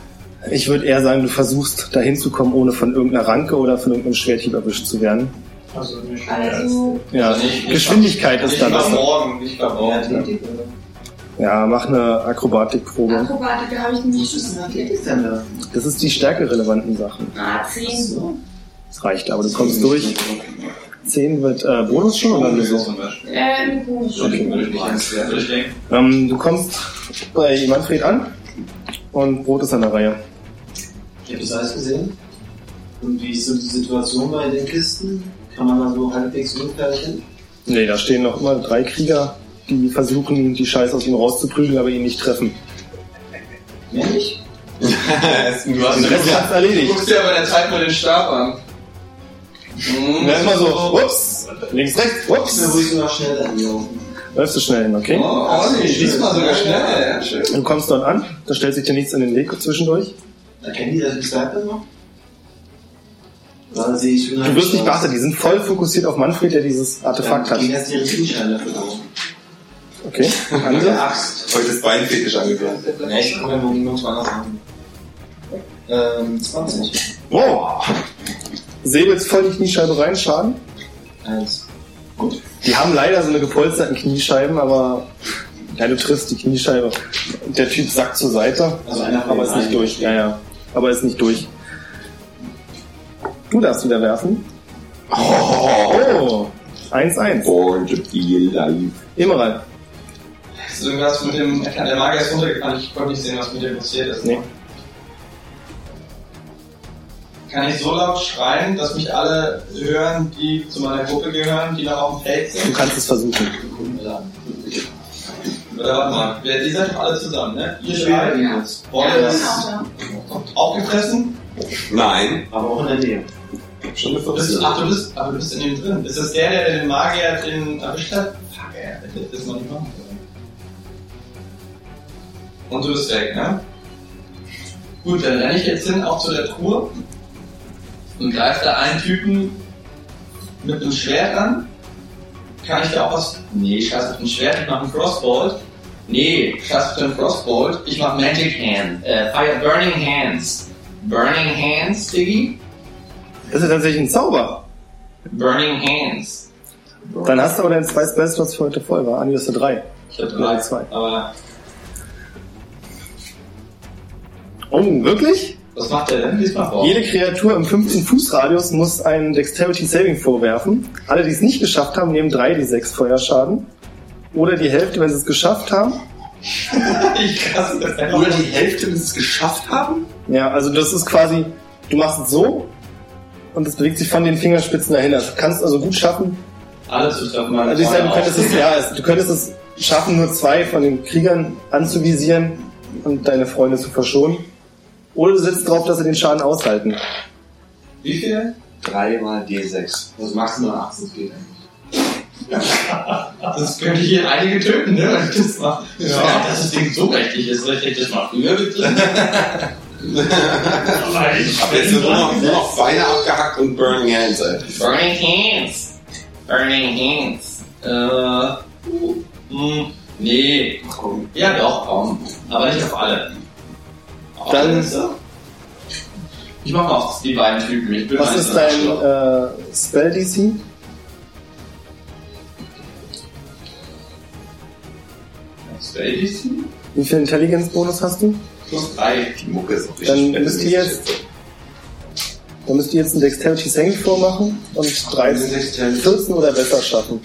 Ich würde eher sagen, du versuchst dahin zu kommen, ohne von irgendeiner Ranke oder von irgendeinem Schwerthieb erwischt zu werden.
Also nicht.
Also
Ja,
Also nicht- nicht-
Geschwindigkeit ist
Ich
da
war
besser.
morgen, ich war morgen.
Ja, mach eine Akrobatikprobe.
Akrobatik, da habe ich nämlich schon
Das ist die stärkerelevanten Sachen.
Ah, 10.
Das reicht, aber du kommst durch. 10 wird äh, Bonus schon oder so?
Äh, eine komische.
Würde ich nicht eins werden. Würde ich denken.
Ähm, du kommst bei Manfred an und Brot ist an der Reihe.
Ich habe das alles gesehen. Und wie ist so die Situation bei den Kisten? Kann man da so halbwegs ungefährlich hin?
Nee, da stehen noch immer drei Krieger, die versuchen, die Scheiße aus ihm rauszuprügeln, aber ihn nicht treffen.
Mehr nicht?
Du hast
Den Also Rest hat's erledigt.
Du guckst dir aber der Zeit mal den Stab an.
Und dann immer so, ups, Mhm. links, rechts,
Ich bin
ups.
ruhig sogar schnell angelaufen.
Läufst du schnell hin, okay?
Oh, ordentlich. Diesmal sogar schneller, ja, schön.
Du kommst dort an, da stellt sich dir nichts in den Weg zwischendurch.
Erkennen die, dass ich Sniper noch? Oder sehe ich, ich bin
Du wirst nicht beachtet, die sind voll fokussiert auf Manfred, der dieses Artefakt hat.
Ich erst die richtigen Scheine dafür drauf.
Okay, Also. Hanse?
Axt.
Heute ist Beinfetisch angekommen.
Ne, ich gucke mal, wo die Jungs anders haben. Ähm, 20.
Wow! Säbelst voll die Kniescheibe rein, Schaden.
Eins.
Die haben leider so eine gepolsterten Kniescheiben, aber ja, du triffst die Kniescheibe. Der Typ sackt zur Seite,
Also einer von
aber ist
den
nicht durch. Ja, ja. Aber ist nicht durch. Du darfst wieder werfen. Oh! 1-1.
Und die live.
Immeral.
Ist irgendwas mit dem. Der Magier ist runtergefahren, ich konnte nicht sehen, was mit dem passiert ist.
Nee.
Kann ich so laut schreien, dass mich alle hören, die zu meiner Gruppe gehören, die noch auf dem Feld
Du
sind?
kannst es versuchen.
Oder warte mal, wer- ihr seid doch alle zusammen, ne? Ihr
Schweden
schreit,
jetzt.
Ja,
Wolle
wir
ist
sind auch da.
aufgefressen.
Nein.
Aber auch in der Nähe.
Schon eine
Du bist,
Verbesserung.
ach, du bist, aber du bist in dem drin. Ist das der, der den Magier den erwischt hat? Fuck, ey, das hätte ich jetzt mal nicht machen können. Und du bist weg, ne? Gut, dann renne ich jetzt hin, auch zu der Truhe. Und greif da einen Typen mit einem Schwert an. Kann ich da auch was? Nee, scheiß auf ein Schwert, ich mach einen Frostbolt. Nee, scheiß auf den Frostbolt, ich mach Magic Hand. Äh, Fire Burning Hands. Burning Hands, Diggi?
Das ist tatsächlich ein Zauber.
Burning Hands.
Dann hast du aber dein zwei Spells, was für heute voll war. Andi, hast du drei.
Ich hab
Oder
drei,
zwei.
aber
Oh, wirklich?
was macht der denn diesmal vor?
Oh. Jede Kreatur im 15-Fuß-Radius muss einen Dexterity-Saving vorwerfen. Alle, die es nicht geschafft haben, nehmen 3 die 6 Feuerschaden. Oder die Hälfte, wenn sie es geschafft haben.
ich krass, das ist einfach-
Oder die Hälfte, bis sie es geschafft haben?
Ja, also das ist quasi, du machst es so und es bewegt sich von den Fingerspitzen dahin. Also du kannst also gut schaffen.
Alles zu treffen, meine
Also ich sage, du
Freunde,
könntest es, ja, es, du könntest es schaffen, nur zwei von den Kriegern anzuvisieren und deine Freunde zu verschonen. Oder du setzt drauf, dass sie den Schaden aushalten.
auch. Wie viel?
Dreimal D6.
Also maximal 18 geht eigentlich.
Das könnte hier einige töten, ne? Wenn ich das mache. Ja. dass das Ding so mächtig ist, richtig, das macht früher gekriegt.
Aber ich
Ab jetzt wird nur noch, nur noch Beine abgehackt und Burning Hands, ey.
Burning Hands. Burning Hands. Äh, uh, mh, nee. Ja, doch, komm. Aber nicht auf alle. Auf
Dann-
alle, so. Ich mach mal auf die beiden Typen. Ich bin
Was
eins
ist dein
anderer.
äh, Spell-DC?
Space?
Wie viel Intelligence-Bonus hast du?
Plus drei.
Die Mucke ist auch richtig
Dann
spannend.
müsst ihr jetzt, dann müsst ihr jetzt einen Dexterity Saving vormachen und 13, 14 oder besser schaffen.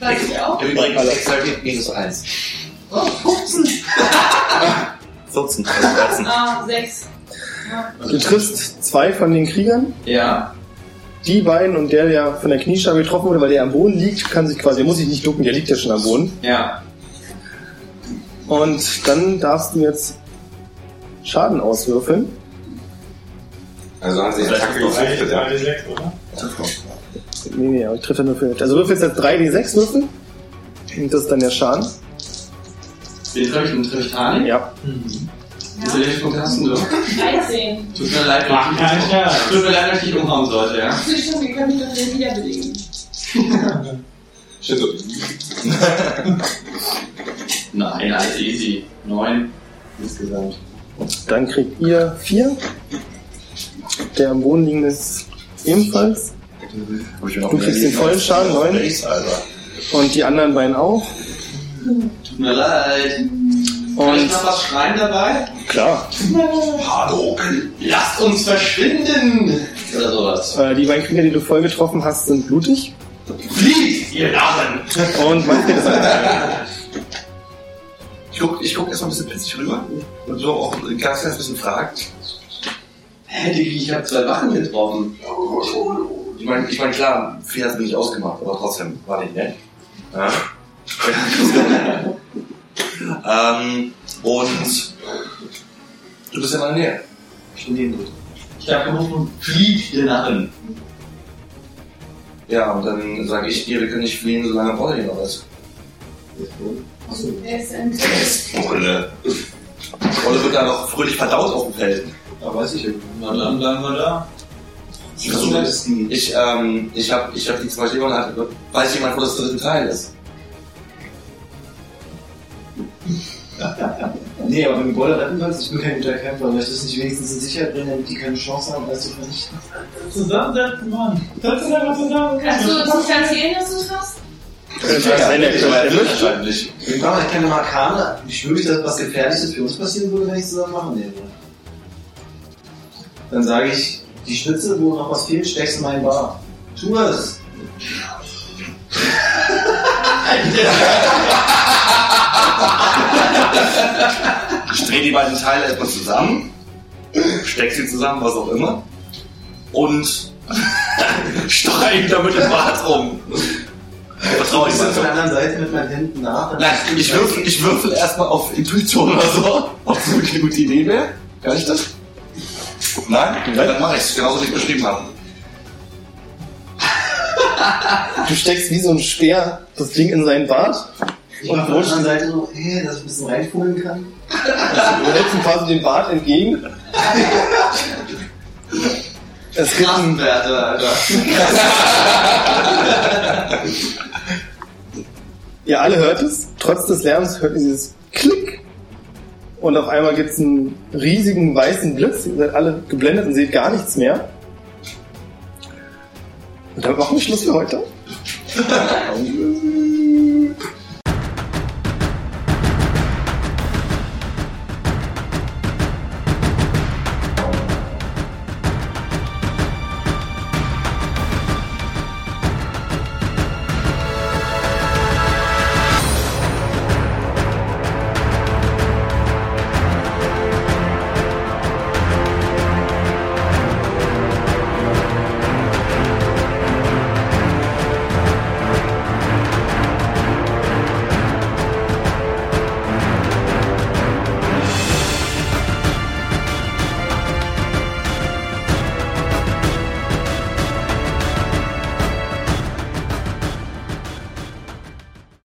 Weiß ich auch.
Übrigens,
Alle.
Dexterity minus 1.
Oh, 15.
14, also 13.
Ah, 6.
Du triffst zwei von den Kriegern,
Ja.
die beiden und der, der von der Kniescheibe getroffen wurde, weil der am Boden liegt, kann sich quasi, der muss sich nicht ducken, der liegt ja schon am Boden.
Ja.
Und dann darfst du jetzt Schaden auswürfeln.
Also haben sie Attacke gefruchtet, ja.
3D6, oder?
Nee, nee, aber ich treffe nur 5. Also würfelst jetzt 3d6 würfel. Und das ist dann der Schaden.
Den treffe ich und treffe ich Harnik.
Ja.
Wie viele Punkte hast denn du?
13.
Tut mir leid,
Ach,
wenn ich
ja,
dich- tut mir leid, wenn ich dich umhauen sollte, ja?
Zwischen, wir können mich doch wieder wiederbelegen.
Shit, so.
Nein, alles easy. Neun insgesamt.
Dann kriegt ihr 4. Der am Boden liegende ist ebenfalls. Du kriegst den vollen Schaden, 9. Und die anderen beiden auch.
Tut mir leid. Kann ich
Und
noch was schreien dabei?
klar,
Hadoken, lasst uns verschwinden! Oder sowas.
äh, die beiden Krieger, die du voll getroffen hast, sind blutig.
Flieht, ihr Narren!
Und Manfred ist
Ich guck, ich guck erstmal ein bisschen plötzlich rüber und so auch ein ganz kleines bisschen fragt.
Hä, Diggi, ich hab zwei Wachen getroffen.
Ich meine, ich mein, klar, viel hat mich nicht ausgemacht, aber trotzdem war nicht nett. Ja. ähm, und du bist in meiner Nähe. Ich bin neben dir.
Ich hab gerufen, flieht, ihr Narren!
Ja, und dann sage ich dir, wir können nicht fliehen, solange Pauli noch ist.
Er ist ein
Bulle. Bulle wird da noch fröhlich verdaut auf dem Feld.
Da weiß ich irgendwie.
Na dann bleiben wir da.
Ich versuche es. Ich, ähm, ich hab, ich hab die zwei Schläger in der Hand. Weiß jemand, wo das dritte Teil ist?
Nee, aber wenn du Boiler retten willst, ich bin kein guter Kämpfer, möchte ich das nicht wenigstens in Sicherheit bringen, damit die keine Chance haben, alles zu vernichten.
Zusammensetzen, Mann. Das ist einfach zusammen.
Kannst
Also,
du das erzählen, dass du es hast?
Äh, er.
wahrscheinlich.
Wir brauchen halt keine Markane. Ich schwöre, dass was Gefährliches für uns passieren würde, wenn ich zusammen machen würde. Dann sage ich, die Spitze, wo noch was fehlt, steckst du mal in meinen Bar. Tu es!
Ich drehe die beiden Teile erstmal zusammen, steck sie zusammen, was auch immer, und streich damit im Bad rum. Vertraue ich
Ich bin von der
mal.
anderen Seite mit meinen Händen nach.
Nein, ich würfel, ich würfel erstmal auf Intuition oder so, ob es wirklich eine gute Idee wäre. Kann ich das? Nein? Ja, dann mache ich es, genauso wie ich es beschrieben habe.
Du steckst wie so ein Speer das Ding in seinen Bart
Ich
und
war von der
rutscht.
anderen Seite so, hey, dass ich ein bisschen reinfummeln kann.
Du hältst ihm quasi den Bart entgegen. Es gibt einen
Werte, Alter.
Ihr alle hört es, trotz des Lärms hört ihr dieses Klick. Und auf einmal gibt es einen riesigen weißen Blitz. Ihr seid alle geblendet und seht gar nichts mehr. Und damit machen wir Schluss für heute.